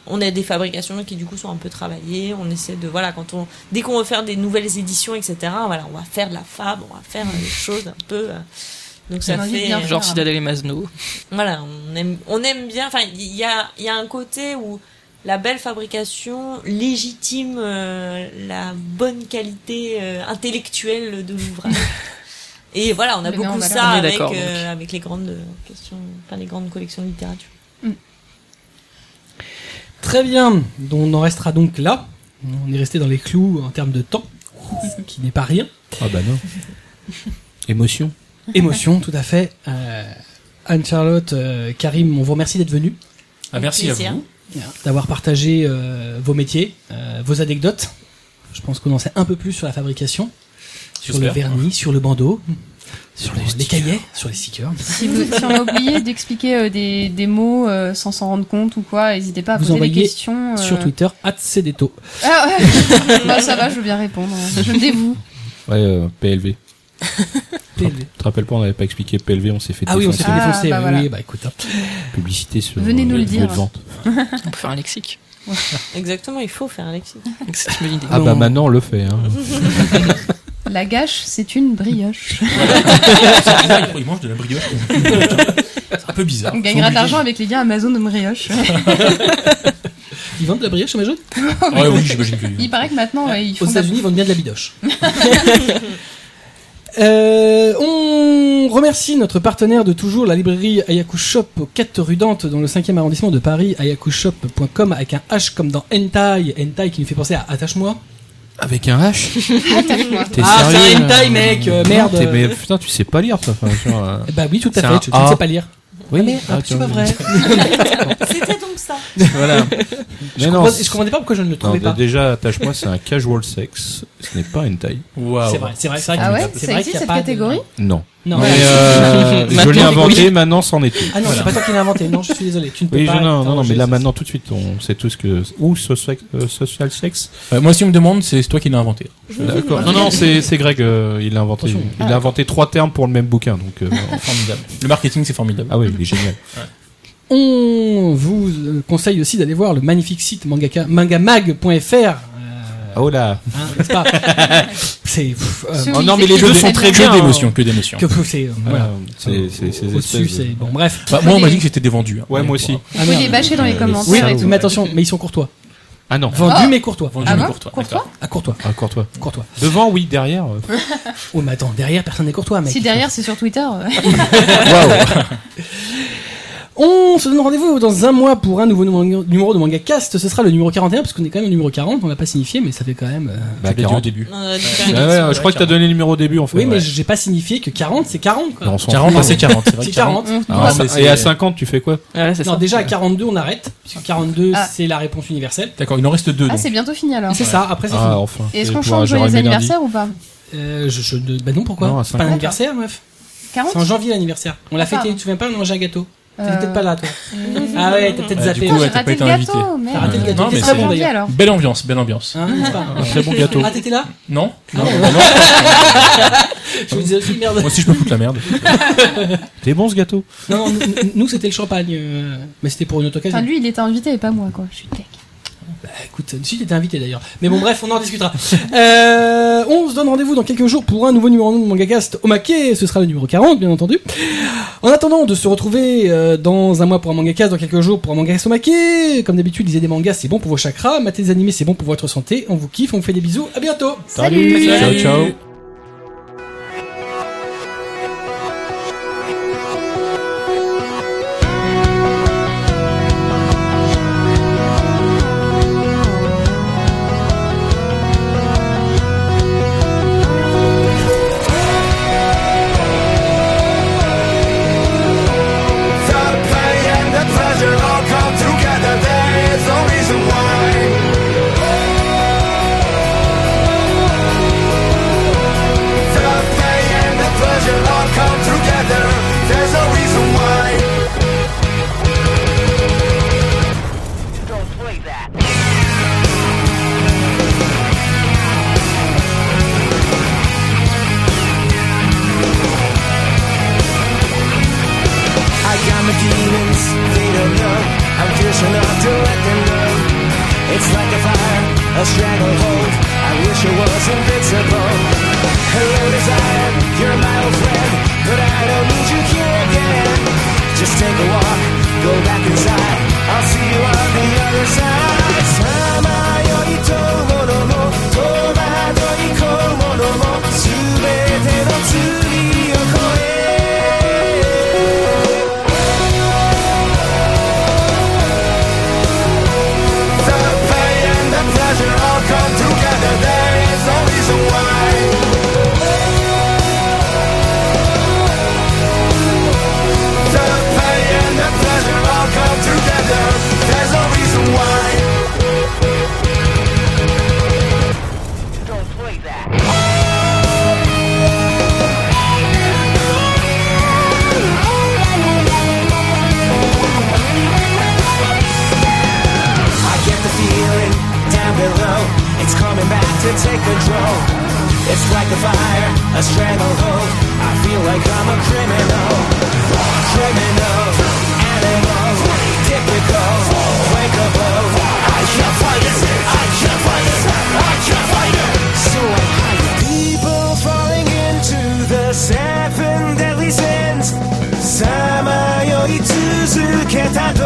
F: on a des fabrications qui du coup sont un peu travaillées. On essaie de voilà, quand on dès qu'on veut faire des nouvelles éditions, etc. Voilà, on va faire de la fab, on va faire euh, des choses un peu. euh, donc ça
D: On a envie de
F: fait
D: bien
F: euh,
B: Genre Citadel et Masno.
F: voilà, on aime, on aime bien. Enfin, il y a, il y a un côté où la belle fabrication légitime euh, la bonne qualité euh, intellectuelle de l'ouvrage. Et voilà, on
D: Mais
F: a
D: non,
F: beaucoup
D: voilà.
F: ça
B: On est
F: avec,
B: d'accord,
F: euh,
B: donc.
F: avec les grandes questions, enfin les grandes collections de littérature.
A: Très bien, donc on en restera donc là. On est resté dans les clous en termes de temps, ce qui n'est pas rien.
E: Ah bah non. Émotion.
A: Émotion, tout à fait. Euh, Anne-Charlotte, euh, Karim, on vous remercie d'être venus,
C: Ah, merci à
F: Plaisir.
C: vous.
A: d'avoir partagé euh, vos métiers, euh, vos anecdotes. Je pense qu'on en sait un peu plus sur la fabrication, sur le
C: J'espère.
A: vernis, sur le bandeau, sur
E: les
A: les,
E: stickers.
A: cahiers, sur les stickers.
D: Si, vous, si on a oublié d'expliquer euh, des, des mots euh, sans s'en rendre compte ou quoi, n'hésitez pas à
A: Vous
D: poser des
A: envoyez
D: questions. euh.
A: Sur Twitter, @cdeto.
D: Ah, ouais. Bah, ça va, je veux bien répondre. Je me dévoue.
E: Ouais, euh, PLV. Tu te rappelles pas, on n'avait pas expliqué PLV, on s'est fait
A: Ah oui, on s'est
E: défoncer.
A: fait
D: Ah,
A: défoncer.
D: bah
A: oui,
D: voilà.
A: oui, bah écoute. hein.
E: publicité sur
D: Venez nous
E: euh,
D: le
E: les
D: dire.
E: lieux de vente.
B: On peut faire un lexique.
F: Exactement, il faut faire un lexique.
B: Donc, C'est une bonne idée.
E: Ah
A: Non.
E: bah maintenant on le fait. Hein.
D: Mmh. La gâche, c'est une brioche.
C: Ah, Il mange de la brioche. C'est un peu bizarre.
D: On gagnera de
C: Obligé.
D: l'argent avec les liens Amazon de brioche.
A: Ils vendent de la brioche, Amazon
C: Ouais, Ah, oui, j'imagine que.
D: Il paraît que maintenant, ouais, ils
A: Aux
D: font de la-
A: États-Unis, ils vendent bien de la bidoche. Euh, on remercie notre partenaire de toujours, la librairie Ayaku Shop, aux 4 rue Dante, dans le 5e arrondissement de Paris, ayakushop.com, avec un H comme dans Hentai, Hentai qui nous fait penser à Attache-moi.
E: Avec un H
D: Attache-moi.
E: T'es
A: Ah, c'est un
E: sérieux,
A: hentai,
E: euh,
A: merde.
E: non,
A: Merde.
E: t'es- mais putain, tu sais pas lire, toi. Enfin, genre, euh,
A: Eh Bah oui, tout à
E: C'est
A: fait,
E: un
A: tu tu ne
E: A.
A: sais pas lire.
E: Oui,
A: merde,
E: ah,
A: c'est pas
E: tu-
A: vrai.
F: C'était donc ça.
E: voilà. Mais non,
A: Comprenez- Je comprenais pas pourquoi je ne le
E: non,
A: trouvais pas.
E: déjà, attache-moi, c'est un casual sex. Ce n'est pas une taille.
C: Waouh.
A: C'est vrai, c'est vrai, c'est vrai.
D: Ah
A: qu'il-
D: ouais,
A: c'est
D: ça
A: vrai qu'il y
D: existe
A: a
D: cette
A: pas de- Ah
D: catégorie
E: Non.
A: Non.
E: Mais euh, je
B: Maintenant,
E: l'ai
B: t'es
E: inventé,
B: obligé.
E: maintenant c'en est tout.
A: Ah non, c'est pas toi qui l'as inventé. Non, je suis désolé. Tu ne peux
E: Oui,
A: pas.
E: je- non, non, non, mais là
A: t'interroger,
E: maintenant tout de suite, on sait tout ce que. Ou social, euh, social sex.
C: Euh, moi, si on me demande, c'est toi qui l'as inventé.
E: D'accord. Non, non, c'est c'est Greg, euh, il a inventé.
A: Attention. Ah.
E: Il a inventé trois termes pour le même bouquin, donc. euh,
C: Formidable. Le marketing, c'est formidable.
E: ah oui, il est génial.
A: On vous euh, conseille aussi d'aller voir le magnifique site mangaka, mangamag.fr. euh,
E: Oh là.
A: hein, n'est-ce pas C'est. pff, euh,
D: Celui
E: oh non, mais
D: qui
E: les
D: fait
E: deux
D: des
E: sont très
C: que
E: bien.
C: d'émotion, que d'émotion.
A: que pff, c'est. euh, hein. voilà.
E: Voilà. C'est c'est- c'est-
A: Au-dessus,
E: Ah, espèces de-
A: c'est. Bon, bref.
C: Bah, moi, on m'a dit que c'était des vendus. hein.
E: Ouais,
C: Mais
E: moi
C: voilà.
E: aussi.
A: Ah,
D: Vous
A: merde.
D: les bâchez dans les
E: Euh,
A: Oui,
D: commentaires Ah
E: ça,
D: et
E: oui.
D: tout.
A: mais attention, mais ils sont courtois.
E: Ah non.
A: Vendus, mais courtois.
C: Vendu,
D: Ah
C: mais
D: bon
C: courtois.
D: Courtois
C: d'accord.
A: Ah, courtois.
E: Ah, Courtois.
A: Courtois.
E: Devant, oui, derrière. euh,
A: Oh, mais attends, derrière, personne n'est courtois, mec. Ah,
D: Si derrière, c'est sur Twitter.
A: On se donne rendez-vous dans un mois pour un nouveau numéro numéro de Manga Cast. Ce sera le numéro 41, parce qu'on est quand même au numéro 40. On l'a pas signifié, mais ça fait quand même. euh,
C: Je
E: Bah,
C: l'ai dit au
E: 40.
C: début.
F: On a dû faire
E: Ouais,
F: une
E: ouais,
F: leçon.
E: je crois que t'as donné le numéro au début, en fait.
A: Oui, mais
E: Ouais.
A: j'ai pas signifié que 40, c'est 40. quoi.
E: Non, on s'en
C: 40,
E: fout.
C: bah, c'est 40. C'est vrai
A: C'est
C: que 40.
A: 40.
D: On-
E: Ah,
C: Ah, mais c'est-
E: Et à 50, tu fais quoi
B: Ah, là, c'est
A: Non,
B: ça.
A: déjà à 42, on arrête, puisque 42,
D: Ah.
A: c'est la réponse universelle.
C: D'accord, il en reste deux.
D: Ah,
C: donc.
D: c'est bientôt fini alors.
A: C'est ça, après c'est
E: Ah,
A: fini.
E: enfin.
D: Et est-ce
E: Et
D: qu'on
E: pour un
D: chante joyeux
E: Jérémy lundi.
D: anniversaire ou pas
A: Euh, je, je, ne- bah non, pourquoi
E: Non, à
A: C'est pas
E: 50.
A: l'anniversaire, meuf. C'est
D: 40
A: en janvier l'anniversaire. On l'a
D: Ah,
A: fêté,
D: pardon.
A: tu te souviens pas, on a mangé un gâteau. T'étais
D: Euh,
A: peut-être pas là, toi.
D: euh,
A: Ah ouais, t'as peut-être
C: Ouais,
A: zappé.
C: du coup,
D: j'ai
C: ouais, t'as pas
D: raté
C: été
D: le
C: invité.
D: gâteau,
A: T'as raté le
D: merde.
A: gâteau,
C: Non,
A: qui est
C: mais
A: très
C: c'est-
A: bon d'ailleurs.
D: alors.
C: Belle ambiance, belle ambiance.
A: Hein, n'est-ce pas
E: Un très bon gâteau.
A: ah, t'étais là
C: Non
A: Ah
C: Non,
A: ouais.
C: bah non. Moi
A: Je vous disais aussi, merde.
C: aussi, je peux foutre la merde.
E: T'es bon, ce gâteau
A: Non, non, nous, nous, nous, c'était le champagne. euh, mais c'était pour une autre occasion.
D: Enfin, lui, il était invité et pas moi, quoi. Je suis tech.
A: Ah, Écoute, euh, si t'étais invité d'ailleurs. Mais bon, bref, on en discutera. Euh, on se donne rendez-vous dans quelques jours pour un nouveau numéro de Mangacast au maquet. Ce sera le numéro 40, bien entendu. En attendant de se retrouver euh, dans un mois pour un Mangacast, dans quelques jours pour un Mangacast au maquet. Comme d'habitude, lisez des mangas, c'est bon pour vos chakras. Matez des animés, c'est bon pour votre santé. On vous kiffe, on vous fait des bisous. À bientôt
D: Salut
E: Ciao, ciao.
H: The pain and the pleasure all come together. There is no reason why. the fire, a stranglehold. I feel like I'm a criminal, criminal, animal, typical, breakable. I can't fight it, I can't fight it, I can't fight it. So I hide people falling into the seven deadly sins. さまよい続けた時